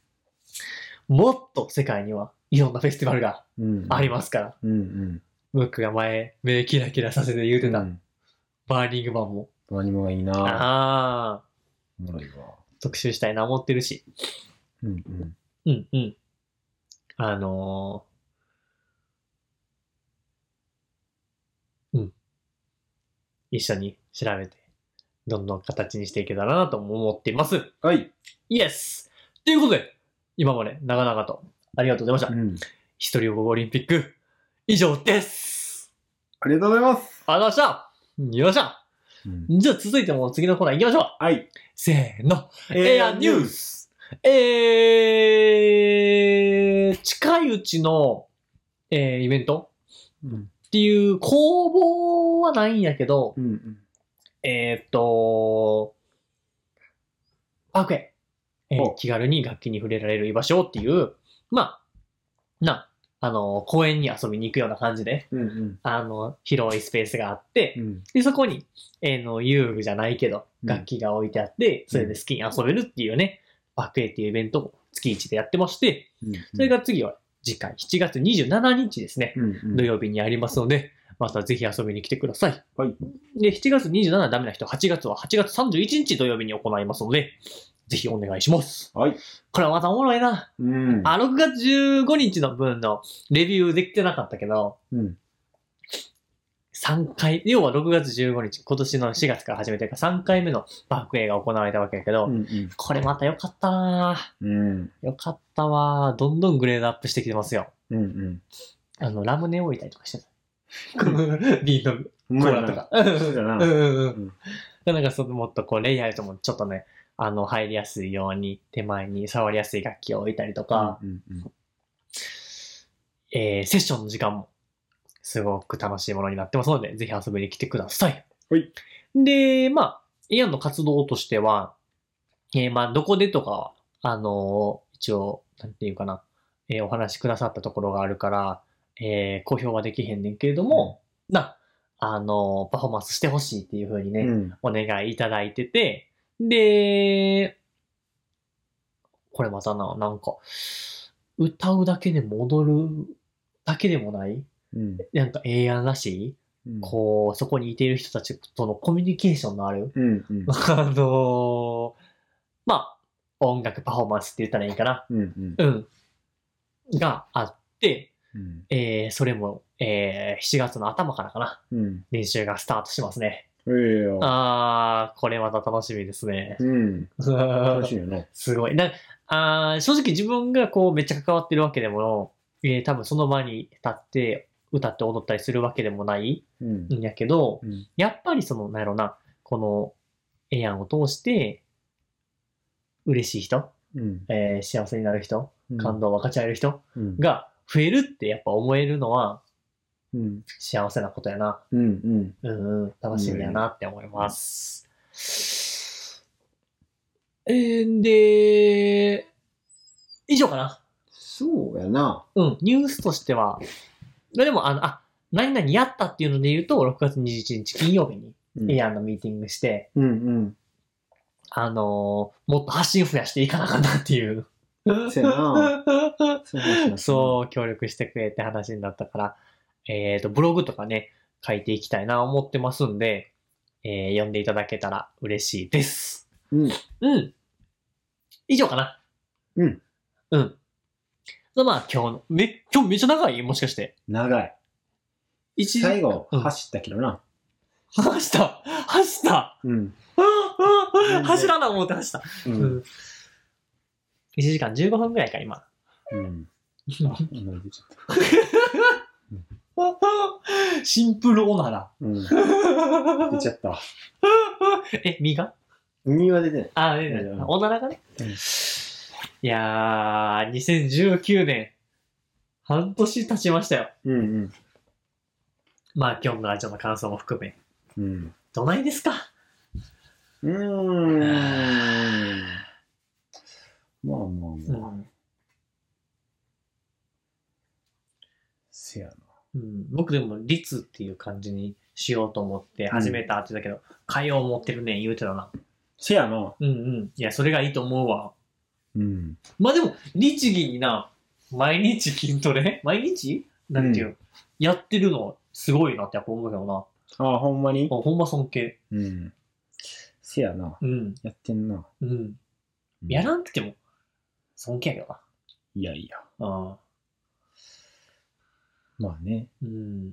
Speaker 1: もっと世界にはいろんなフェスティバルが
Speaker 2: うん。
Speaker 1: ありますから。
Speaker 2: うんうん。
Speaker 1: ムックが前、目キラキラさせて言うてた、
Speaker 2: うん。
Speaker 1: バーニングマンも。
Speaker 2: どうにもがいいな。
Speaker 1: ああ、
Speaker 2: おもろいわ。
Speaker 1: 特集したいな思ってるし。
Speaker 2: うんうん。
Speaker 1: うんうん。あのーうん。一緒に調べて、どんどん形にしていけたらなとも思っています。
Speaker 2: はい。
Speaker 1: イエスということで、今まで長々とありがとうございました。
Speaker 2: ん。
Speaker 1: 一人ごオリンピック、以上です
Speaker 2: ありがとうございます。
Speaker 1: ありがとうございましたよっしゃじゃあ続いてもう次のコーナー行きましょう
Speaker 2: はい。
Speaker 1: せーのエ
Speaker 2: エ
Speaker 1: ア
Speaker 2: ア
Speaker 1: ニ
Speaker 2: ニ
Speaker 1: ュー
Speaker 2: ュー
Speaker 1: スえー、近いうちの、えー、イベント
Speaker 2: うん。
Speaker 1: っていう工房はないんやけど、
Speaker 2: うん。
Speaker 1: えーっと、パークへ、えー
Speaker 2: お
Speaker 1: 気軽に楽器に触れられる居場所っていう、まあ、な、あの、公園に遊びに行くような感じで、
Speaker 2: うん。
Speaker 1: あの、広いスペースがあって、
Speaker 2: うん。
Speaker 1: で、そこに、えーの、遊具じゃないけど、
Speaker 2: うん
Speaker 1: 楽器が置いてあって、それで好きに遊べるっていうね、パークへっていうイベントを月1でやってまして、それ、が次は次回7月27日ですね、
Speaker 2: うん。
Speaker 1: 土曜日にありますので、またぜひ遊びに来てください。
Speaker 2: はい。
Speaker 1: で、7月27はダメな人、8月は8月31日土曜日に行いますので、ぜひお願いします。
Speaker 2: はい。
Speaker 1: これはまたおもろいな。
Speaker 2: うん。
Speaker 1: あ、6月15日の分のレビューできてなかったけど、
Speaker 2: うん。
Speaker 1: 3回、要は6月15日、今年の4月から始めてるから3回目のバックエイが行われたわけやけど、
Speaker 2: うん。
Speaker 1: これまた良かったな
Speaker 2: うん。
Speaker 1: ぁ。良かったわぁ。どんどんグレードアップしてきてますよ。
Speaker 2: うん。
Speaker 1: あの、ラムネ置いたりとかしてた。この瓶の
Speaker 2: うん。
Speaker 1: コーラとか。
Speaker 2: そうだ
Speaker 1: う
Speaker 2: な。
Speaker 1: んうんう
Speaker 2: うん
Speaker 1: ん。なんかそのもっとこうレイアウトもちょっとね、あの入りやすいように手前に触りやすい楽器を置いたりとか、
Speaker 2: うん。うん。
Speaker 1: えー、セッションの時間もすごく楽しいものになってますので、ぜひ遊びに来てください。
Speaker 2: はい。
Speaker 1: で、まあ、イアンの活動としては、えーまあ、どこでとかは、あのー一応、なんていうかな、えーお話しくださったところがあるから、えー公表はできへんねんけれども、な、あのーパフォーマンスしてほしいっていう風にね、
Speaker 2: うん。
Speaker 1: お願いいただいてて、で、これまたな、なんか、歌うだけでも踊るだけでもない
Speaker 2: うん。
Speaker 1: なんかええやんらしい、こう、そこにいている人たちとのコミュニケーションのある、
Speaker 2: うん。うん。
Speaker 1: あのーまあ、音楽パフォーマンスって言ったらいいかな。
Speaker 2: うん。うん。
Speaker 1: うん。があって、
Speaker 2: うん。
Speaker 1: えー、それも、えー、7月の頭からかな。
Speaker 2: うん。
Speaker 1: 練習がスタートしますね。
Speaker 2: ええよ。
Speaker 1: あー、これまた楽しみですね。
Speaker 2: うん。楽しいよな。
Speaker 1: すごい。なあー正直自分がこうめっちゃ関わってるわけでも、えー多分その場に立って歌って踊ったりするわけでもない
Speaker 2: うん。
Speaker 1: んやけど、
Speaker 2: うん
Speaker 1: やっぱりその、なんやろな、このエアンを通して、嬉しい人、
Speaker 2: うん。
Speaker 1: えー幸せになる人、感
Speaker 2: 動。
Speaker 1: 動を分かち合える人
Speaker 2: うん。
Speaker 1: が増えるってやっぱ思えるのは
Speaker 2: うん。
Speaker 1: 幸せなことやな。
Speaker 2: うん。う
Speaker 1: う
Speaker 2: ん。
Speaker 1: んうん、楽しみやなって思います。えー、で、以上かな。
Speaker 2: そうやな。
Speaker 1: うん、ニュースとしては、でも、あの、あ、何々やったっていうので言うと、6月21日金曜日に、エアンのミーティングして、
Speaker 2: うん
Speaker 1: あのーもっと発信増やしていかなあかんなっていう。
Speaker 2: うん。せ やな。
Speaker 1: そう、協力してくれって話になったから、えっ、と、ブログとかね、書いていきたいな思ってますんで、えー読んでいただけたら嬉しいです。
Speaker 2: う。うん。
Speaker 1: うん。以上かな。
Speaker 2: うん。
Speaker 1: うん。まあまあ、今日の、め、今日めっちゃ長いもしかして。
Speaker 2: 長い。
Speaker 1: 一時
Speaker 2: 最後、
Speaker 1: うん
Speaker 2: 走ったけどな。
Speaker 1: 走った走った
Speaker 2: うん。
Speaker 1: あああ走らな思って走った。う
Speaker 2: う。
Speaker 1: んん。1時間15分ぐらいか、今。
Speaker 2: うん。あ、うん出ちゃっ た
Speaker 1: シンプルオナラ。
Speaker 2: うん。出ちゃった。
Speaker 1: え、身が
Speaker 2: 海は出てない。
Speaker 1: あ、ねね
Speaker 2: うん
Speaker 1: おならがね
Speaker 2: うん。
Speaker 1: いやー、2019年、半年経ちましたよ。
Speaker 2: うん
Speaker 1: まあ、今日のラジオの感想も含め。
Speaker 2: うん。
Speaker 1: どないですか
Speaker 2: うん。うーん。まあまあまあ。
Speaker 1: ん。
Speaker 2: せやな。
Speaker 1: うん、僕でも、律っていう感じにしようと思って始めたって言ったけど、火曜持ってるね、言うてたな。
Speaker 2: せやな。
Speaker 1: うんうん。いや、それがいいと思うわ。
Speaker 2: うん。
Speaker 1: まあでも、律儀にな、毎日筋トレ毎日なんていうの、やってるの、すごいなってやっぱ思うけどな。
Speaker 2: あ、ほんまに
Speaker 1: あほんま尊敬。
Speaker 2: うん。せやな。
Speaker 1: うん。
Speaker 2: やってんな。
Speaker 1: うん。やらんくても、尊敬やけど
Speaker 2: いやいや。
Speaker 1: な。ああ。
Speaker 2: まあね。
Speaker 1: うん。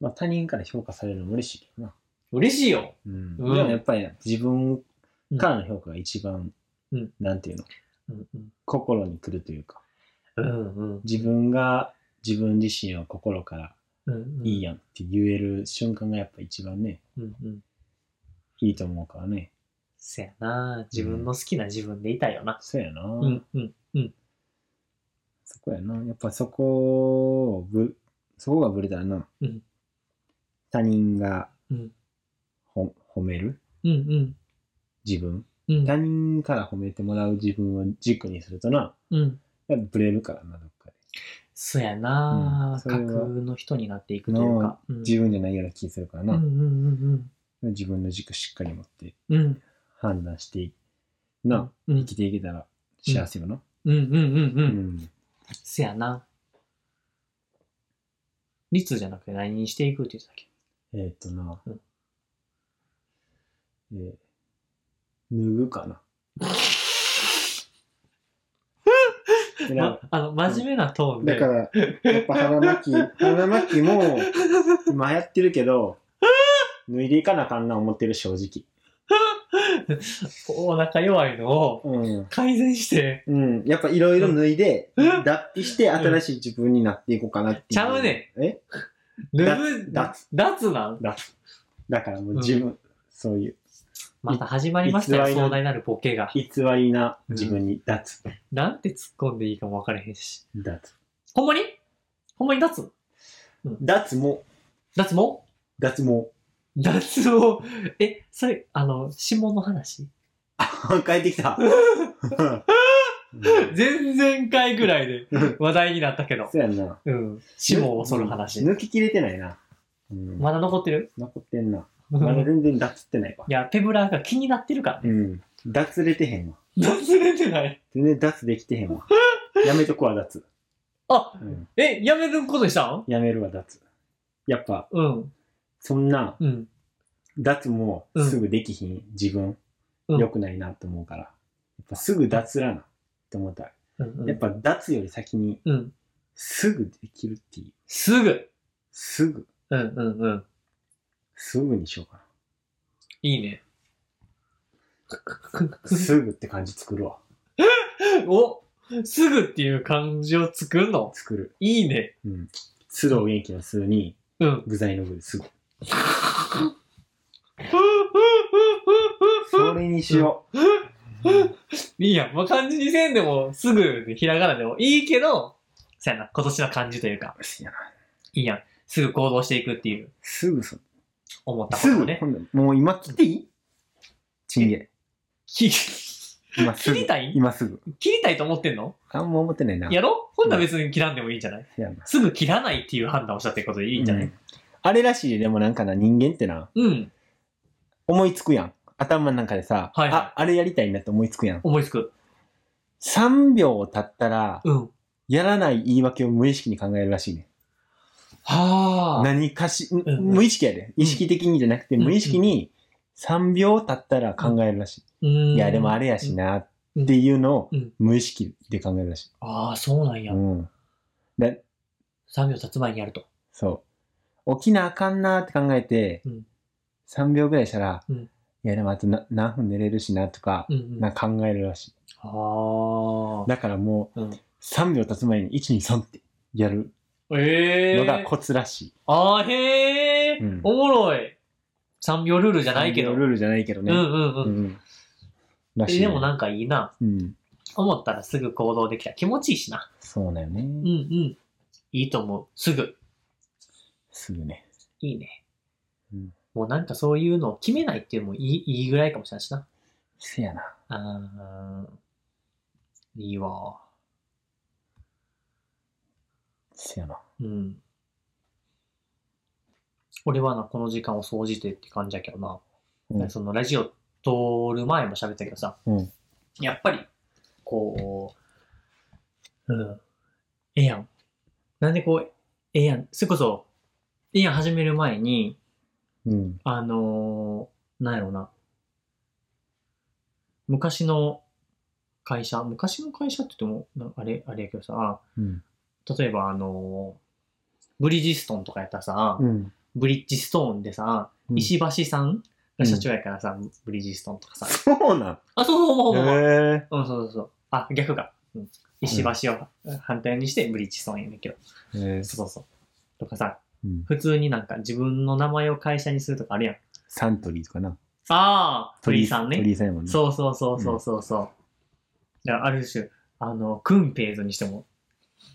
Speaker 2: まあ他人から評価されるのも嬉しいけどな。
Speaker 1: 嬉しいよ。
Speaker 2: うん。
Speaker 1: うん
Speaker 2: でもやっぱり自分からの評価が一番、
Speaker 1: うん
Speaker 2: なんていうの、
Speaker 1: うんうん。
Speaker 2: 心に来るというか、
Speaker 1: うんうん。
Speaker 2: 自分が自分自身を心から
Speaker 1: うんうん、
Speaker 2: いいやんって言える瞬間がやっぱ一番ね、
Speaker 1: うんうん。
Speaker 2: いいと思うからね。
Speaker 1: せやな。自分の好きな自分でいたいよな。
Speaker 2: そうやな。
Speaker 1: うんうん。
Speaker 2: そこやな。やっぱそこをぶ、そこがぶれたらな、
Speaker 1: うん
Speaker 2: 他人が
Speaker 1: うん
Speaker 2: ほ褒める
Speaker 1: うん
Speaker 2: 自分。
Speaker 1: うん。うん
Speaker 2: 他人から褒めてもらう自分を軸にするとな、
Speaker 1: うん。
Speaker 2: やっぱブレるからな、どっかで。
Speaker 1: そやな、
Speaker 2: うんそれ
Speaker 1: 架
Speaker 2: は
Speaker 1: 空の人になっていくというか。うん
Speaker 2: 自分じゃないような気するから
Speaker 1: う
Speaker 2: な。
Speaker 1: んうん
Speaker 2: 自分の軸しっかり持って
Speaker 1: うんうん。うん。
Speaker 2: 判断していな、
Speaker 1: うん
Speaker 2: 生きていけたら幸せよな。
Speaker 1: うんうんうんう。
Speaker 2: うん
Speaker 1: せやな。率じゃなくて何にしていくって言ってたっけ
Speaker 2: えーっとな、
Speaker 1: うん
Speaker 2: えー脱ぐかな。で
Speaker 1: ま
Speaker 2: な、
Speaker 1: あの、真面目なトーンで。
Speaker 2: だから、やっぱ 花巻き、花巻きも、今やってるけど、脱いでいかなあかんな思ってる、正直。
Speaker 1: お腹弱いのを
Speaker 2: うん。
Speaker 1: 改善して、
Speaker 2: うん。やっぱいろいろ脱いで、
Speaker 1: うん
Speaker 2: 脱皮して新しい自分になっていこうかなっていう。
Speaker 1: ちゃうね
Speaker 2: え
Speaker 1: 脱
Speaker 2: だ
Speaker 1: ぐ、
Speaker 2: 脱
Speaker 1: 脱なん
Speaker 2: だからもう自分、そういう
Speaker 1: また始まりましたよ、
Speaker 2: 偽りの
Speaker 1: 壮大なるボケが。
Speaker 2: 偽りな自分に脱、
Speaker 1: なんて突っ込んでいいかも分からへんし。
Speaker 2: 脱。
Speaker 1: ほんまにほんまに脱
Speaker 2: 脱も、
Speaker 1: 脱毛
Speaker 2: 脱も。
Speaker 1: 脱毛。え、それ、あの、指紋の話
Speaker 2: あ、帰ってき た。
Speaker 1: 前々回ぐらいで話題になったけど。
Speaker 2: そうやんな。
Speaker 1: うん。指紋を剃る話。
Speaker 2: 抜き切れてないな。うん。
Speaker 1: まだ残ってる
Speaker 2: 残ってんな。
Speaker 1: い
Speaker 2: まだ全然脱ってないわ。
Speaker 1: や、ペブラーが気になってるから
Speaker 2: う
Speaker 1: ね。
Speaker 2: ん。脱れてへんわ。
Speaker 1: 脱れてない。
Speaker 2: 全然脱できて へんわ。やめとこわ、脱。
Speaker 1: あ
Speaker 2: う、ん。
Speaker 1: え、やめることにしたん
Speaker 2: やめるわ、脱。やっぱ、
Speaker 1: うん。
Speaker 2: そんな、
Speaker 1: うん。
Speaker 2: 脱もすぐできひん、自分。
Speaker 1: うん
Speaker 2: 良くないなと思うから。やっぱすぐ脱らな。って思ったら。
Speaker 1: うんうん
Speaker 2: やっぱ脱より先に、
Speaker 1: うん。
Speaker 2: すぐできるっていう。
Speaker 1: すぐ。
Speaker 2: すぐ。
Speaker 1: うんうんうん。
Speaker 2: すぐにしようか
Speaker 1: いいね。
Speaker 2: な。すぐって感じ作るわ。
Speaker 1: おすぐっていう漢字を作るの
Speaker 2: 作る。
Speaker 1: いいね。
Speaker 2: うん。須藤元気の須に、
Speaker 1: うん。
Speaker 2: 具材の具ですぐ。それにしよう。
Speaker 1: いいやん。まあ、漢字にせんでも、すぐでひらがなでもいいけど、そうやな。今年の漢字というか、
Speaker 2: いや
Speaker 1: いいやん。すぐ行動していくっていう、
Speaker 2: すぐそ、
Speaker 1: 思ったこ
Speaker 2: す
Speaker 1: とを
Speaker 2: ぐ、
Speaker 1: ね。
Speaker 2: 今度もう今切っていいちんげ。
Speaker 1: き
Speaker 2: 今 すぐ。
Speaker 1: 切りたい
Speaker 2: 今すぐ。
Speaker 1: 切りたいと思ってんの
Speaker 2: あんま思ってないな。
Speaker 1: やろほんなら別に切らんでもいいんじゃない
Speaker 2: せやな。
Speaker 1: すぐ切らないっていう判断をしたってことでいいんじゃな
Speaker 2: う
Speaker 1: い
Speaker 2: んあれらしい、でもなんかな、人間ってな、
Speaker 1: うん。
Speaker 2: 思いつくやん。頭の中でさ、
Speaker 1: はいはい
Speaker 2: あ、あれやりたいなって思いつくやん。
Speaker 1: 思いつく。
Speaker 2: 3秒経ったら、
Speaker 1: うん。は
Speaker 2: やらない言い訳を無意識に考えるらしいね。
Speaker 1: あ。
Speaker 2: 何かし、
Speaker 1: ん
Speaker 2: 無意識やで。意識的にじゃなくて、
Speaker 1: うん
Speaker 2: 無意識に3秒経ったら考えるらしい。いや、でもあれやしな、っていうのを
Speaker 1: うん
Speaker 2: 無意識で考えるらし
Speaker 1: ああ、そうなん
Speaker 2: い。
Speaker 1: や。
Speaker 2: うん。だ、
Speaker 1: 3秒経つ前にやると。
Speaker 2: そう。起きなあかんなって考えて
Speaker 1: うん、
Speaker 2: 3秒ぐらいしたら、
Speaker 1: うん
Speaker 2: いや、でもあとな何分寝れるしなとか、
Speaker 1: うんうん。
Speaker 2: なんか考えるらしい。
Speaker 1: ああ。
Speaker 2: だからもう
Speaker 1: うん、
Speaker 2: 3秒経つ前に1、2、3ってやる
Speaker 1: ええ
Speaker 2: のがコツらし
Speaker 1: ああ、へえ、
Speaker 2: うん
Speaker 1: おもろい。3秒ルールじ
Speaker 2: い。
Speaker 1: ゃないけど。
Speaker 2: ルールじゃないけど
Speaker 1: うん
Speaker 2: ね。
Speaker 1: うんう。
Speaker 2: うんん。らし
Speaker 1: え
Speaker 2: い。
Speaker 1: でもなんかいいな。
Speaker 2: うん。
Speaker 1: 思ったらすぐ行動できたら気持ちいいしな。
Speaker 2: そうだよ
Speaker 1: う
Speaker 2: ね
Speaker 1: んう。ん。いいと思う。すぐ。
Speaker 2: すぐね。
Speaker 1: いいね。
Speaker 2: うん
Speaker 1: もうなんかそういうのを決めないっていうのもいいいいぐらいかもしれないしな。
Speaker 2: せやな。
Speaker 1: あーいいわ。
Speaker 2: せやな。
Speaker 1: うん。俺はな、この時間を総じてって感じやけどな。
Speaker 2: うん
Speaker 1: そのラジオ通る前も喋ったけどさ、
Speaker 2: うん
Speaker 1: やっぱり、こう、うん、ええやん。なんでこう、ええやん。それこそ、ええやん始める前に、
Speaker 2: うん。
Speaker 1: あのー、なんやろうな。昔の会社、昔の会社って言っても、なあれ、あれやけどさ、
Speaker 2: うん。
Speaker 1: 例えばあのーブリヂストンとかやったらさ、
Speaker 2: うん。
Speaker 1: ブリッジストーンでさ、
Speaker 2: うん
Speaker 1: 石橋さんが社長やからさ、ブリッジストーンとかさ。
Speaker 2: そうなん。
Speaker 1: あ、そうそう、ほぼほぼ。
Speaker 2: へ
Speaker 1: うん、そうそうそう。あ、逆か。うん、石橋を反対にしてブリッジストーンやねんけど。
Speaker 2: え。へえ。
Speaker 1: そうそうそう。とかさ、
Speaker 2: うん
Speaker 1: 普通になんか自分の名前を会社にするとかあるやん。
Speaker 2: サントリーとかな。
Speaker 1: ああ、鳥居さんね。
Speaker 2: 鳥居さんやもんね。
Speaker 1: そうそうそうそうそうそう。だからある種、あの、クンペイズにしても、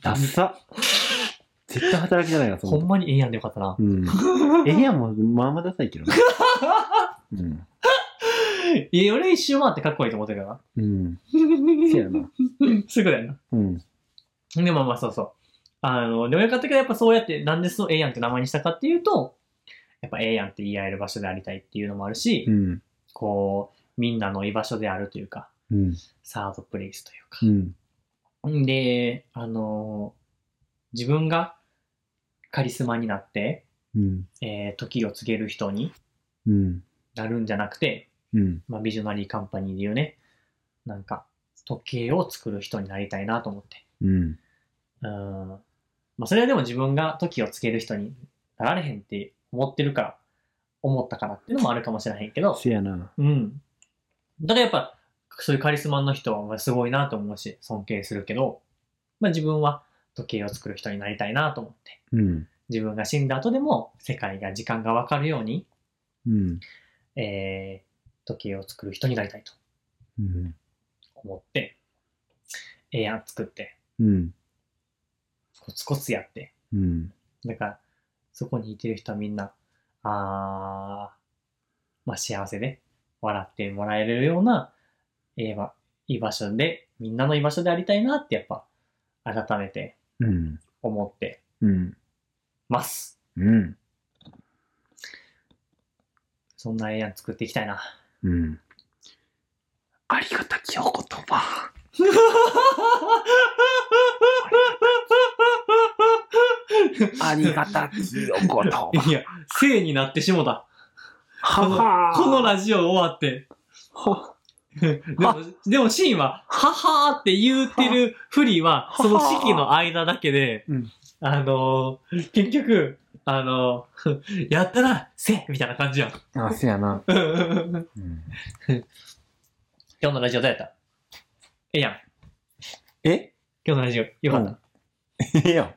Speaker 2: ダッサ。絶対働きじゃないな、そ
Speaker 1: ほん
Speaker 2: の。
Speaker 1: まにええやんでよかった な。
Speaker 2: うん。エリアもまあまあダサいけ どね。うん。
Speaker 1: いや、俺一周回ってかっこいいと思ってるからな。
Speaker 2: うん。せやな。
Speaker 1: すぐだよ
Speaker 2: うん。
Speaker 1: な。でもまあそうそう。あの、でもよかったけど、やっぱそうやって、なんでそのええやんって名前にしたかっていうと、やっぱええやんって言い合える場所でありたいっていうのもあるし、
Speaker 2: うん。
Speaker 1: こう、みんなの居場所であるというか、
Speaker 2: うん。
Speaker 1: サードプレイスというか
Speaker 2: う。ん。
Speaker 1: で、あの自分がカリスマになって、
Speaker 2: うん。
Speaker 1: えー時を告げる人に
Speaker 2: うん。
Speaker 1: なるんじゃなくて、
Speaker 2: うん。
Speaker 1: まあ、ビジョナリーカンパニーでいうね、なんか、時計を作る人になりたいなと思って。
Speaker 2: うん。
Speaker 1: うーん。まあ、それはでも自分が時を告げる人になられへんって思ってるから、思ったからっていうのもあるかもしれへんけど、
Speaker 2: せやな。
Speaker 1: うん。だからやっぱ、そういうカリスマの人はすごいなと思うし、尊敬するけど、まあ自分は時計を作る人になりたいなと思って、
Speaker 2: うん。
Speaker 1: 自分が死んだ後でも世界が、時間がわかるように、
Speaker 2: うん。
Speaker 1: えー、時計を作る人になりたいと
Speaker 2: うん。
Speaker 1: 思って、ええやん作って、
Speaker 2: うん。
Speaker 1: コツコツやって、
Speaker 2: うん。
Speaker 1: だから、そこにいてる人はみんな、あー、まあ幸せで、笑ってもらえるような、ええば、居場所で、みんなの居場所でありたいなって、やっぱ、改めて
Speaker 2: うん。
Speaker 1: 思って
Speaker 2: うん。
Speaker 1: ます。
Speaker 2: うん。
Speaker 1: そんなええやん作っていきたいな。
Speaker 2: うん。ありがたきお言葉。ありがたきお言葉。
Speaker 1: いや、生になってしもた。
Speaker 2: は
Speaker 1: この
Speaker 2: は
Speaker 1: ラジオ終わって。
Speaker 2: は
Speaker 1: でも、でもシーンは、ははーって言うてるふりは、その式の間だけで、
Speaker 2: うん
Speaker 1: あのー結局、あのー やったら、せみたいな感じやん。
Speaker 2: あ、せやな。
Speaker 1: 今
Speaker 2: うん
Speaker 1: 日のラジオどうやったええやん。
Speaker 2: え
Speaker 1: 今日のラジオ、よかった。
Speaker 2: ええやん。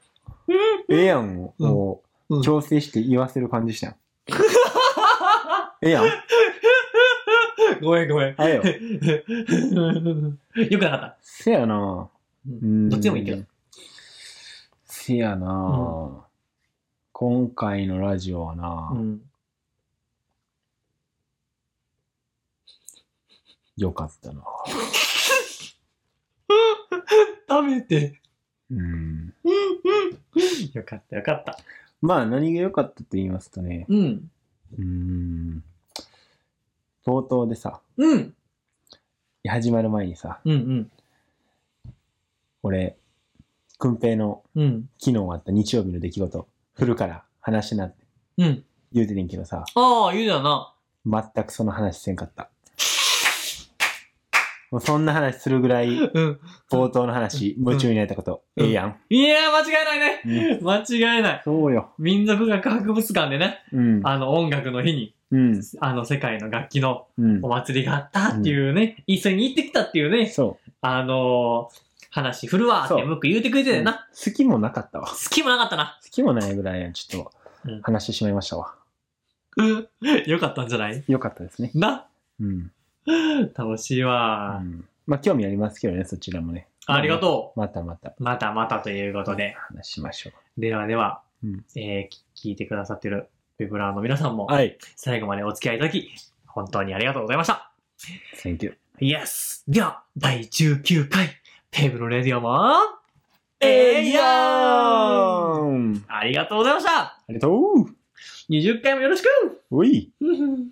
Speaker 2: ええやんを、
Speaker 1: うん
Speaker 2: も
Speaker 1: う
Speaker 2: うん調整して言わせる感じしたん。ええやん。
Speaker 1: ごめんごめ ん。
Speaker 2: あれよ。
Speaker 1: よくなかった。
Speaker 2: せやな。うん
Speaker 1: どっちでもいいけど。。
Speaker 2: せやな。今回のラジオは
Speaker 1: う
Speaker 2: な、
Speaker 1: ん。
Speaker 2: 良かったな。
Speaker 1: 食べて。
Speaker 2: うん。
Speaker 1: よかったよかった。
Speaker 2: まあ何が良かったと言いますとね、
Speaker 1: うん。
Speaker 2: うーん、冒頭でさ、
Speaker 1: うん。
Speaker 2: 始まる前にさ、
Speaker 1: うんうん。
Speaker 2: 俺、くんぺいの
Speaker 1: うん。
Speaker 2: 昨日あった日曜日の出来事、振るから話になって
Speaker 1: うん。
Speaker 2: 言うてねんけどさ、
Speaker 1: ああ、言うだな。
Speaker 2: 全くその話せんかった。もうそんな話するぐらい、
Speaker 1: うん。
Speaker 2: 冒頭の話、夢中になったこと、
Speaker 1: うん
Speaker 2: ええやん。
Speaker 1: いやー、間違いないね。
Speaker 2: うん
Speaker 1: 間違いない。
Speaker 2: そうよ。
Speaker 1: 民族学博物館でね、
Speaker 2: うん。
Speaker 1: あの音楽の日に、
Speaker 2: うん。
Speaker 1: あの世界の楽器の
Speaker 2: うん
Speaker 1: お。祭りがあったっていうね、一緒に行ってきたっていうね、
Speaker 2: そ
Speaker 1: あのー、話振るわーっ
Speaker 2: そ
Speaker 1: て
Speaker 2: う
Speaker 1: 向く言うてくれ
Speaker 2: う。
Speaker 1: てたよな。
Speaker 2: 好きもなかったわ。好
Speaker 1: 好きもなかったな。
Speaker 2: きもないぐらい、ちょっと
Speaker 1: うん、
Speaker 2: 話してしまいましたわ。
Speaker 1: うん。よかったんじゃない
Speaker 2: よかったですね。
Speaker 1: な。
Speaker 2: うん。
Speaker 1: 楽しいわ
Speaker 2: う
Speaker 1: ー、
Speaker 2: んまあ、興味ありますけどね、そちらもね。
Speaker 1: ありがと
Speaker 2: う。またまた
Speaker 1: う。またまたということで。
Speaker 2: 話しましょ
Speaker 1: ではでは、
Speaker 2: うん
Speaker 1: えーき聞いてくださってるベブラーの皆さんも
Speaker 2: う。、はい。
Speaker 1: 最後までお付き合いいただき、本当にありがとうございました。
Speaker 2: Thank you.
Speaker 1: Yes! では、第19回、ペーブルレディオも、えいやー
Speaker 2: ん
Speaker 1: ありがとうございました
Speaker 2: ありがとう
Speaker 1: !20 回もよろしく
Speaker 2: おい
Speaker 1: ふふ